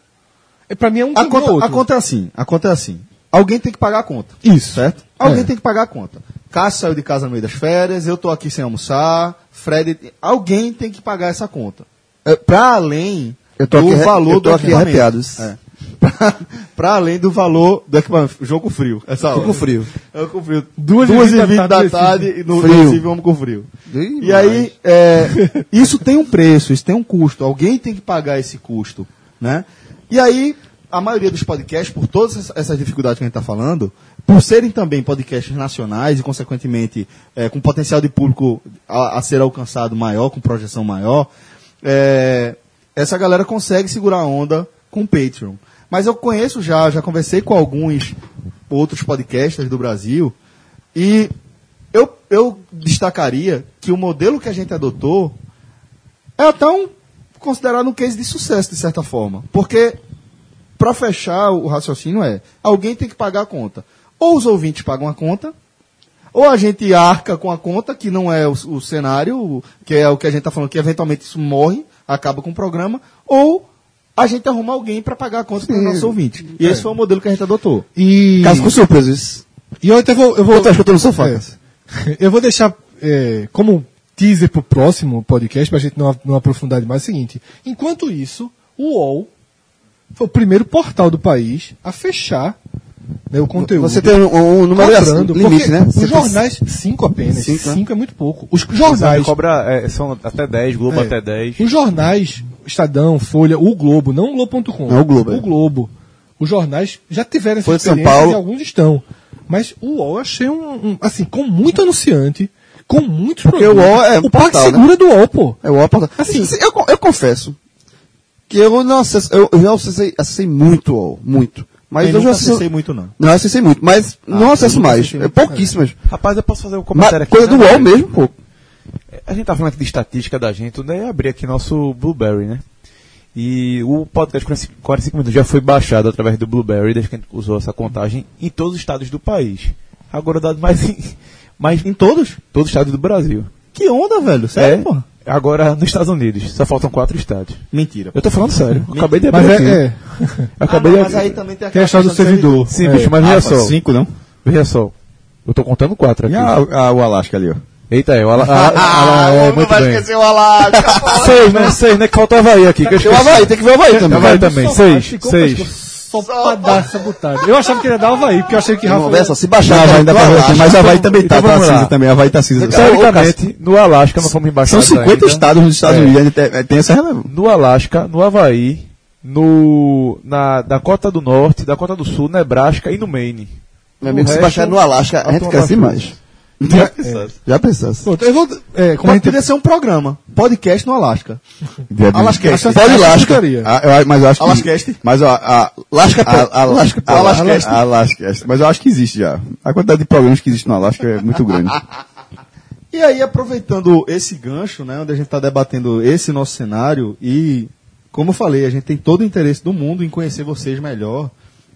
É, Pra mim é um
A
contra o
conta,
outro.
a conta é assim, a conta é assim. Alguém tem que pagar a conta.
Isso.
Certo? Alguém
É.
tem que pagar a conta. Cássio saiu de casa no meio das férias, eu tô aqui sem almoçar, Fred. Alguém tem que pagar essa conta. É, Pra além
Eu tô
do
aqui arre-
valor
eu tô
do
aqui
equipamento.
arrepiado.
É. Pra, pra além do valor do equipamento. Jogo frio. Essa hora. Jogo frio. Jogo com frio.
Duas e
Duas e
vinte da
vinte da
tarde,
tarde e no
Frio.
Recife vamos com frio.
Ih,
E aí, é, isso tem um preço, isso tem um custo. Alguém tem que pagar esse custo, né? E aí, a maioria dos podcasts, por todas essa- essas dificuldades que a gente está falando, por serem também podcasts nacionais e, consequentemente, é, com potencial de público a, a ser alcançado maior, com projeção maior, é, essa galera consegue segurar a onda com o Patreon. Mas eu conheço já, já conversei com alguns outros podcasters do Brasil e eu, eu destacaria que o modelo que a gente adotou é até um considerado um case de sucesso, de certa forma. Porque, para fechar o raciocínio, é alguém tem que pagar a conta. Ou os ouvintes pagam a conta, ou a gente arca com a conta, que não é o, o cenário, o- que é o que a gente está falando, que eventualmente isso morre, acaba com o programa, ou a gente arruma alguém para pagar a conta para o nosso ouvinte. E esse foi o modelo que a gente adotou.
E,
Caso com surpresa isso.
e eu até vou. Eu vou
Eu tô escutando o sofá.
É. Eu vou deixar é, como teaser pro próximo podcast, pra gente não, a- não aprofundar demais, é o seguinte. Enquanto isso, o UOL foi o primeiro portal do país a fechar né, o conteúdo.
Você tem um, um- um número assim,
cobrando,
limite,
porque
né? Você
Os
tem-
jornais, cinco apenas.
Cinco,
Cinco,
né?
é muito pouco. Os
Jornais.
jornais.
Cobra, é, são até 10, Globo
é,
até 10.
Os jornais, Estadão, Folha, o Globo, não o Globo.com.
Não, o Globo, é.
O Globo. Os jornais já tiveram essa
Folha de São
experiência
Paulo.
e alguns estão. Mas o UOL eu achei um, um- Assim, com muito anunciante, com muitos
Porque o UOL é um
o Parque
portal, né?
Segura é do UOL, pô.
É o Opera.
Assim-
eu, co- eu confesso que eu não acesso, eu, eu já acessei, acessei muito o UOL, muito. Mas
eu
hoje eu
nunca
acesso,
acessei muito, não.
não acessei muito,
Ah,
mas não acesso mais, é pouquíssimas.
Rapaz, eu posso fazer um
Mas
comentário aqui.
coisa do
né?
UOL mesmo, pouco.
A gente tá falando aqui de estatística da gente, daí eu abri aqui nosso Blueberry, né? E o podcast 45 45 minutos já foi baixado através do Blueberry, desde que a gente usou essa contagem, em todos os estados do país. Agora o dado mais em, mais em
Todos?
todos os estados do Brasil.
Que onda, velho.
É,
É.
Sério, porra?
É, Agora nos Estados Unidos, só faltam quatro estados.
Mentira.
Eu tô falando sério, eu acabei de abrir
Mas
aqui.
Então,
é. é.
Eu acabei de
Ah, mas
abrir.
aí também tem
Tem a
aquela
história do servidor.
Sim,
É.
bicho, mas veja
Ah,
só,
cinco, não?
veja só. Eu tô contando quatro
E
aqui.
a, a, o Alasca ali, ó.
Eita, eu, ela, ela, ela é muito bem.
o Alasca.
Seis, né? Seis, né? Que faltou o Havaí aqui. Que eu
Tem o
esqueci.
Havaí, tem que ver o Havaí também.
Havaí também,
assim,
Só
seis,
ficou
seis.
pra- Só pra dar essa botada. Eu achava que ia dar o Havaí, porque eu achei que Rafa.
Vamos ver só, se baixar.
Não,
cara,
vai ainda
do
tá,
Alasca.
mas a Havaí também tá,
então
tá
vamos lá.
cinza também. A Havaí tá cinza.
Então,
Teoricamente, no Alasca, nós fomos
São
tá
embaixados
50
ainda.
estados nos Estados
É.
Unidos, ainda tem, tem essa relevância.
No Alasca, no Havaí, no, na Dakota do Norte, Dakota do Sul, Nebraska e no Maine.
Meu amigo, é
O
se
resto,
baixar no Alasca, a gente
automaticamente.
cresce mais. Já pensasse. Já pensasse.
Pronto, eu vou. É, como a
Mas
gente.
podia ser um programa. Podcast no Alasca.
Acho-
Pode
acho que
Alasca.
ficaria.
Ah, eu acho- mas eu acho que.
Alascast.
Mas ó, a.
Lasca
a- a- é
Alasca é
a- Alascast. Alascast. Mas eu acho que existe já. A quantidade de problemas que existe no Alasca é muito grande.
tá E aí, aproveitando esse gancho, né, onde a gente está debatendo esse nosso cenário e como eu falei, a gente tem todo o interesse do mundo em conhecer vocês melhor.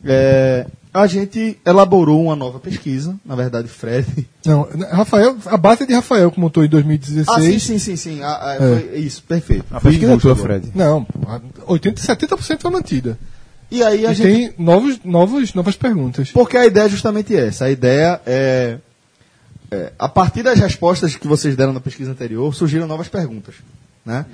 É, a gente elaborou uma nova pesquisa, na verdade, Fred.
Não, Rafael, a base é de Rafael que montou em 2016.
Ah, sim, sim, sim, sim. Ah, ah, foi isso, perfeito.
A pesquisa é
Foi
tua,
bom.
Fred.
Não, 80, 70% foi mantida.
E aí
E,
a gente
tem novos, novos, novas perguntas.
Porque a ideia é justamente essa. A ideia é, é, A partir das respostas que vocês deram na pesquisa anterior, surgiram novas perguntas. Né?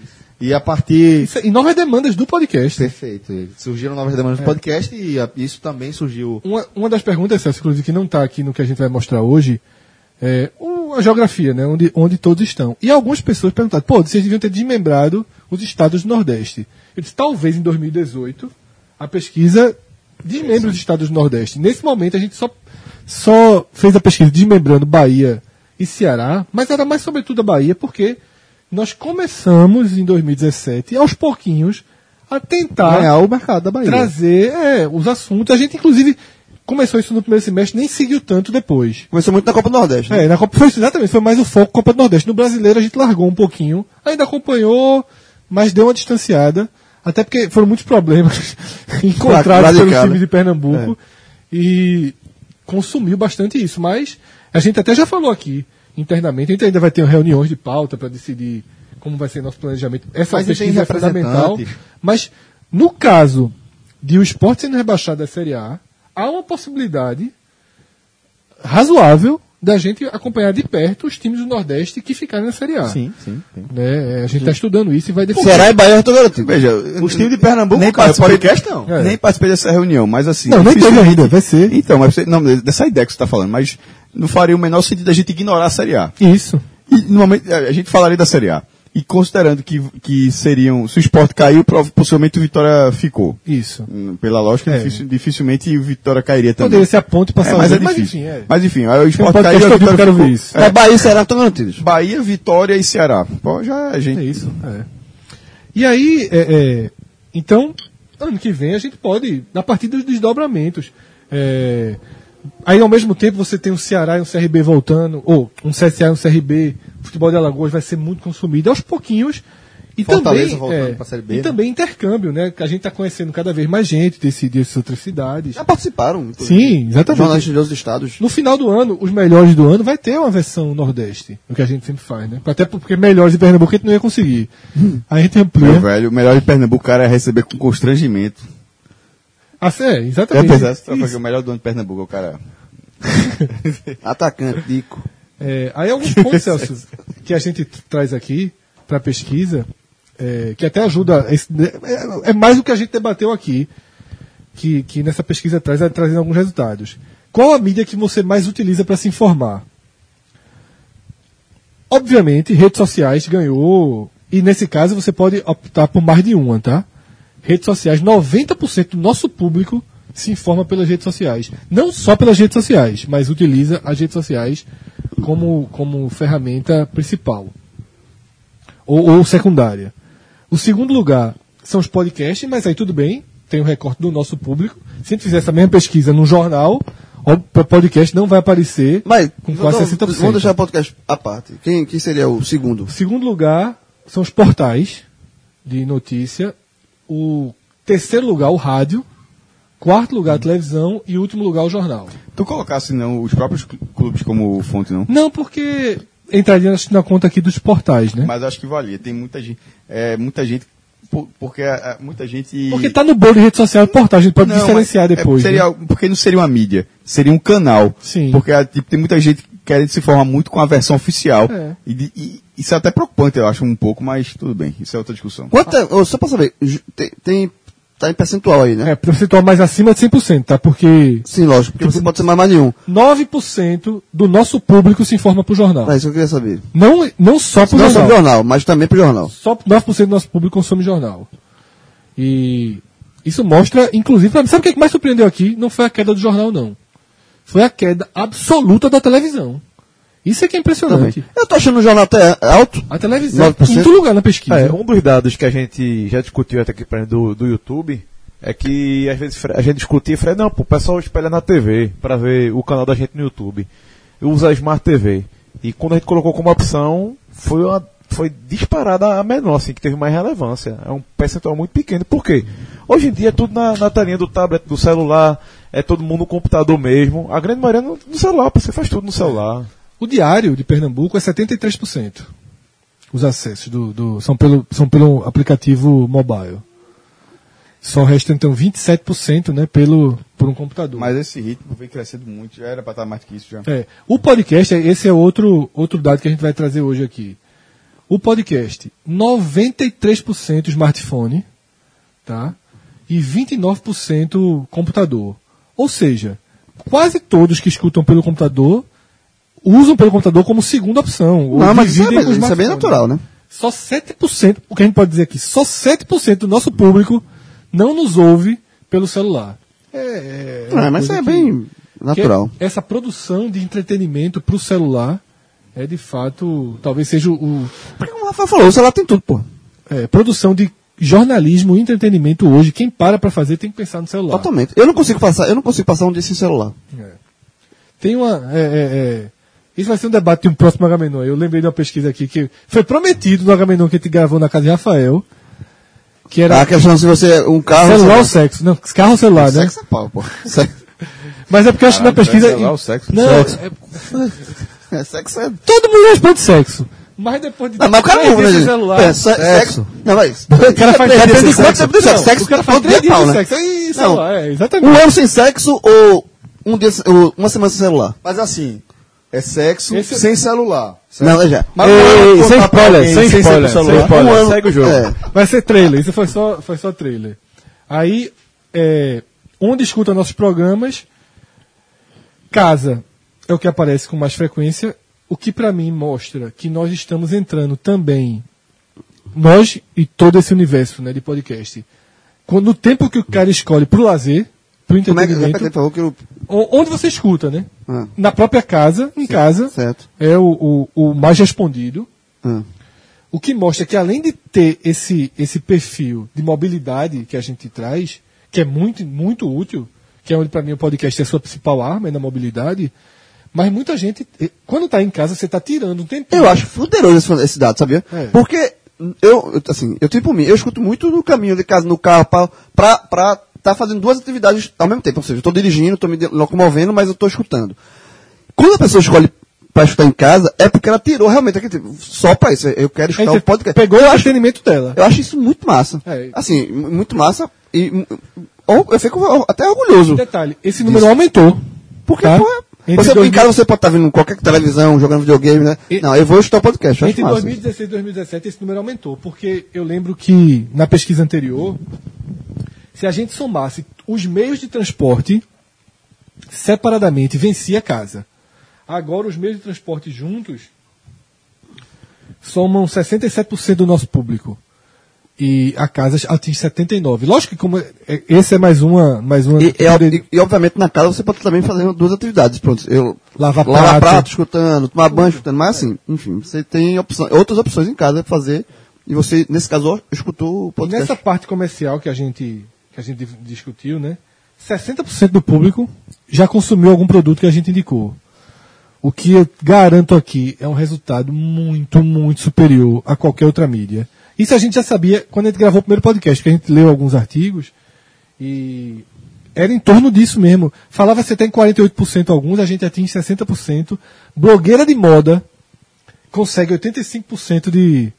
E a partir.
Isso- é- e novas demandas do podcast.
Perfeito. Surgiram novas demandas do podcast e a- isso também surgiu.
Uma, uma das perguntas, Celso, inclusive, que não está aqui no que a gente vai mostrar hoje, é o- a geografia, né? Onde, onde todos estão. E algumas pessoas perguntaram, pô, vocês deviam ter desmembrado os estados do Nordeste. Eu disse, talvez em 2018 a pesquisa desmembre os estados do Nordeste. Nesse momento a gente só, só fez a pesquisa desmembrando Bahia e Ceará, mas era mais sobretudo a Bahia, porque nós começamos em 2017, aos pouquinhos, a tentar
Ganhar o mercado da Bahia.
trazer é, os assuntos. A gente, inclusive, começou isso no primeiro semestre, nem seguiu tanto depois.
Começou muito na Copa do Nordeste. né?
É, na Copa foi exatamente, foi mais o foco Copa do Nordeste. No brasileiro a gente largou um pouquinho, ainda acompanhou, mas deu uma distanciada, até porque foram muitos problemas encontrados
Pra- pra
pelos
cá,
times
né? É.
de Pernambuco e consumiu bastante isso, mas a gente até já falou aqui internamente, a gente ainda vai ter reuniões de pauta para decidir como vai ser nosso planejamento. Essa
Mas e tem
pesquisa é fundamental,
representantes?
mas no caso de o esporte sendo rebaixado da Série A, há uma possibilidade razoável da gente acompanhar de perto os times do Nordeste que ficaram na Série A.
Sim, sim. sim.
Né? É, A gente está estudando isso e vai definir.
Ceará e Bahia eu tô garantido.
Veja,
Os times de Pernambuco
nem
cara,
participei,
podcast não.
É.
nem participei dessa reunião, mas assim.
Não, nem
difícil-
teve ainda, vai ser.
Então, mas você- não, dessa ideia que
tá
você está falando, mas não faria o menor sentido a gente ignorar a Série A.
Isso.
E, no momento, é, a a gente falaria da Série A. E considerando que, que seriam. Se o esporte caiu, prova- possivelmente o Vitória ficou.
Isso.
Hum, Pela lógica,
É.
dificil- dificilmente o Vitória cairia também.
Poderia ser a ponte para
É,
salvar,
mas é
mas
difícil.
enfim, é.
Mas enfim, aí o
Tem um
esporte
podcast
caiu,
que
o
eu vi, eu
Vitória
quero
ficou. É.
ver isso. É,
Mas Bahia e Ceará estão garantidos.
Bahia, Vitória e Ceará. Bom, já a gente.
É isso. é. E aí, é, é, então, ano que vem a gente pode, a partir dos desdobramentos. é, aí ao mesmo tempo você tem um Ceará e um CRB voltando, ou um CSA e um CRB, o futebol de Alagoas vai ser muito consumido aos pouquinhos. E
Fortaleza
também,
voltando
é,
pra Série B,
e
né?
também intercâmbio, né? Que a gente está conhecendo cada vez mais gente desse, dessas outras cidades.
Já participaram. inclusive.
Sim, exatamente.
Jornalistas de outros estados.
No final do ano, os melhores do ano vai ter uma versão Nordeste, o que a gente sempre faz, né? Até porque melhores de Pernambuco a gente não ia conseguir. A gente
Meu
amplia.
velho, o melhor de Pernambuco cara, é receber com constrangimento.
Ah, sim, é,
É
exatamente.
apesar
Isso.
que o melhor do ano de Pernambuco é o cara.
Atacante, Dico.
É, aí alguns pontos, Celso, que a gente t- traz aqui para pesquisa, é, que até ajuda. esse- é, é mais do que a gente debateu aqui, que, que nessa pesquisa traz, é, trazendo alguns resultados. Qual a mídia que você mais utiliza para se informar? Obviamente, redes sociais ganhou, e nesse caso você pode optar por mais de uma, tá? Redes sociais, 90% do nosso público se informa pelas redes sociais. Não só pelas redes sociais, mas utiliza as redes sociais como, como ferramenta principal ou, ou secundária. O segundo lugar são os podcasts, mas aí tudo bem, tem o recorte do nosso público. Se a gente fizer essa mesma pesquisa num jornal, o podcast não vai aparecer
Mas,
com quase
então,
60%.
Vamos deixar o podcast à parte. Quem, quem seria o segundo?
O segundo lugar são os portais de notícia. O terceiro lugar, o rádio. Quarto lugar, a televisão. E último lugar, o jornal.
Tu colocasse não os próprios cl- clubes como fonte, não?
Não, porque entraria acho que, na conta aqui dos portais, né?
Mas acho que valia. Tem muita gente. É, muita gente. por- Porque é, muita gente.
Porque tá no bolo de rede social e portal, a gente pode
Não,
diferenciar
mas é
depois. né?
seria- Porque não seria uma mídia, seria um canal.
Sim.
Porque ah, tipo, tem muita gente que querendo se informar muito com a versão oficial.
É.
E, de- e isso é até preocupante, eu acho, um pouco, mas tudo bem. Isso é outra discussão.
Quanto é, ô, só pra saber, ju- tem, tem- tá em percentual aí, né?
É, pra você tomar mais acima de 100%, tá? Porque
Sim, lógico, porque você pode ser mais um. mais nenhum.
9% do nosso público se informa pro jornal.
É isso que eu queria saber.
Não, não só pro
Não só
jornal.
pro jornal, mas também pro jornal.
Só 9% do nosso público consome jornal. E isso mostra, inclusive, pra mim, sabe o que mais surpreendeu aqui? Não foi a queda do jornal, não. Foi a queda absoluta da televisão. Isso é que é
Também.
impressionante.
Eu tô achando o jornal até alto.
A televisão,
9%?
quinto lugar na pesquisa.
É, um dos dados que a gente já discutiu até aqui por exemplo, do, do YouTube é que às vezes Fre- a gente discutia e falei, não, pô, o pessoal espelha na TV para ver o canal da gente no YouTube. Usa a Smart TV. E quando a gente colocou como opção, foi uma foi disparada a menor, assim, que teve mais relevância. É um percentual muito pequeno. Por quê? Hoje em dia é tudo na, na telinha do tablet, do celular, é todo mundo no computador mesmo. A grande maioria no, no celular, pô, você faz tudo no celular.
O diário de Pernambuco é 73%. Os acessos do, do- são, pelo, são pelo aplicativo mobile. Só resta então 27% né, pelo, por um computador.
Mas esse ritmo vem crescendo muito, já era pra estar mais que isso já.
É, o podcast, esse é outro, outro dado que a gente vai trazer hoje aqui. O podcast, 93% smartphone, tá? E 29% computador. Ou seja, quase todos que escutam pelo computador usam pelo computador como segunda opção. ou
Não, mas isso é,
dividem
bem-
com o
isso é bem
smartphone.
natural, né?
Só 7%, o que a gente pode dizer aqui, só 7% do nosso público não nos ouve pelo celular. É,
Ah,
uma
mas isso
coisa
é
que-
bem
que
natural.
Essa produção de entretenimento pro celular é de fato, talvez seja o. o-
Porque Como o Rafael falou, o celular tem tudo, pô.
é, produção de jornalismo e entretenimento hoje. Quem para pra fazer tem que pensar no celular.
Totalmente. Eu não consigo passar, eu não consigo passar um dia sem celular.
Tem uma. é, é, é, isso vai ser um debate de um próximo Agamenon. Eu lembrei de uma pesquisa aqui que foi prometido no Agamenon que a gente gravou na casa de Rafael. Que era
Ah, a questão se você é um carro.
celular ou sexo. Não, carro ou celular, né?
Sexo é pau, pô. Sexo,
Mas é porque eu acho que na pesquisa.
celular ou sexo?
Não,
Sexo.
é-
é, sexo é.
todo mundo responde sexo. Mas depois de
Não, mas o cara
três
muda,
dias de
gente.
celular.
É, se- sexo. Não, mas.
O cara faz três dias
Depende
sem
de quanto
é sexo.
tempo do sexo.
Não,
Sexo
o cara
tá
faz
todo
três
dia
dias
pau,
de
né?
sexo. Aí, sei
Não.
lá, é,
Um
exatamente.
ano sem sexo ou um dia, ou uma semana sem celular?
Mas assim, é sexo
Esse-
sem celular.
Não, é já.
Mas
um
não é contar pra alguém sem ser pro celular.
Um ano- é.
Vai ser trailer, isso foi só, foi só trailer. Aí, é, onde escuta nossos programas, casa é o que aparece com mais frequência, o que pra mim mostra que nós estamos entrando também, nós e todo esse universo né, de podcast, quando o tempo que o cara escolhe pro lazer, pro
Como é que
entretenimento,
repete, por favor, que eu.
o- onde você escuta, né?
Ah.
Na própria casa, em casa,
Certo.
é o, o, o mais respondido.
Ah.
O que mostra que além de ter esse, esse perfil de mobilidade que a gente traz, que é muito, muito útil, que é onde para mim o podcast é a sua principal arma, é na mobilidade, mas muita gente, eh, quando tá em casa, você tá tirando um tempinho.
Eu acho fuderoso esse, esse dado, sabia?
É.
Porque eu, eu, assim, eu tipo mim, eu escuto muito no caminho de casa, no carro, pra, pra, pra tá fazendo duas atividades ao mesmo tempo. Ou seja, eu tô dirigindo, tô me de- locomovendo, mas eu tô escutando. Quando a pessoa escolhe pra escutar em casa, é porque ela tirou realmente aquele tempo. Só pra isso, eu quero
Aí
escutar
você
é o podcast.
pegou
eu
o
acho,
atendimento dela.
eu acho isso muito massa.
É.
Assim, m- muito massa e m- ou- eu fico ó, até orgulhoso.
Detalhe, esse número aumentou.
Porque,
tá?
pô,
Entre
você, em
2000
casa você pode estar vendo qualquer televisão, jogando videogame, né?
E-
Não, eu vou escutar o podcast. Eu acho
Entre
massa.
2016 e 2017 esse número aumentou, porque eu lembro que na pesquisa anterior, se a gente somasse os meios de transporte separadamente, vencia a casa. Agora os meios de transporte juntos somam 67% do nosso público. E a casa atinge 79%. Lógico que como é- é- esse é mais uma. Mais uma
E, e, ob- e- e, obviamente na casa você pode também fazer duas atividades, pronto. Eu
Lavar
lavar
prato. É.
prato, escutando, tomar banho, escutando, mas assim, enfim, você tem opção, outras opções em casa pra fazer. E você, nesse caso, ó, escutou o podcast. É,
Nessa parte comercial que a gente, que a gente di- discutiu, né? 60% do público já consumiu algum produto que a gente indicou. O que eu garanto aqui é um resultado muito, muito superior a qualquer outra mídia. Isso a gente já sabia quando a gente gravou o primeiro podcast, que a gente leu alguns artigos e era em torno disso mesmo. Falava você tem 48% alguns, a gente atinge 60%. Blogueira de moda consegue 85% de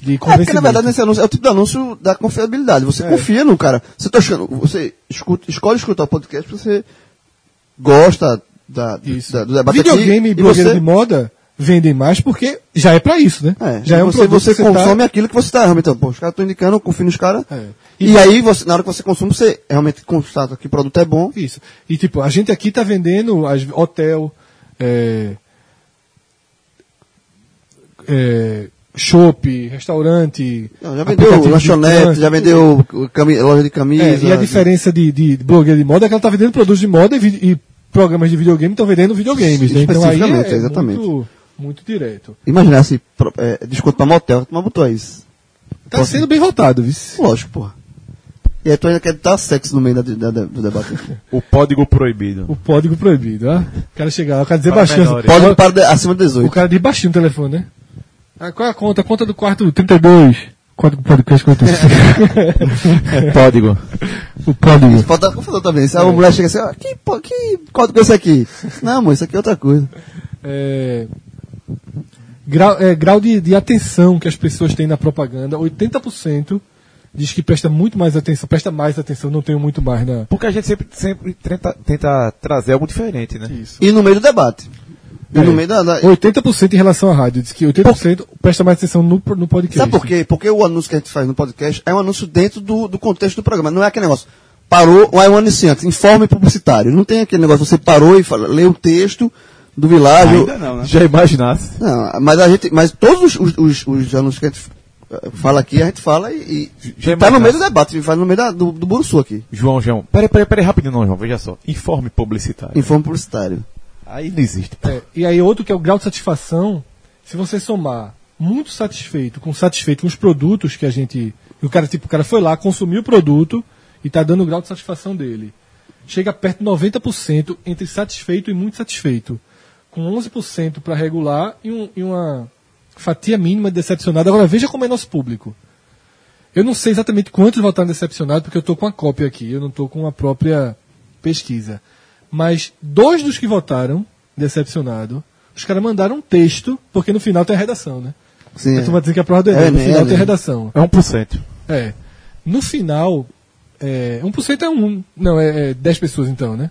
de
É, porque na
convencimento. É.
verdade nesse anúncio é o tipo de anúncio da confiabilidade. Você confia no cara. Você tá achando, você escuta, escolhe escutar o podcast, você gosta da,
Isso.
da- do debate
Videogame e
aqui,
blogueira
você,
de moda vendem mais porque já é pra isso, né?
É,
já é um
você,
produto
você
que
consome
tá-
aquilo que você está realmente. Então, pô, os caras estão indicando, eu confio nos caras.
É.
E, aí, você, na hora que você consome, você realmente constata que o produto é bom.
Isso. E tipo, a gente aqui tá vendendo as, hotel, é, é, shopping, restaurante.
Não, já
aplicativo
vendeu
de
lanchonete,
trânsito.
já né? vendeu cami- loja de camisa.
É, e a diferença de, de blogueira de moda é que ela tá vendendo produtos de moda e, vi- e programas de videogame estão vendendo videogames. Né? Então aí
Especificamente,
é
exatamente.
Muito, muito direto.
Imagina assim, pro- é, desconto pra motel, tu não botou isso.
Tá
Posso-
sendo bem voltado, viu?
Lógico, porra. E aí tu ainda quer dar sexo no meio da, da- da- do debate.
O código proibido.
O código proibido, ó. O cara chegar lá, o cara dizer
Para
baixinho.
menores.
assim,
Pode para de- acima de
O
18.
cara de baixinho o telefone, né? Ah, qual é a conta? A conta do quarto 32. Código podcast 45.
Código.
o código.
Pode dar confusão também. Se a mulher chega assim, ó, que, po- que código é esse aqui? Não, amor, isso aqui é outra coisa.
É, grau é, grau de, de atenção que as pessoas têm na propaganda. 80% diz que presta muito mais atenção. Presta mais atenção, não tenho muito mais né? na.
Porque a gente sempre, sempre tenta, tenta trazer algo diferente, né? Isso.
E no meio do debate. E no
É.
meio da. da-
80% em relação à rádio. Diz que 80% presta mais atenção no, no podcast.
Sabe por quê? Porque o anúncio que a gente faz no podcast é um anúncio dentro do, do contexto do programa. Não é aquele negócio. Parou, ou é um anunciante, informe publicitário. Não tem aquele negócio, você parou e fala, lê o texto do Világio.
Ainda não, né?
Já imaginasse.
Não, mas a gente, mas todos os, os, os, os anúncios que a gente eh, fala aqui, a gente fala e, e
Tem
tá
mais
no meio do
graça.
debate, faz no meio da- do, do Burussu aqui,
João, João. Peraí, peraí, peraí, rapidinho, não, João. Veja só. Informe publicitário.
informe publicitário.
Aí não existe.
É, e aí outro que é o grau de satisfação, se você somar muito satisfeito com satisfeito com os produtos que a gente, o cara tipo, o cara foi lá, consumiu o produto e tá dando o grau de satisfação dele. Chega perto de 90% entre satisfeito e muito satisfeito, com 11% para regular e, um- e uma fatia mínima decepcionada. Agora veja como é nosso público. Eu não sei exatamente quantos votaram decepcionados, porque eu estou com a cópia aqui, eu não estou com a própria pesquisa. Mas dois dos que votaram decepcionado, os caras mandaram um texto, porque no final tem a redação, né?
Sim,
A turma diz que é a prova do
É,
Enem, no
né,
final
é,
tem a
né.
redação.
É 1%.
É. No final, é, 1% é um. Não, é, é 10 pessoas então, né?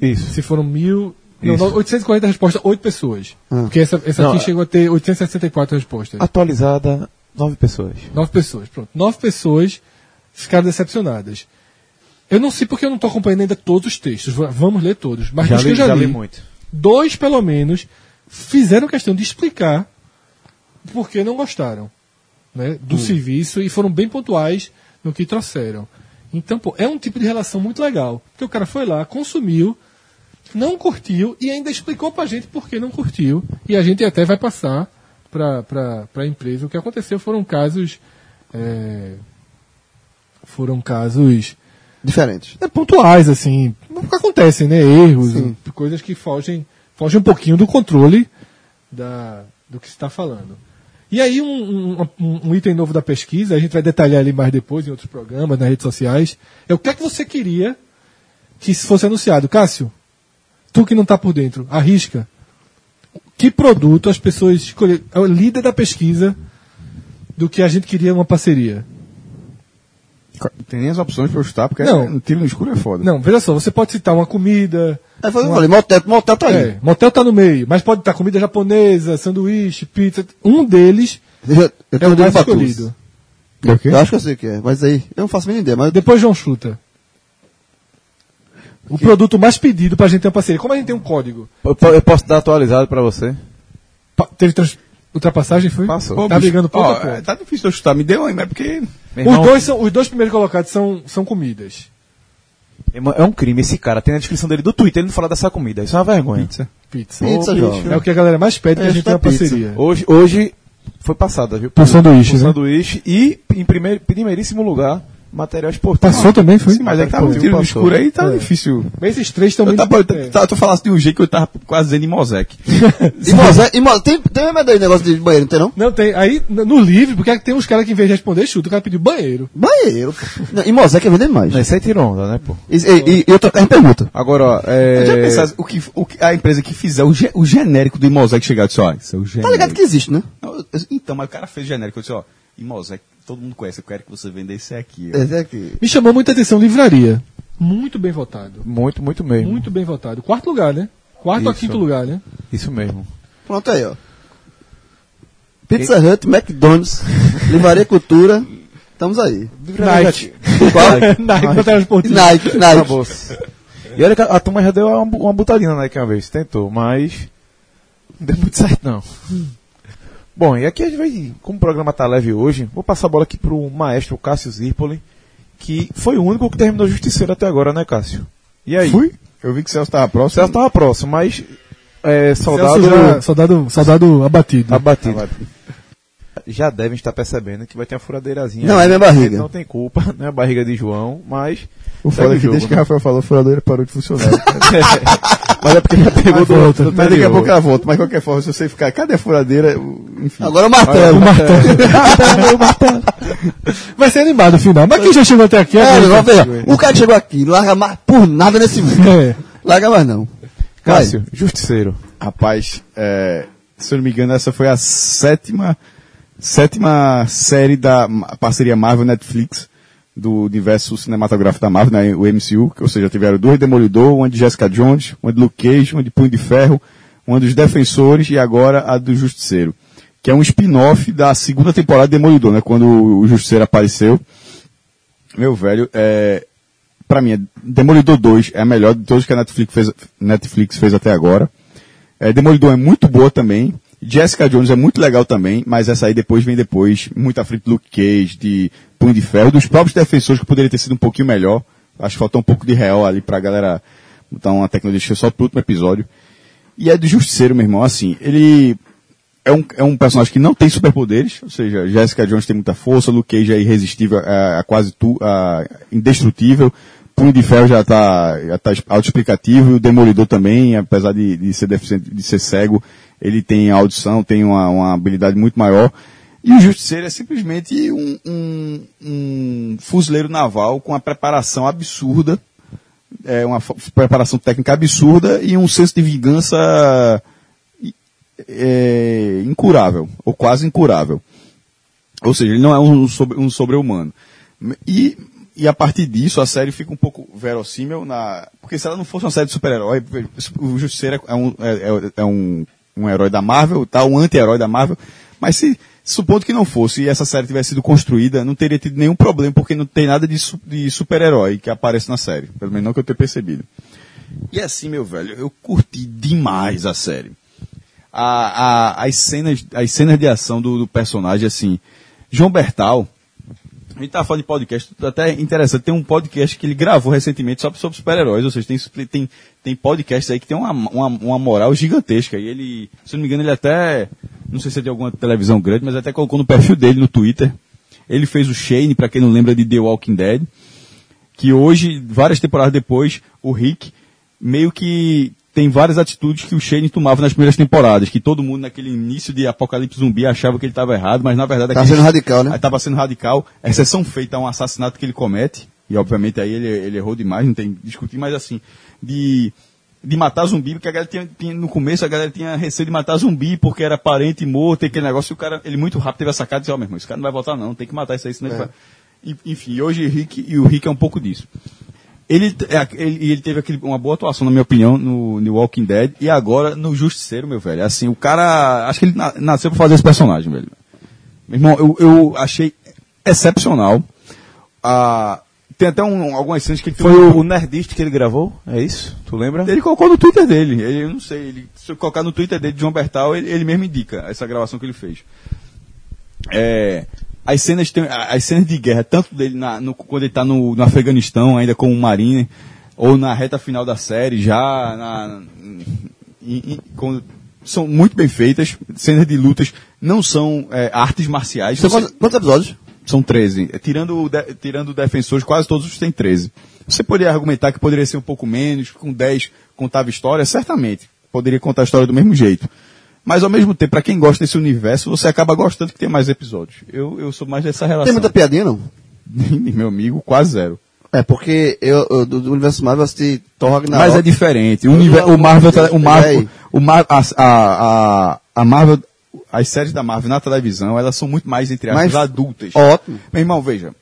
Isso.
Se foram mil. Não,
Isso.
não, 840 respostas, 8 pessoas.
Ah.
Porque essa, essa
Não,
aqui
é-
chegou a ter 864 respostas.
Atualizada, 9 pessoas.
Nove pessoas, pronto. Nove pessoas ficaram decepcionadas. Eu não sei porque eu não estou acompanhando ainda todos os textos. Va- Vamos ler todos. Mas dos que eu já, li,
muito.
dois pelo menos fizeram questão de explicar por que não gostaram né, do serviço e foram bem pontuais no que trouxeram. Então, pô, é um tipo de relação muito legal. Porque o cara foi lá, consumiu, não curtiu e ainda explicou pra gente por que não curtiu. E a gente até vai passar pra, pra, pra empresa. O que aconteceu foram casos. é, foram casos
diferente.
é, pontuais, assim. Acontecem, né? Erros, coisas que fogem, fogem um pouquinho do controle da, do que se está falando. E aí, um, um- um- um item novo da pesquisa, a gente vai detalhar ali mais depois em outros programas, nas redes sociais, é o que é que você queria que isso fosse anunciado. Cássio, tu que não está por dentro, arrisca. Que produto as pessoas escolheram? É o líder da pesquisa do que a gente queria uma parceria.
Tem nem as opções pra eu chutar, porque
Não.
é, um tiro no escuro é foda.
Não, veja só, você pode citar uma comida,
Aí foi o que eu falei, motel, motel tá aí.
É, motel tá no meio, mas pode estar comida japonesa, sanduíche, pizza. Um deles
Eu, eu
é o
tenho
mais
dois fatores.
escolhido.
Eu acho que eu sei o que é, mas aí, eu não faço a mínima ideia, mas eu
Depois João chuta. O produto mais pedido pra gente ter uma parceria. Como a gente tem um código?
Eu, po- eu posso dar atualizado pra você?
Pa- teve trans- ultrapassagem, foi?
Passou.
Pô,
Tá
bicho,
brigando ponto
ó,
a ponto.
é, Tá difícil eu chutar, me deu aí, mas porque.
Meu
Os
irmão,
dois, são, os dois primeiros colocados são, são comidas.
irmão, É um crime esse cara. Tem na descrição dele do Twitter, ele não fala dessa comida. Isso é uma vergonha.
Pizza.
Pizza, João.
É o que a galera mais pede que a
É,
gente tenha uma
chuta pizza.
parceria.
tá Hoje, hoje foi passada, viu?
Por
um
sanduíches,
Por
né?
sanduíche e, em primeiro, primeiríssimo lugar, material esportivo.
Passou também, foi?
Sim,
Mas aí tá um
Passou.
tiro no escuro aí, tá
É.
difícil.
Mas esses três
Eu
estão muito...
tava, eu
é.
tava- tu falasse de um jeito que eu tava quase dizendo em Mosec.
E Mosé, e Mosé, tem, tem remédio aí, negócio de banheiro, não tem não?
Não, tem. Aí, no no livre, porque tem uns caras que em vez de responder, chuta. O cara pediu banheiro.
Banheiro. Não, é. e Mosé quer vender mais.
Não, Isso aí tirou onda, né, pô?
E, e, e eu trocar em pergunta.
Agora, ó,
Eu Já
é...
pensasse, o que, o que- a empresa que fizer o, ge- o genérico do Imosec chegar e disse, ó, isso é o
Tá ligado
genérico.
que existe, né?
Não, eu- eu- então, mas o cara fez genérico, eu disse, ó, Imosec, todo mundo conhece, eu quero que você venda esse aqui. ó.
Esse aqui.
Me chamou muita atenção livraria. Muito bem votado.
Muito, muito mesmo.
Muito bem votado. Quarto lugar, né? Quarto a
Isso.
quinto lugar, né?
Isso mesmo.
Pronto aí, ó. Pizza Hut, McDonald's, Livraria Cultura. Estamos aí.
Nike.
Qual?
Nike, material esportivo.
Nike,
Na
Nike.
bolsa. E olha que a, a turma já deu uma, bu- uma butadinha na Nike uma vez, tentou, mas não deu muito certo não. Bom, e aqui a gente vai, como o programa tá leve hoje, vou passar a bola aqui pro maestro Cássio Zirpoli, que foi o único que terminou justiceiro até agora, né, Cássio? E aí?
Fui? Eu vi que o Celso tava
O
próximo.
Celso tava próximo, mas é, soldado
Celso já- um soldado, soldado abatido.
abatido. Tá Já devem estar percebendo que vai ter uma furadeirazinha.
Não,
aí.
é minha barriga.
Não tem culpa, não é a barriga de João, mas
O
segue
foda é que desde que o
né?
Rafael falou, a furadeira parou de funcionar.
Mas é porque já pegou do
volta.
outro. Mas daqui a pouco ela volta. Mas de qualquer forma, se você ficar, cadê a furadeira? O- Enfim.
Agora o martelo.
Vai ser animado o final. Mas quem já chegou até aqui
É,
agora-
agora, veja, o cara que chegou aqui, larga mais por nada nesse mundo.
É.
Larga mais não. Vai.
Cássio, justiceiro.
Rapaz, é, se eu não me engano, essa foi a sétima, sétima série da ma- parceria Marvel-Netflix do universo cinematográfico da Marvel, né, o MCU, que, ou seja, tiveram duas de Demolidor, uma de Jessica Jones, uma de Luke Cage, uma de Punho de Ferro, uma dos Defensores e agora a do Justiceiro, que é um spin-off da segunda temporada de Demolidor, né, quando o Justiceiro apareceu. Meu velho, é, pra mim, é Demolidor 2 é a melhor de todos que a Netflix fez, Netflix fez até agora. É, Demolidor é muito boa também. Jessica Jones é muito legal também, mas essa aí depois vem depois, muito à frente do Luke Cage, de Punho de Ferro, dos próprios defensores que poderia ter sido um pouquinho melhor. Acho que faltou um pouco de real ali pra galera botar uma tecnologia só pro último episódio. E é do Justiceiro, meu irmão, assim, ele é um, é um personagem que não tem superpoderes, ou seja, Jessica Jones tem muita força, Luke Cage é irresistível, é, é quase tu, a- indestrutível, Punho de Ferro já tá, já tá autoexplicativo, e o Demolidor também, apesar de, de ser deficiente, de ser cego, ele tem audição, tem uma, uma habilidade muito maior, e o Justiceiro é simplesmente um, um, um fuzileiro naval com uma preparação absurda, é, uma fo- preparação técnica absurda e um senso de vingança é, incurável, ou quase incurável. Ou seja, ele não é um, sobre, um sobre-humano. E, e a partir disso, a série fica um pouco verossímil na... Porque se ela não fosse uma série de super-herói, o Justiceiro é um, é, é- é um, um herói da Marvel, tá? um anti-herói da Marvel, mas se supondo que não fosse e essa série tivesse sido construída, não teria tido nenhum problema, porque não tem nada de, su- de super-herói que aparece na série. Pelo menos não que eu tenha percebido. E assim, meu velho, eu curti demais a série a- a- as, cenas, as cenas de ação do, do personagem, assim. João Bertal, a gente tava falando de podcast, até interessante, tem um podcast que ele gravou recentemente só sobre super-heróis, ou seja, tem, tem, tem podcasts aí que tem uma, uma, uma moral gigantesca, e ele, se não me engano, ele até, não sei se é de alguma televisão grande, mas até colocou no perfil dele no Twitter, ele fez o Shane, para quem não lembra, de The Walking Dead, que hoje, várias temporadas depois, o Rick meio que tem várias atitudes que o Shane tomava nas primeiras temporadas, que todo mundo naquele início de Apocalipse Zumbi achava que ele estava errado, mas na verdade...
Tá
aquele-
sendo radical, né?
Aí tava sendo radical, a exceção feita a um assassinato que ele comete, e obviamente aí ele, ele errou demais, não tem que discutir, mas assim, de, de matar zumbi, porque a galera tinha, tinha- no começo a galera tinha receio de matar zumbi, porque era parente morto, e aquele negócio, e o cara, ele muito rápido teve a sacada e disse, ó, meu irmão, esse cara não vai voltar não, tem que matar isso aí, senão ele vai... E- Enfim, hoje o Rick, e o Rick é um pouco disso. Ele, t- é, ele, e ele teve aquele- uma boa atuação, na minha opinião, no, no Walking Dead e agora no Justiceiro, meu velho. Assim, o cara. Acho que ele na- nasceu pra fazer esse personagem, velho. Meu irmão, eu, eu achei excepcional. Ah, tem até um, algumas cenas que ele
Foi o, o Nerdist que ele gravou? É isso? Tu lembra?
ele colocou no Twitter dele. Ele, eu não sei, ele, se eu colocar no Twitter dele, João Bertal, ele, ele mesmo indica essa gravação que ele fez. É, as, cenas tem- a- as cenas de guerra, tanto dele na- no- quando ele está no, no Afeganistão, ainda como um marine, ou na reta final da série, já na- em- em- quando- são muito bem feitas. Cenas de lutas não são é, artes marciais.
São
Você-
quantos, quantos episódios?
são 13. É, Tirando, o de- tirando defensores, quase todos os têm 13. Você poderia argumentar que poderia ser um pouco menos, com 10 contava história? Certamente. Poderia contar a história do mesmo jeito. Mas ao mesmo tempo, para quem gosta desse universo, você acaba gostando que tem mais episódios. Eu, eu sou mais dessa relação.
Tem muita piadinha, não?
Meu amigo, quase zero.
É, porque eu, eu- do, do universo Marvel eu assisti Thor Ragnarok.
Mas é diferente. O, univer- o Marvel, tá- o Marvel, o Mar- a, a, a, a Marvel, as séries da Marvel na televisão, elas são muito mais, entre aspas,
Mas-
adultas.
Ótimo.
Meu irmão, veja.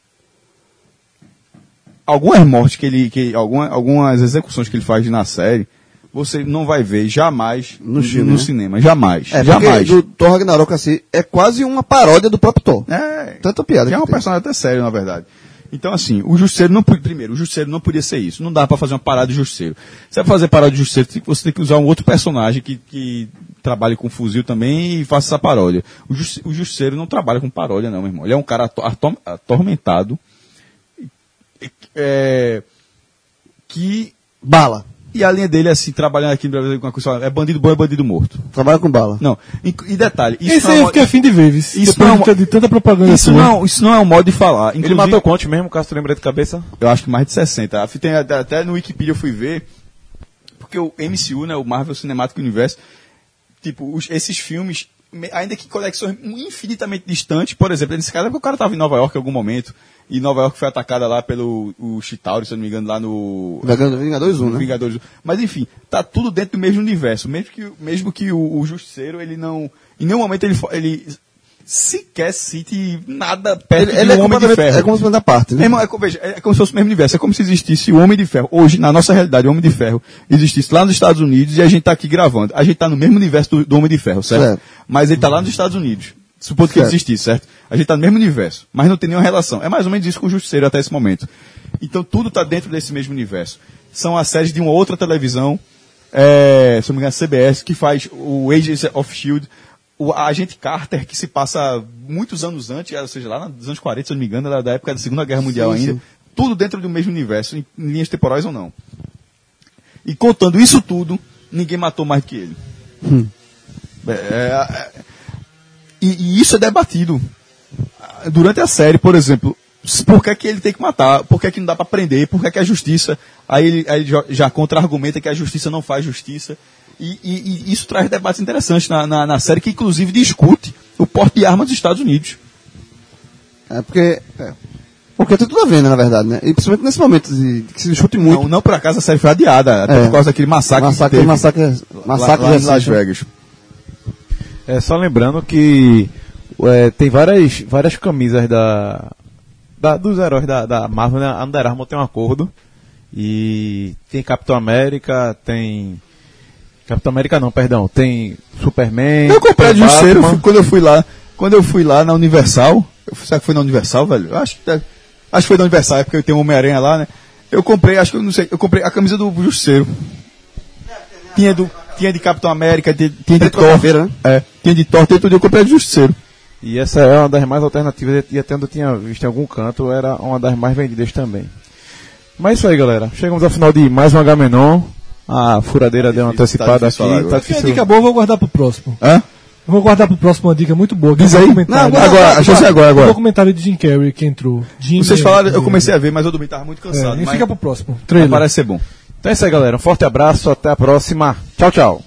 Algumas mortes que ele. Que, alguma- algumas execuções que ele faz na série, você não vai ver jamais
No
no,
filme,
no
né?
cinema. Jamais.
É, porque
jamais.
do Thor Ragnarok, assim, é quase uma paródia do próprio Thor.
É,
Tanta piada
que é
que
um
tem.
personagem até sério, na verdade. Então, assim, o Justiceiro não podia. Primeiro, o Justiceiro não podia ser isso. Não dá pra fazer uma parada de Justiceiro. Se é pra fazer parada de Justiceiro, tem que- você tem que usar um outro personagem que, que trabalhe com fuzil também e faça essa paródia. O, Justi- o Justiceiro não trabalha com paródia, não, meu irmão. Ele é um cara ato- atom- atormentado. é, que.
Bala.
E a linha dele é assim, trabalhando aqui no Brasil com uma coisa, é bandido bom, é bandido morto.
Trabalha com bala.
Não. E, e detalhe, isso
Esse
não é
aí eu
uma-
fiquei afim de ver, vice.
Isso
Depois
não-
de- de tanta propaganda
isso
sua.
não, isso não é um modo de falar.
Ele
Inclusive-
matou quantos mesmo, Cássio? Tu lembra de cabeça?
Eu acho que mais de 60. A fita- Tem até até no Wikipedia eu fui ver. Porque porque o MCU, né, o Marvel Cinematic Universe, tipo, os- esses filmes, me- ainda que conexões infinitamente distantes, por exemplo, nesse caso é porque o cara tava em Nova York em algum momento, e Nova York foi atacada lá pelo o Chitauri, se eu não me engano, lá no...
Vingadores 1,
no
né?
Vingadores. Mas enfim, tá tudo dentro do mesmo universo. Mesmo que, mesmo que o, o Justiceiro, ele não. Em nenhum momento ele, fo- ele sequer cite nada perto
Ele,
do
ele é,
Homem de
completamente,
Ferro.
é como se fosse parte,
Meu
né?
irmão, é, co- veja, é como se fosse o mesmo universo, é como se existisse o Homem de Ferro. Hoje, na nossa realidade, o Homem de Ferro existisse lá nos Estados Unidos e a gente tá aqui gravando. A gente tá no mesmo universo do, do Homem de Ferro, certo?
Certo.
Mas ele tá lá nos Estados Unidos. Supondo que
Certo.
existisse, certo? A gente tá no mesmo universo, mas não tem nenhuma relação. É mais ou menos isso com o Justiceiro até esse momento. Então tudo tá dentro desse mesmo universo. São as séries de uma outra televisão, é, se não me engano, a CBS, que faz o Agents of Shield, o a Agente Carter, que se passa muitos anos antes, ou seja, lá nos anos 40, se eu não me engano, da, da época da Segunda Guerra Mundial
Sim,
ainda.
sim.
Tudo dentro do mesmo universo, em, em linhas temporais ou não. E contando isso tudo, ninguém matou mais que ele. É, é, é, e, e isso é debatido Ah, durante a série, por exemplo. s- Por que, que ele tem que matar? Por que, que não dá pra prender? Por que, que a justiça. Aí ele, aí ele jo- já contra-argumenta que a justiça não faz justiça. E, e- e isso traz debates interessantes na, na, na série, que inclusive discute o porte de armas dos Estados Unidos.
É porque. É. Porque tem tudo a ver, né, na verdade, né? E principalmente nesse momento de, que se discute muito.
Não, não por acaso a série foi adiada, até
É.
por causa daquele massacre,
massacre,
que teve
massacre, massacre
lá, lá em
recente,
Las
né?
Vegas.
É, só lembrando que é, tem várias, várias camisas da, da- dos heróis da, da Marvel, né? A Under Armour tem um acordo. E tem Capitão América, tem. Capitão América não, perdão. Tem Superman.
Eu comprei de
tem
Justiceiro
É Batman.
fui- quando eu fui lá. Quando eu fui lá na Universal. eu fui- será que foi na Universal, velho? Eu acho que, deve- acho que foi na Universal, é porque eu tenho Homem-Aranha lá, né? Eu comprei, acho que eu não sei, eu comprei a camisa do Justiceiro. Tinha, do, tinha de Capitão América, de- tinha de Thor.
Caveira, né?
É, tinha de Thor, tinha tudo, eu comprei a de Justiceiro.
E essa é uma das mais alternativas, e até onde eu tinha visto em algum canto, era uma das mais vendidas também. Mas é isso aí, galera. Chegamos ao final de mais um Agamenon. Ah, A furadeira deu uma
difícil, tá
antecipada
difícil falar
aqui.
agora.
Tá
Tem uma
difícil.
dica boa, eu vou guardar pro próximo.
Hã?
Eu Vou guardar pro próximo uma dica muito boa. que
Diz
é um
aí.
documentário.
Não, agora, a chance é agora, agora.
O Um documentário de Jim Carrey que entrou. Jim
Vocês falaram, eu
Carrey.
comecei a ver, mas eu dormi, tava muito
É,
cansado.
e
mas-
fica pro próximo.
mas
Trailer.
parece ser bom.
Então é isso aí, galera. Um forte abraço, até a próxima. Tchau, tchau.